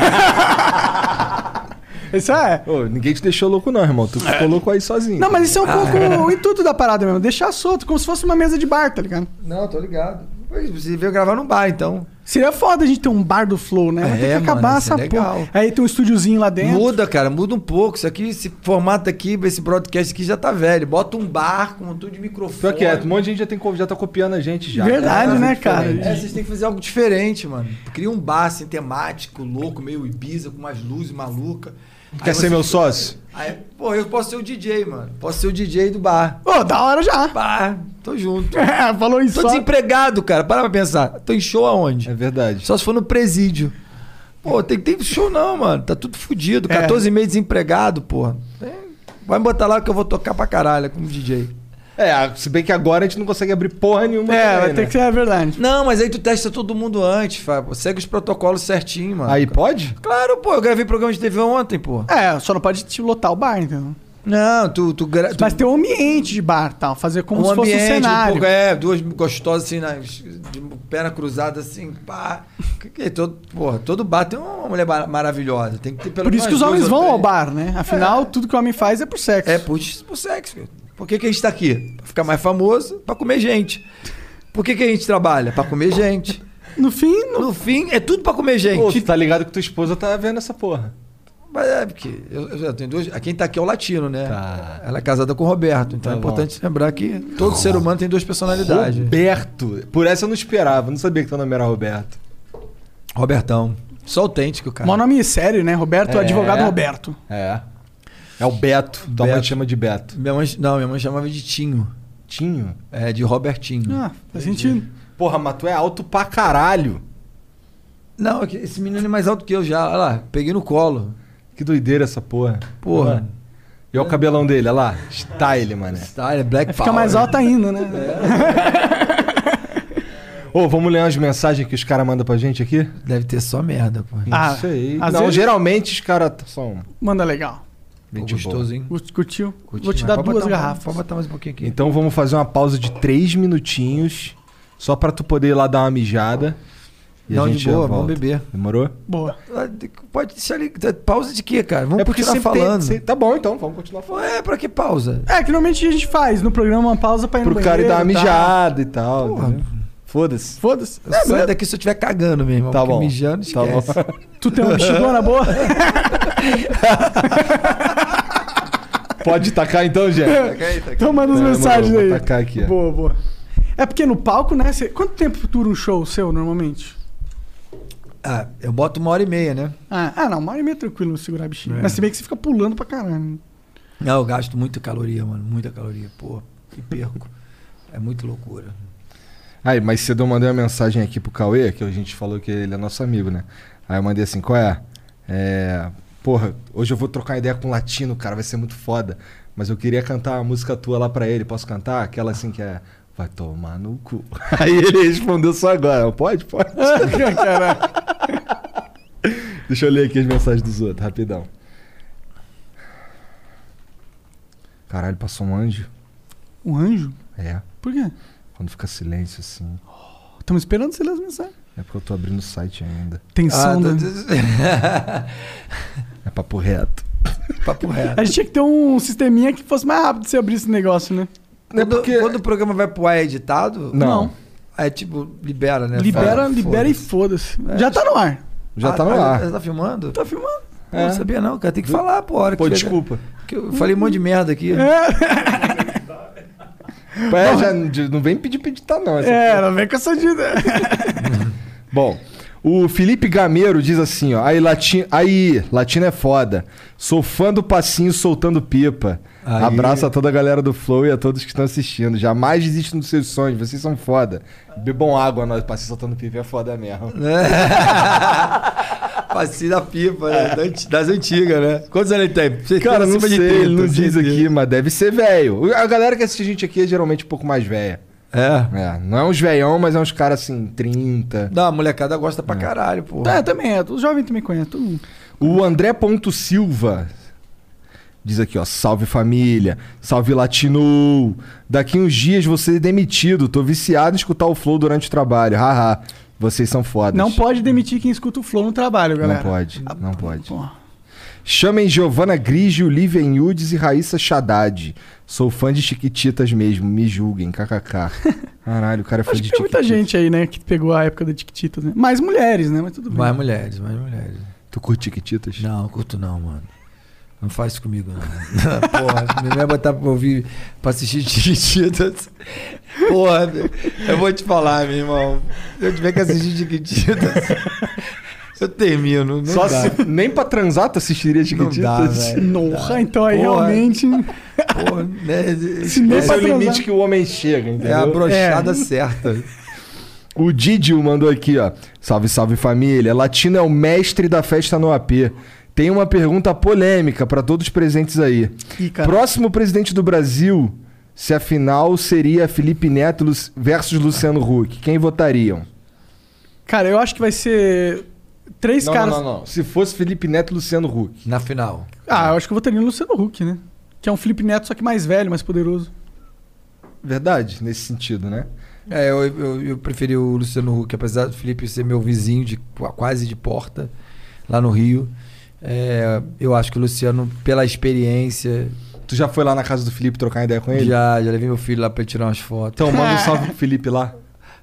B: Isso é.
A: Ô, ninguém te deixou louco, não, irmão. Tu ficou louco aí sozinho.
C: Ah.
B: Não, mas isso é um pouco o intuito da parada mesmo. Deixar solto, como se fosse uma mesa de bar, tá ligado?
C: Não, tô ligado. Pois, Você veio gravar num bar, então.
B: Seria foda a gente ter um bar do Flow, né? Vai
C: É,
B: ter que
C: mano,
B: acabar
C: ia ser
B: essa
C: legal.
B: porra. Aí tem um estúdiozinho lá dentro.
C: Muda, cara, muda um pouco. Isso aqui, esse formato aqui, esse broadcast aqui já tá velho. Bota um bar com um tudo de
A: Pior
C: microfone.
A: que é, um monte de gente já, tem, co- já tá copiando a gente já.
B: Verdade,
A: É,
B: né,
A: diferente.
C: É,
B: cara?
C: vocês têm que fazer algo diferente, mano. Cria um bar assim, temático, louco, meio Ibiza, com umas luzes malucas.
A: Quer ser meu sócio?
C: Aí, pô, eu posso ser o DJ, mano. Posso ser o DJ do bar.
B: Ô, da hora já.
C: Bar, tô junto.
B: É, falou isso.
C: Tô
B: só.
C: desempregado, cara. Para pra pensar. Tô em show aonde?
A: É verdade.
C: Só se for no presídio. Pô, tem que ter show não, mano. Tá tudo fudido.
B: É.
C: 14 meses desempregado, porra. É. Vai me botar lá que eu vou tocar pra caralho como DJ.
A: É, a- se bem que agora a gente não consegue abrir porra nenhuma.
B: É, vai
A: também,
B: ter
A: né?
B: que ser a verdade.
C: Não, mas aí tu testa todo mundo antes, Fábio. Segue os protocolos certinho, mano.
A: Aí pode?
C: Claro, pô. Eu gravei programa de TV ontem, pô.
B: É, só não pode te lotar o bar, entendeu?
C: Não, tu... tu, gra- tu
B: Mas ter um ambiente de bar tal. Fazer como se fosse um cenário.
C: pouco, é, duas gostosas assim, nas, de perna cruzada assim, pá. Que, que, é todo, porra, todo bar tem uma mulher mara- maravilhosa. Tem que ter pelo
B: Por isso que
C: menos
B: os
C: duas
B: homens
C: ou
B: vão
C: três.
B: ao bar, né? Afinal, tudo que o homem faz é por sexo.
C: É, por, por sexo. filho. Por que, que a gente tá aqui? Pra ficar mais famoso, pra comer gente. Por que, que a gente trabalha? Pra comer gente.
B: No fim, no-
C: No fim, é tudo pra comer gente.
A: Pô, tu tá ligado que tua esposa tá vendo essa porra.
C: Mas é porque eu, eu já tenho duas. Quem tá aqui é o latino, né?
A: Tá.
C: Ela é casada com o Roberto.
A: Tá
C: Então é
A: bom.
C: importante lembrar que todo ser humano tem duas personalidades.
A: Roberto. Por essa eu não esperava. Não sabia que teu nome era Roberto.
C: Robertão. Só autêntico, cara.
B: mó nome sério, né? Roberto,
A: É.
B: advogado Roberto.
A: É. É o Beto. Tua mãe
C: Beto.
A: te chama de Beto.
C: Minha mãe, não, minha mãe chamava de Tinho.
A: Tinho.
C: É, de Robertinho.
B: Ah, faz sentido.
A: Porra, mas tu é alto pra caralho.
C: Não, é que esse menino é mais alto que eu já. Olha lá, peguei no colo.
A: Que doideira essa porra.
C: Porra.
A: E olha o cabelão dele, olha lá. Style, mané.
C: Style, é Black
B: Fica mais alto ainda, né?
C: É.
A: Ô, vamos ler umas mensagens que os caras mandam pra gente aqui?
C: Deve ter só merda, pô.
B: Ah,
A: Isso aí.
B: às
A: Não,
B: vezes-
A: geralmente os caras são
B: Manda legal.
A: gente boa.
C: gostoso, hein?
B: Curti- Curtiu?
C: Curti
B: Vou te
C: demais.
B: dar
C: Pode
B: duas
C: botar um-
B: garrafas.
C: Pode botar mais um pouquinho aqui.
A: Então vamos fazer uma pausa de três minutinhos, só pra tu poder ir lá dar uma mijada. E
C: Não,
A: a
C: de
A: gente já
C: boa,
A: volta.
C: vamos beber.
A: Demorou?
B: Boa.
C: Ah, Pode deixar ali. é, Pausa de quê, cara? Vamos continuar
A: É sempre tem-
C: falando.
A: se- Tá bom, então, vamos continuar falando.
C: É, pra que pausa?
B: É, que normalmente a gente faz no programa uma pausa pra ir no
A: Pro cara ir
B: banheiro tá?
A: dar uma
B: e tal.
A: mijada e tal.
C: tá? Porra.
A: entendeu? Foda-se.
B: Foda-se.
C: Eu saio daqui se eu estiver cagando mesmo.
A: Tá
C: porque
A: bom.
C: Mijando,
A: Tá bom.
C: esquece.
B: Tu tem uma mexidona boa?
A: Pode tacar então, gente?
E: Tá aí, tá aqui.
B: Então manda as
A: Tá,
B: mensagens
A: mandou, vou
B: aí.
A: tacar aqui, ó.
B: boa, boa. É porque no palco, né? cê- Quanto tempo dura um show seu normalmente?
C: Ah, eu boto uma hora e meia, né?
B: Ah, ah, não, uma hora e meia tranquilo segurar a bichinha.
A: É.
B: Mas se bem que você fica pulando pra caralho.
C: Não, eu gasto muita caloria, mano. Muita caloria. Pô, e perco. é muito loucura.
A: Aí, mas cedo eu mandei uma mensagem aqui pro Cauê, que a gente falou que ele é nosso amigo, né? Aí eu mandei assim, qual é? É. Porra, hoje eu vou trocar ideia com um latino, cara, vai ser muito foda. Mas eu queria cantar a música tua lá pra ele. Posso cantar? Aquela assim que é. Vai tomar no cu. Aí ele respondeu só agora. Pode? Pode.
B: Caralho.
A: Deixa eu ler aqui as mensagens dos outros, rapidão. Caralho, passou um anjo.
B: Um anjo?
A: É,
B: Por quê?
A: quando fica silêncio assim.
B: Estamos esperando você ler as mensagens. né?
A: É porque eu tô abrindo o site ainda.
C: Ah,
B: Tensão da...
C: tá-
A: É papo reto.
C: Papo reto.
B: A gente tinha que ter um sisteminha que fosse mais rápido se abrir esse negócio, né?
C: Quando,
A: é porque-
C: quando o programa vai pro ar é editado,
A: Não.
C: é tipo, libera,
A: É,
C: né?
B: libera,
C: Fala,
B: libera e
C: foda-se.
B: foda-se. Já tá no ar.
A: Já
C: Ah,
A: tá no
C: ah,
A: ar.
C: já Tá filmando?
B: Tá filmando.
C: Pô, Não sabia não, cara. Tem que falar, pô. a Hora
A: Pô,
C: que tiver-
A: desculpa.
C: que eu falei um monte de merda aqui.
A: É, já n- não vem pedir pra editar, não. essa
B: É,
A: porra.
B: ela vem com essa dívida.
A: Bom, o Felipe Gameiro diz assim, ó. Aí, latino, aí, latino é foda. Sou fã do passinho soltando pipa.
C: Aí.
A: Abraço a toda a galera do Flow e a todos que estão assistindo. Jamais desistam dos seus sonhos, vocês são foda. Bebam água, nós, passinho soltando pipa é foda mesmo.
C: Passinho da pipa, né? Da anti- Das antigas, né? Quantos anos ele tem? Você
A: É. Cara, não sei, ele não diz aqui,
C: aqui.
A: mas deve ser velho. A galera que assiste a gente aqui é geralmente um pouco mais velha.
C: É.
A: É, não é uns velhão, mas é uns caras assim, 30.
C: Não, a molecada gosta pra caralho, pô.
B: É, também é. Os jovens também conhecem, todo mundo.
A: O André Ponto Silva diz aqui, ó, salve família, salve latino. Daqui uns dias você é demitido, tô viciado em escutar o flow durante o trabalho. Haha, vocês são fodas.
B: Não pode demitir quem escuta o Flow no trabalho,
A: Não
B: galera. Ah,
A: pode, não pode.
B: Pô.
A: Chamem Giovana Grigio, Lívia Inhudes e Raíssa Haddad. Sou fã de Chiquititas mesmo, me julguem, kkk. Caralho, o cara é fã
B: Acho
A: de
B: que tem muita
A: Chiquititas.
B: gente aí, né, que pegou a época da Tiquititas, né? Mais mulheres, né? Mas tudo bem.
C: Mais mulheres, mais mulheres.
A: Tu curte Chiquititas?
C: Não, curto não, mano. Não faz isso comigo, não. Porra, me vai botar pra ouvir, pra assistir Chiquititas. Porra, eu vou te falar, meu irmão. Se eu tiver que assistir Chiquititas, eu termino. Não
A: Só
C: dá.
A: se- nem pra transar tu assistiria
C: Não
A: Chiquititas?
C: dá, velho.
B: Nossa, então aí
C: Porra.
B: realmente.
C: Porra, né?
B: Se nem
C: Esse
B: pra
C: é o limite.
B: transar.
A: que o homem chega, entendeu?
C: É a brochada certa.
A: O Didio mandou aqui, ó. Salve, salve família. Latino é o mestre da festa no AP. Tem uma pergunta polêmica pra todos presentes aí.
B: Ih, cara.
A: Próximo presidente do Brasil, se a final seria Felipe Neto lu- versus Luciano Huck, quem votariam?
B: Cara, eu acho que vai ser três caras.
A: não. Se fosse Felipe Neto e Luciano Huck.
C: Na final.
B: Ah, eu acho que eu votaria no Luciano Huck, né? Que é um Felipe Neto, só que mais velho, mais poderoso.
A: Verdade, nesse sentido, né?
C: É, eu, eu, eu preferi o Luciano Huck, apesar do Felipe ser meu vizinho de quase de porta lá no Rio. É, eu acho que o Luciano, pela experiência,
A: Tu já foi lá na casa do Felipe trocar ideia com ele?
C: já, já levei meu filho lá pra ele tirar umas fotos.
A: Então, manda um salve pro Felipe lá.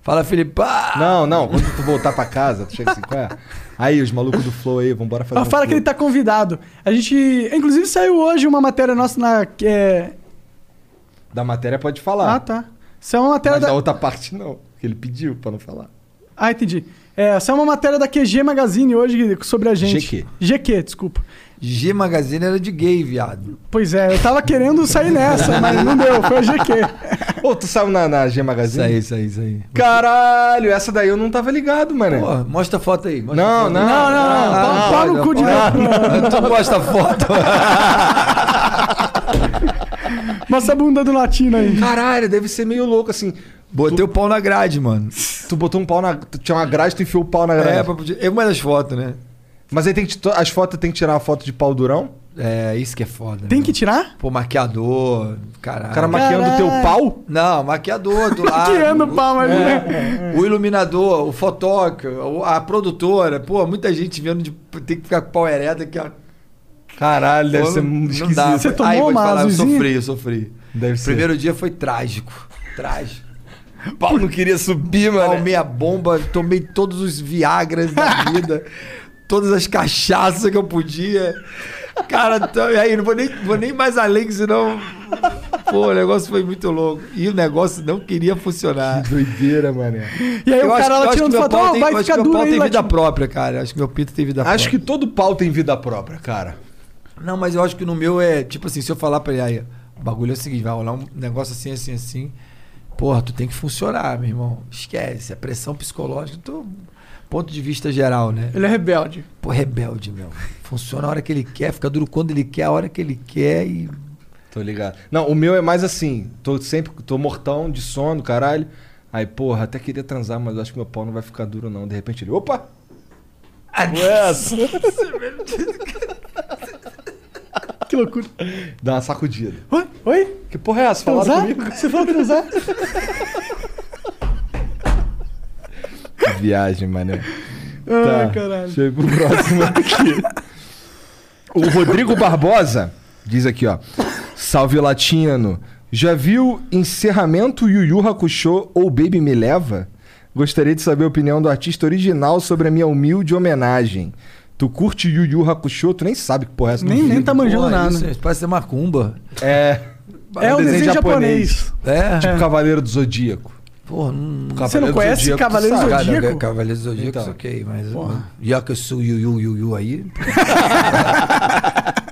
C: Fala, Felipe. Ah, pá!
A: Não, não, quando tu voltar pra casa, tu chega assim, qual é? Aí, os malucos do Flow aí, vambora fazer
B: Ela
A: um
B: fala que
A: flow.
B: ele tá convidado. A gente. Inclusive saiu hoje uma matéria nossa na. que É...
A: Da matéria pode
B: Ah,
A: falar.
B: tá. Isso é uma matéria
A: Mas da...
B: da.
A: outra parte não. Que ele pediu pra não falar.
B: Ah, entendi. É, essa é uma matéria da QG Magazine hoje sobre a gente.
A: GQ.
B: GQ, desculpa.
C: G Magazine era de gay, viado.
B: Pois é, eu tava querendo sair nessa, mas não deu, foi a GQ.
A: Ô, tu saiu na, na G Magazine?
C: Isso aí, isso aí, isso aí.
A: Caralho, essa daí eu não tava ligado, mano.
C: Pô, mostra a foto aí. mostra a
A: Não, não,
C: foto
A: não,
C: aí. Ah,
A: não, não,
B: Pau- Ah, pau no cu de
C: não. Tu mostra a foto.
B: Mostra a bunda do latino aí.
A: Caralho, deve ser meio louco assim.
C: Botei o pau na grade, mano.
A: Tu botou um pau na. Tu tinha uma grade, tu enfiou o pau na grade.
C: É, pra poder- é uma das fotos, né?
A: Mas aí tem que. to- As fotos tem que tirar uma foto de pau durão?
C: É, isso que é foda.
B: Tem
C: né?
B: que tirar?
C: Pô, maquiador, Ah, caralho.
A: O cara maquiando o teu pau?
C: Não, maquiador do lado.
B: Que ano, pá,
C: É.
B: mas.
C: O iluminador, o fotógrafo, a produtora. Pô, muita gente vendo de tem que é ficar com o pau ereto aqui, ó.
A: Caralho, deve
C: Pô,
A: ser
C: não
A: muito esquisito.
C: dá.
B: Você
C: Aí,
B: tomou
C: vou te
B: uma
C: falar, Eu
B: azulzinha?
C: sofri, eu sofri.
A: Deve
C: O
A: ser.
C: primeiro dia foi trágico. Trágico.
A: pau não queria subir,
C: Palmei a bomba, tomei todos os Viagras da vida, todas as cachaças que eu podia. Cara, t- e aí, não vou nem, vou nem mais além, que senão. Pô, o negócio foi muito louco. E o negócio não queria funcionar.
A: Doideira, mané.
B: E aí o
C: acho-
B: cara lá
C: acho que
B: tirando
C: meu
B: foto,
C: pau
B: ó,
C: tem-
B: vai
C: eu acho
B: ficar
C: que meu
B: duro
C: pau
B: aí,
C: tem vida
B: latino.
C: própria, cara. Acho que meu pinto tem vida
A: Acho que
C: própria.
A: todo pau tem vida própria, cara.
C: Não, mas eu acho que no meu é, tipo assim, se eu falar pra ele, aí, o bagulho é o seguinte, vai rolar um negócio assim, assim, assim. Porra, tu tem que funcionar, meu irmão. Esquece. A pressão psicológica, tu. Ponto de vista geral, né?
B: Ele é rebelde.
C: Pô, rebelde, meu. Funciona a hora que ele quer, fica duro quando ele quer, a hora que ele quer e.
A: Tô ligado. Não, o meu é mais assim. Tô sempre. Tô mortão de sono, caralho. Aí, porra, até queria transar, mas eu acho que meu pau não vai ficar duro, não. De repente ele. Opa!
B: Que loucura.
A: Dá uma sacudida.
B: Oi? Oi?
A: Que porra é essa? Falaram
B: Transar?
A: comigo?
B: Você falou transar?
A: Que viagem, mané.
B: Ah,
C: Tá.
B: caralho.
A: Deixa eu ir pro próximo aqui. O Rodrigo Barbosa diz aqui, ó. Salve Latino. Já viu Encerramento Yu Yu Hakusho ou Baby Me Leva? Gostaria de saber a opinião do artista original sobre a minha humilde homenagem. Tu curte Yu Yu Hakusho? Tu nem sabe que porra é essa.
B: Nem-
A: não vi.
B: nem tá manjando
C: Porra,
B: nada.
C: Isso, isso parece ser macumba.
A: É.
B: É um desenho japonês.
C: É?
A: Tipo Cavaleiro do Zodíaco.
C: Porra, não.
B: Você não conhece
A: Zodíaco, tu
B: Cavaleiro
A: sabe.
B: Zodíaco?
C: Cara, né? Cavaleiro do Zodíaco,
A: Então.
C: isso ok, mas. né? Já que eu sou Yu Yu Yu Yu aí.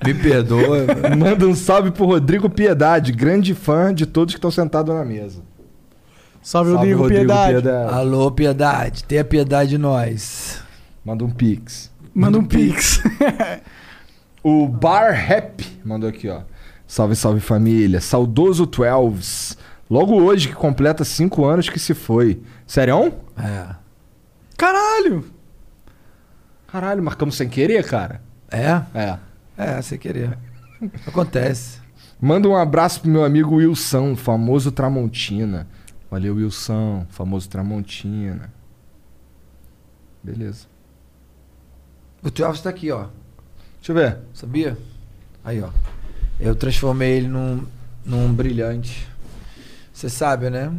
C: Me perdoa. velho.
A: Manda um salve pro Rodrigo Piedade, grande fã de todos que estão sentados na mesa.
B: Salve,
A: Salve,
B: Rodrigo, Piedade.
C: Alô, piedade. Tenha piedade de nós.
A: Manda um pix.
B: Manda um pix.
A: O Bar Rap mandou aqui, ó. Salve, salve família. Saudoso 12s. Logo hoje que completa 5 anos que se foi. Sério?
C: É.
B: Caralho.
A: Caralho, marcamos sem querer, cara.
C: É?
A: É.
C: É, sem querer. Acontece.
A: Manda um abraço pro meu amigo Wilson, famoso Tramontina. Valeu, Wilson, famoso Tramontina. Beleza.
C: O Travis tá aqui, ó.
A: Deixa Deixa eu ver.
C: Sabia? Aí, ó. Eu transformei ele num, num brilhante. Você sabe, né?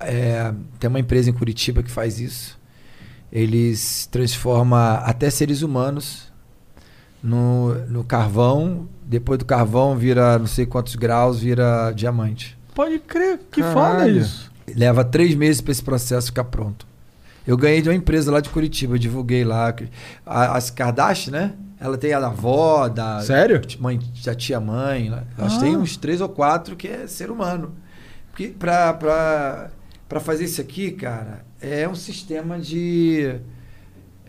C: É, tem uma empresa em Curitiba que faz isso. Eles transformam até seres humanos no, no carvão. Depois do carvão vira não sei quantos graus, vira diamante.
B: Pode crer, que
A: Caralho.
B: foda isso.
C: Leva três meses para esse processo ficar pronto. Eu ganhei de uma empresa lá de Curitiba, eu divulguei lá. A- As Kardashian, né? Ela tem a da avó, da
A: Sério?
C: mãe, da tia mãe. né? lá. Elas
B: Ah.
C: têm uns três ou quatro que é ser humano. Porque pra, pra, pra fazer isso aqui, cara, é um sistema de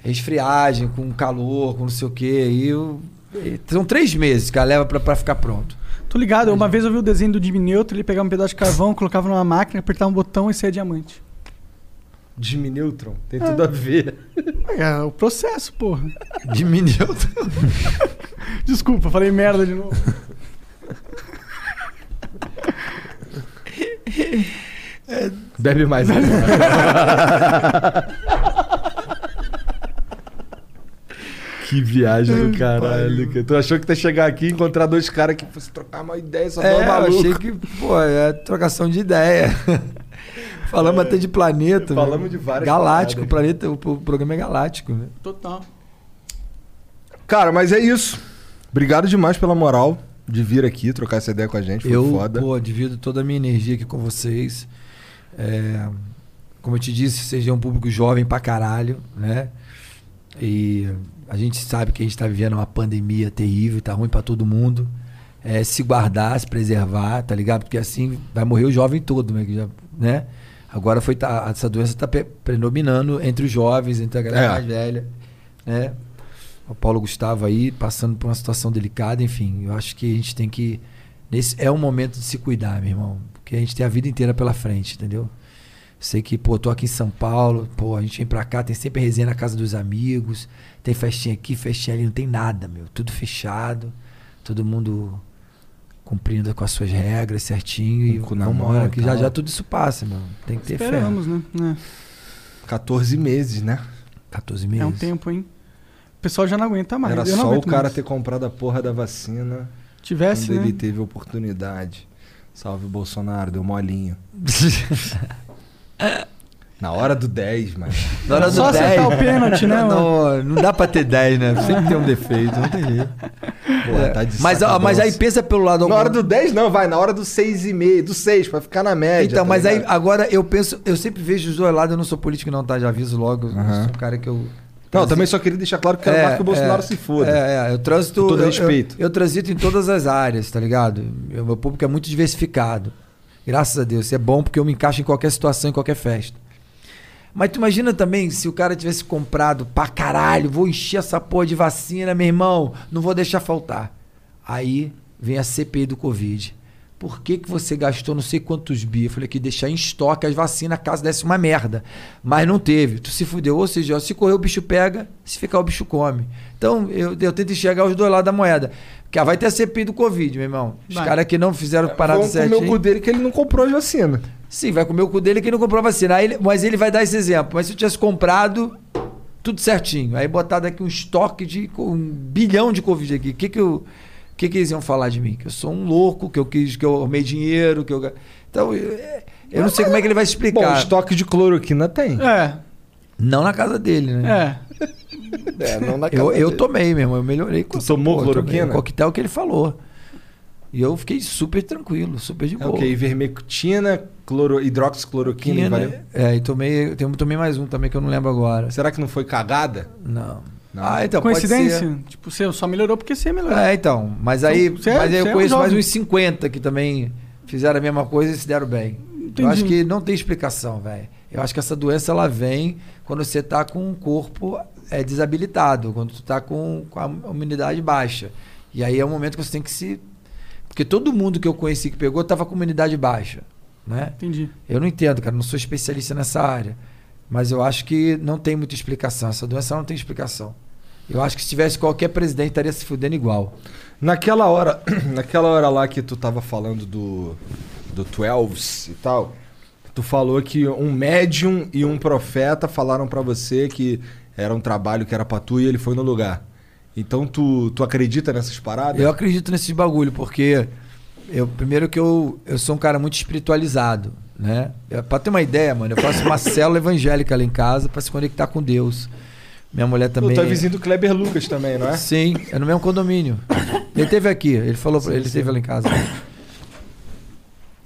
C: resfriagem, com calor, com não sei o quê. E o- e são três meses, cara, leva pra, pra ficar pronto.
B: Tô ligado, uma vez eu vi o desenho do Jimmy Neutron, ele pegava um pedaço de carvão, colocava numa máquina, apertava um botão e saía diamante.
A: Jimmy Neutron. Tem tudo a ver.
B: É o processo, porra.
A: Tá
C: Diminuiu.
B: Desculpa, falei merda de novo.
A: Bebe mais. que viagem do caralho. cara. Tu achou que tu ia chegar aqui e encontrar dois caras que fosse trocar uma ideia, só
C: É,
A: falar maluco.
C: eu achei que, pô, é trocação de ideia. Falamos até de planeta.
A: É. Falamos
C: meu.
A: de várias
C: Galáctico, o
A: paradas.
C: planeta, o o programa é galáctico, né?
B: Total.
A: Cara, mas é isso. Obrigado demais pela moral de vir aqui trocar essa ideia com a gente. Foi
C: eu,
A: foda.
C: pô, divido toda a minha energia aqui com vocês. É, como eu te disse, vocês é um público jovem pra caralho, né? E a gente sabe que a gente tá vivendo uma pandemia terrível, tá ruim pra todo mundo. É, se guardar, se preservar, tá ligado? Porque assim vai morrer o jovem todo, né? Que já- né? Agora foi tá- essa doença tá pre- predominando entre os jovens, entre a galera
A: É.
C: mais velha, né? O Paulo Gustavo aí passando por uma situação delicada, enfim, eu acho que a gente tem que nesse é um momento de se cuidar, meu irmão, porque a gente tem a vida inteira pela frente, entendeu? Sei que, pô, tô aqui em São Paulo, pô, a gente vem pra cá, tem sempre resenha na casa dos amigos, tem festinha aqui, festinha ali, não tem nada, meu. Tudo fechado, todo mundo cumprindo com as suas regras certinho
A: Com o cu
C: e
A: na mão
C: vambora,
A: e
C: que já
A: tal.
C: já tudo isso passa, meu. Tem que ter fé.
B: Esperamos, né? É.
A: 14 meses, né?
C: 14
B: É,
C: meses.
B: um tempo, hein? O pessoal já não aguenta mais.
A: Era
B: eu não
A: só o
B: aguento
A: cara
B: mais.
A: ter comprado a porra da vacina
B: Tivesse,
A: quando
B: né?
A: ele teve oportunidade. Salve Bolsonaro, deu molinho. Na hora do 10, mano.
C: Na hora
B: Só
C: do
B: acertar
C: 10,
B: o pênalti, né,
C: Não, não dá pra ter 10, né? Sempre tem um defeito, não tem jeito.
A: Pô, tá de
C: É. mas,
A: saca
C: ó, mas aí
A: grossa.
C: pensa pelo lado
A: Na
C: algum-
A: hora do 10 não, vai. Na hora do 6,5, do 6, pra ficar na média.
C: Então,
A: tá
C: mas aí
A: ligado?
C: agora eu penso, eu sempre vejo os dois lados, eu não sou político não, tá? Já aviso logo, eu
A: Aham.
C: sou um cara que eu...
A: Não, também só queria deixar claro que eu quero mais que o Bolsonaro se foda.
C: É, é, eu transito...
A: Com todo
C: eu-
A: respeito.
C: Eu, eu transito em todas as áreas, tá ligado? Eu- meu público é muito diversificado. Graças a Deus, isso é bom porque eu me encaixo em qualquer situação, em qualquer festa. Mas tu imagina também se o cara tivesse comprado pra caralho, vou encher essa porra de vacina, meu irmão, não vou deixar faltar. Aí vem a CPI do Covid. Por que, que você gastou não sei quantos bi? Eu falei que deixar em estoque as vacinas caso desse uma merda. Mas não teve. Tu se fudeu. Ou seja, ó, se correr o bicho pega, se ficar o bicho come. Então eu, eu tento enxergar os dois lados da moeda. Porque vai ter a CPI do Covid, meu irmão. Os
B: Vai.
C: caras que não fizeram parada
A: Vamos É, comer
C: certinha.
A: o cu dele que ele não comprou as vacinas.
C: Sim, vai comer o cu dele que não comprou a vacina. Aí ele- mas ele vai dar esse exemplo. Mas se eu tivesse comprado, tudo certinho. Aí botar daqui um estoque de co- um bilhão de Covid aqui. O que, que, eu- que, que eles iam falar de mim? Que eu sou um louco, que eu quis, que eu armei dinheiro, que eu. ga- Então, eu, eu não sei como é que ele vai
A: Bom,
C: explicar.
A: estoque de cloroquina tem.
B: É,
C: Não na casa dele, né?
B: é.
A: É, não na
C: eu,
A: casa
C: eu
A: dele.
C: tomei mesmo, eu melhorei com
A: Tu
C: essa
A: tomou
C: porra, tomei
A: cloroquina?
C: O coquetel que ele falou. E eu fiquei super tranquilo, super de
A: É
C: boa.
A: o que? Ivermectina, cloro... hidroxiquloroquina,
C: Quina-
A: valeu?
C: É, e tomei, tem- tomei mais um também que eu não lembro agora.
A: Será que não foi cagada?
C: Não.
A: Não.
C: Ah, então, pode ser.
B: Coincidência? Tipo, você só melhorou porque você melhorou.
C: É, então. Mas aí,
B: Então, você é-
C: mas aí
B: você é
C: eu
B: um
C: conheço mais
B: jovem.
C: uns 50 que também fizeram a mesma coisa e se deram bem.
B: Entendi.
C: Eu acho que não tem explicação, velho. Eu acho que essa doença ela vem quando você tá com um corpo é, desabilitado, quando tu tá com, com a imunidade baixa. E aí é o momento que você tem que se. Porque todo mundo que eu conheci que pegou tava com imunidade baixa, né?
B: Entendi.
C: Eu não entendo, cara, não sou especialista nessa área. Mas eu acho que não tem muita explicação. Essa doença não tem explicação. Eu acho que se tivesse qualquer presidente, estaria se fudendo igual.
A: Naquela hora, naquela hora lá que tu tava falando do do 12 e tal, tu falou que um médium e um profeta falaram pra você que era um trabalho que era pra tu e ele foi no lugar. Então tu, tu acredita nessas paradas?
C: Eu acredito nesses bagulho, porque eu primeiro que eu, eu sou um cara muito espiritualizado, né? Eu, pra ter uma ideia, mano, eu faço uma célula evangélica lá em casa pra se conectar com Deus. Minha mulher também.
A: Tu é vizinho do Kleber Lucas também, não é?
C: Sim, é no mesmo condomínio. Ele teve aqui, ele falou, pra- ele teve lá em casa.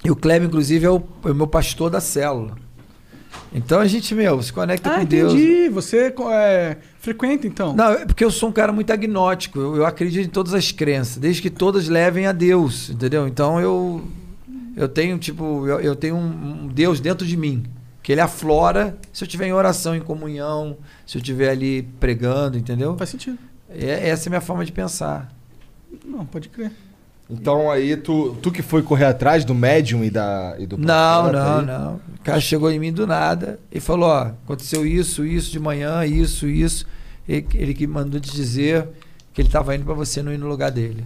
C: E o Kleber, inclusive, é o, é o meu pastor da célula. Então a gente, meu, se conecta
B: Ah,
C: com Deus. né?
B: entendi. Você co- é, frequenta, então.
C: Não, é porque eu sou um cara muito agnóstico. Eu, eu acredito em todas as crenças, desde que todas levem a Deus, entendeu? Então eu eu tenho tipo eu, eu tenho um, um Deus dentro de mim que ele aflora se eu tiver em oração, em comunhão, se eu tiver ali pregando, entendeu?
B: Faz sentido.
C: É, essa é a minha forma de pensar.
B: Não, pode crer.
A: Então aí tu, tu que foi correr atrás do médium e, da, e do
C: Não,
A: profeta
C: não,
A: aí?
C: não. O cara chegou em mim do nada e falou: ó, aconteceu isso, isso de manhã, isso, isso. Ele, ele que mandou te dizer que ele tava indo pra você não ir no lugar dele.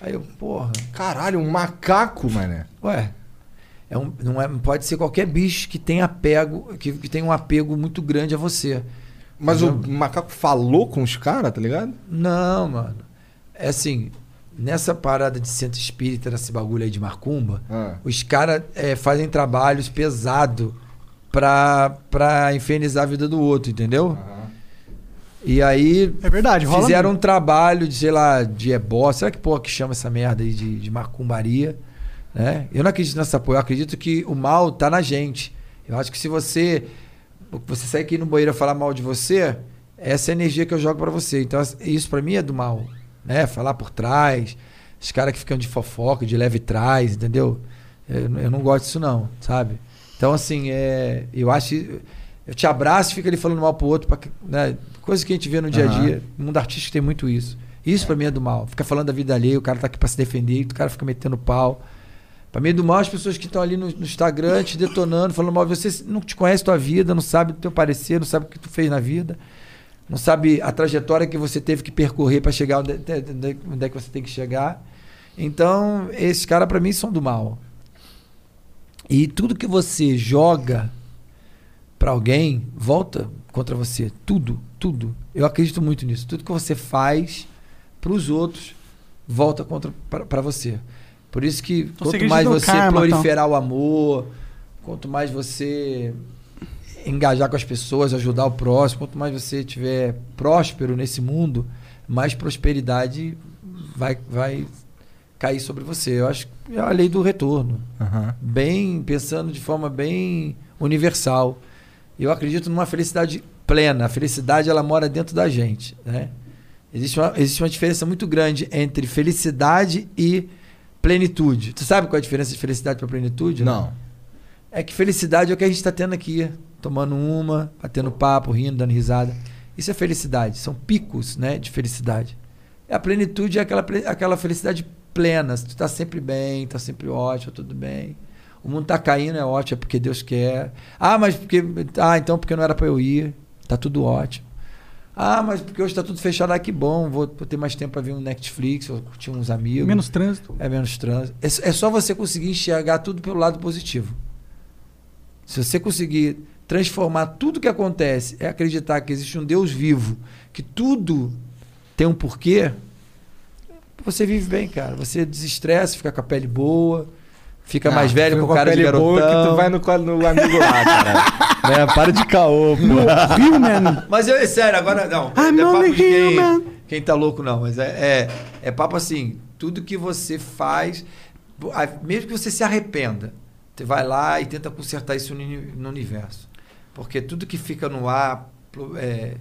C: Aí eu, porra.
A: Caralho, um macaco, mané.
C: Ué, é um, não é, pode ser qualquer bicho que tenha apego, que, que tenha um apego muito grande a você.
A: Mas
C: Entendeu?
A: o macaco falou com os caras, tá ligado?
C: Não, mano. É assim, nessa parada de centro espírita, nesse bagulho aí de macumba,
A: Ah.
C: os caras fazem trabalhos pesados pra, pra infernizar a vida do outro, entendeu? E aí
B: É verdade, rola.
C: fizeram um
B: mesmo.
C: trabalho de, sei lá, de ebó. Será que porra que chama essa merda aí de, de macumbaria? Né? Eu não acredito nessa porra. Eu acredito que o mal tá na gente. Eu acho que se você. Você sair aqui no banheiro e falar mal de você, essa é a energia que eu jogo pra você. Então, as- isso pra mim é do mal. Né? Falar por trás. Os caras que ficam de fofoca, de leve trás, entendeu? Eu, eu não gosto disso, não, sabe? Então, assim, é, eu acho. Eu te abraço e fica ali falando mal pro outro. Pra, que- né? Coisa que a gente vê no dia a dia. No mundo artístico tem muito isso. Isso pra mim é do mal. Fica falando da vida alheia, o cara tá aqui pra se defender, o cara fica metendo pau. Pra mim é do mal as pessoas que estão ali no, no Instagram te detonando, falando mal. Você não te conhece tua vida, não sabe do teu parecer, não sabe o que tu fez na vida. Não sabe a trajetória que você teve que percorrer pra chegar onde, até- onde- onde é que você tem que chegar. Então, esses caras pra mim são do mal. E tudo que você joga pra alguém volta contra você. Tudo, tudo. Eu acredito muito nisso. Tudo que você faz pros outros volta contra pra pra você. Por isso que
B: você
C: quanto
B: acredita
C: mais
B: no
C: você
B: Então karma, então?
C: proliferar o amor, quanto mais você engajar com as pessoas, ajudar o próximo, quanto mais você tiver próspero nesse mundo, mais prosperidade vai vai cair sobre você. Eu acho que é a lei do retorno
D: Aham.
C: bem pensando de forma bem universal. Eu acredito numa felicidade plena. A felicidade ela mora dentro da gente, né? Existe uma, existe uma diferença muito grande entre felicidade e plenitude. Tu sabe qual é a diferença de felicidade para plenitude? né?
A: Não.
C: É que felicidade é o que a gente está tendo aqui, tomando uma, batendo papo, rindo, dando risada. Isso é felicidade, são picos né, de felicidade. A plenitude é aquela, ple- aquela felicidade plena, se tu tá sempre bem, tá sempre ótimo, tudo bem. O mundo tá caindo, é ótimo, é porque Deus quer. Ah, mas porque. Ah, então porque não era para eu ir, tá tudo ótimo. Ah, mas porque hoje tá tudo fechado, ah, que bom, vou, vou ter mais tempo para ver um Netflix, vou curtir uns amigos.
B: Menos trânsito.
C: É menos trânsito. É, s- é só você conseguir enxergar tudo pelo lado positivo. Se você conseguir transformar tudo que acontece, é acreditar que existe um Deus vivo, que tudo tem um porquê, você vive bem, cara. Você desestressa, fica com a pele boa, fica mais velho
A: Ah,
C: com
A: Fica
C: o cara de
A: pele
C: garotão.
A: boa que tu vai no, colo- no amigo lá, cara. né? Para de caô, pô.
B: né,
C: Mas eu, é sério, agora não.
B: I'm
C: não é
B: only
C: papo de quem,
B: human.
C: quem tá louco, não. Mas é, é, é papo assim: tudo que você faz, bo- a- mesmo que você se arrependa, você vai lá e tenta consertar isso no, uni- no universo. Porque tudo que fica no ar, plo- é,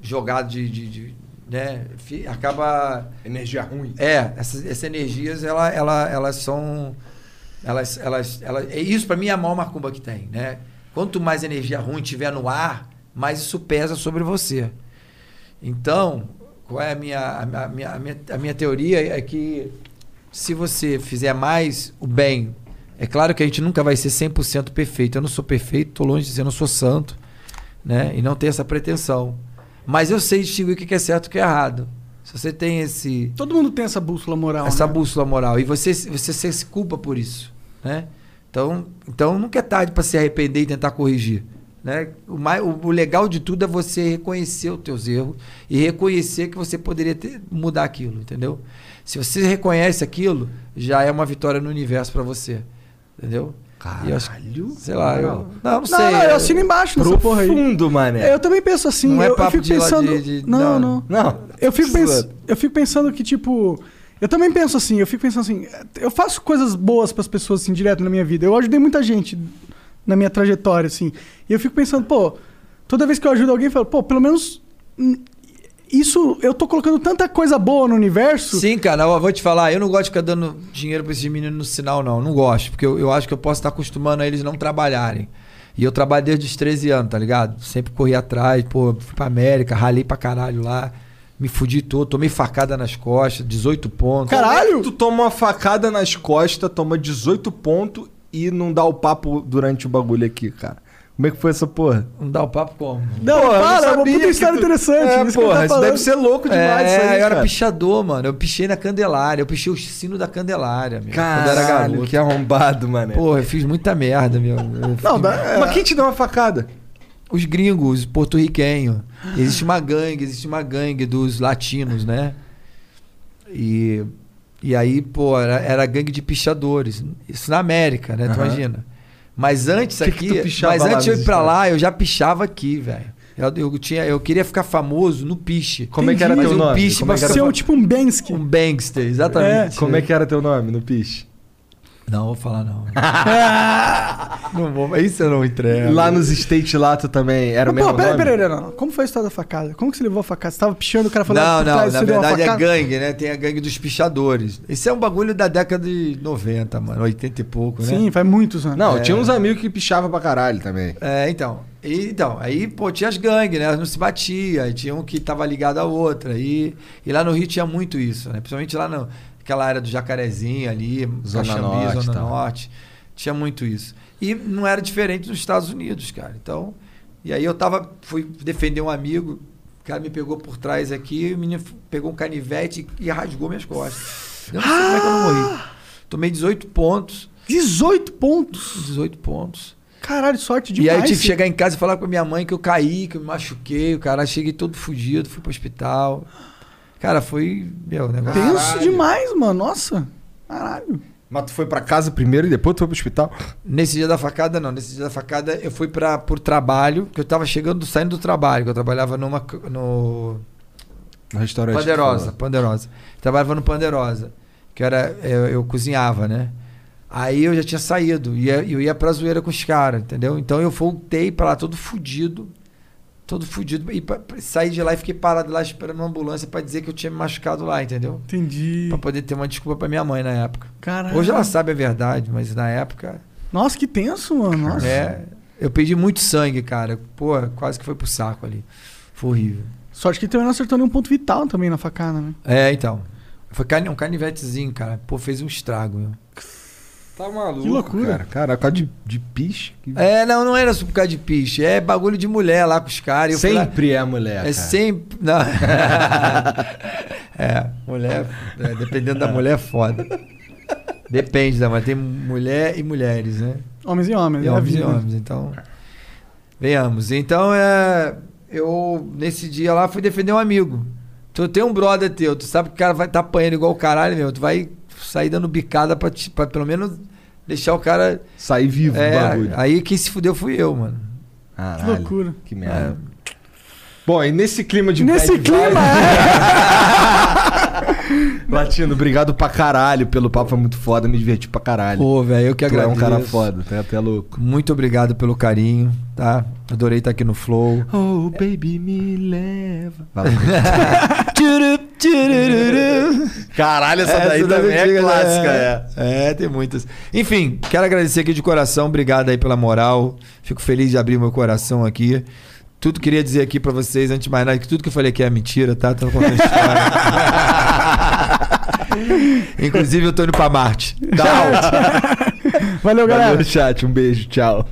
C: jogado de. de- de- né, fi- acaba.
A: Energia ruim.
C: É, essas, essas energias, ela, ela, elas são. Elas, elas, elas, é isso para mim é a maior macumba que tem, né? Quanto mais energia ruim tiver no ar, mais isso pesa sobre você. Então, qual é a minha, a minha- a minha, a minha, a minha teoria? É que se você fizer mais o bem, é claro que a gente nunca vai ser 100% perfeito. Eu não sou perfeito, estou longe de dizer, eu não sou santo, né? E não tenho essa pretensão. Mas eu sei distinguir o que que é certo e o que é errado. Se você tem esse,
B: Todo mundo tem essa bússola moral.
C: essa
B: né?
C: bússola moral. E você, você se culpa por isso, né? Então, então nunca é tarde para se arrepender e tentar corrigir. Né? O, mais, o, o legal de tudo é você reconhecer os teus erros e reconhecer que você poderia ter, mudar aquilo, entendeu? Se você reconhece aquilo, já é uma vitória no universo pra você, entendeu? E eu acho-
D: Caralho,
C: sei lá, eu,
D: moral.
C: não, eu não sei.
B: Não, não, eu
C: eu-
B: assino embaixo nessa porra aí.
D: Profundo, mané.
B: Eu também penso assim,
C: é Não é
B: eu, eu
C: papo
B: fico
C: de lá
B: pensando.
C: de- de-
B: não,
C: não.
B: não.
D: Não.
B: Eu fico, pens... eu fico pensando que, tipo. Eu também penso assim, eu fico pensando assim. Eu faço coisas boas pras pessoas, assim, direto na minha vida. Eu ajudei muita gente na minha trajetória, assim. E eu fico pensando, pô, toda vez que eu ajudo alguém, eu falo, pô, pelo menos. hum, Isso, eu tô colocando tanta coisa boa no universo.
C: Sim, cara, eu vou te falar, eu não gosto de ficar dando dinheiro pra esses meninos no sinal, não. Não gosto, porque eu, eu acho que eu posso estar acostumando a eles não trabalharem. E eu trabalho desde os 13 anos, tá ligado? Sempre corri atrás, pô, fui pra América, ralei pra caralho lá, me fudi todo, tomei facada nas costas, 18 pontos.
B: Caralho!
A: é Tu toma uma facada nas costas, toma 18 pontos e não dá o papo durante o bagulho aqui, cara. Como é que foi essa porra?
C: Não dá o papo como?
B: Não,
A: Porra, eu
B: para, é uma
A: sabia
B: puta
A: que
B: história
A: tu-
B: interessante.
A: É,
B: isso que ele
A: porra,
B: tá
A: isso
B: falando.
A: deve ser louco demais,
C: é,
A: isso aí,
C: eu era
A: cara.
C: pichador, mano. Eu pichei na Candelária, eu pichei o sino da Candelária, meu. quando eu era
A: Caralho,
C: garoto.
A: que arrombado, mané.
C: Porra, eu fiz muita merda, meu. Eu fiz-
B: Não, dá-
A: Mas quem te deu uma facada?
C: os gringos, os porto-riquenhos. Existe uma gangue, existe uma gangue dos latinos, né? E, e aí, pô, era, era gangue de pichadores. Isso na América, né? Tu
A: Aham.
C: imagina. Mas antes
A: Que que
C: aqui.
A: tu pichava
C: mas
A: lá
C: antes de eu
A: nos
C: ir pra
A: Estados?
C: lá, eu já pichava aqui, velho. Eu, eu tinha, eu queria ficar famoso no piche.
A: Como é que era
C: Entendi.
A: teu
C: Mas um
A: nome?
C: bicho
A: Como é que
C: pra
A: era-
B: Ser um, tipo um Bensky.
C: Um bangster, exatamente.
A: Como é que era teu nome no piche?
C: Não, vou falar não. não vou, isso eu não entrego.
A: Lá nos States lá tu também era o
B: Mas,
A: mesmo
B: pô, peraí,
A: nome?
B: peraí, peraí, não. Como foi a história da facada? Como que você levou a facada? Você tava pichando, o cara falou,
C: Não,
B: "Ah, por
C: não,
B: trás
C: na
B: você deu uma
C: verdade é
B: facada?"
C: gangue, né? Tem a gangue dos pichadores. Isso é um bagulho da década de 90, mano, 80 e pouco, né?
B: Sim, faz muitos anos.
A: Não,
C: É.
A: tinha uns amigos que pichavam pra caralho também.
C: É, então. E, então, aí, pô, tinha as gangues, né? Elas não se batia, aí tinha um que tava ligado à outra. E, e lá no Rio tinha muito isso, né? Principalmente lá no, naquela área do Jacarezinho ali,
A: Zona
C: Caxambi,
A: Norte,
C: Zona
A: tá.
C: Norte. Tinha muito isso. E não era diferente dos Estados Unidos, cara. Então, e aí eu tava, fui defender um amigo, o cara me pegou por trás aqui, o menino f- pegou um canivete e rasgou minhas costas. Eu não sei como é que eu não morri. Tomei 18 pontos,
B: 18 pontos.
C: 18 pontos.
B: Caralho, sorte
C: E
B: demais.
C: aí eu tive que
B: hein?
C: chegar em casa e falar com a minha mãe que eu caí, que eu me machuquei, o cara cheguei todo fudido, fui pro hospital. Cara, foi, meu, negócio.
B: Tenso
A: Caralho.
B: demais, mano. Nossa. Caralho.
A: Mas tu foi pra casa primeiro e depois tu foi pro hospital?
C: Nesse dia da facada, não. Nesse dia da facada, eu fui para pro trabalho, que eu tava chegando, saindo do trabalho, que eu trabalhava numa, c- no
A: No restaurante. que tu
C: Panderosa,
A: falou.
C: Panderosa. Trabalhava no Panderosa, que era eu, eu cozinhava, né? Aí eu já tinha saído e eu ia pra zoeira com os caras, entendeu? Então eu voltei pra lá todo fudido, todo fudido e pra- pra- saí de lá e fiquei parado lá esperando uma ambulância pra dizer que eu tinha me machucado lá, entendeu?
B: Entendi.
C: Pra poder ter uma desculpa pra minha mãe na época.
B: Caralho.
C: Hoje ela sabe a verdade, mas na época,
B: Nossa, que tenso, mano. Nossa.
C: né? Eu perdi muito sangue, cara. Pô, quase que foi pro saco ali. Foi horrível.
B: Sorte que também não acertou nenhum ponto vital também na facada, né?
C: É, então. Foi cani- um canivetezinho, cara. Pô, fez um estrago, meu.
A: Tá maluco,
B: Que loucura.
A: Cara, cara por causa de, de piche. que-
C: É, não, não era só por causa de piche. É bagulho de mulher lá com os caras. Eu fui lá-
A: Sempre é mulher,
C: É
A: cara.
C: sempre. Não. é, mulher. é, dependendo da mulher, é foda. Depende da mulher. Tem mulher e mulheres, né?
B: Homens e homens.
C: E
B: é a
C: homens e
A: né?
B: vida.
C: homens. Então. Venhamos. Então, é. Eu, nesse dia lá, fui defender um amigo. Tu tem um brother teu, tu sabe que o cara vai tá apanhando igual o caralho, meu. Tu vai sair dando bicada pra, te- pra pelo menos deixar o cara.
A: Sair vivo do
C: É,
A: bagulho.
C: aí quem se fudeu fui eu, mano.
B: Que
A: Caralho,
B: loucura.
A: que
C: É.
A: merda. Bom, e nesse clima de
B: Nesse
A: bad
B: clima, é.
A: vibe- Latino, obrigado pra caralho pelo papo, foi muito foda, me diverti pra caralho.
C: Pô, velho, eu que
A: tu é
C: agradeço.
A: um cara foda, tu é até louco.
C: Muito obrigado pelo carinho, tá? Adorei estar aqui no Flow.
A: Oh, baby, me leva. Caralho, essa, daí também é clássica, é.
C: né? é. É, tem muitas. Enfim, quero agradecer aqui de coração. Obrigado aí pela moral. Fico feliz de abrir meu coração aqui. Tudo que queria dizer aqui pra vocês, antes de mais nada, que tudo que eu falei aqui é mentira, tá? Tô contando história. Inclusive, eu tô indo pra Marte.
A: Tchau.
B: Valeu, galera.
A: Valeu, chat. Um beijo, tchau.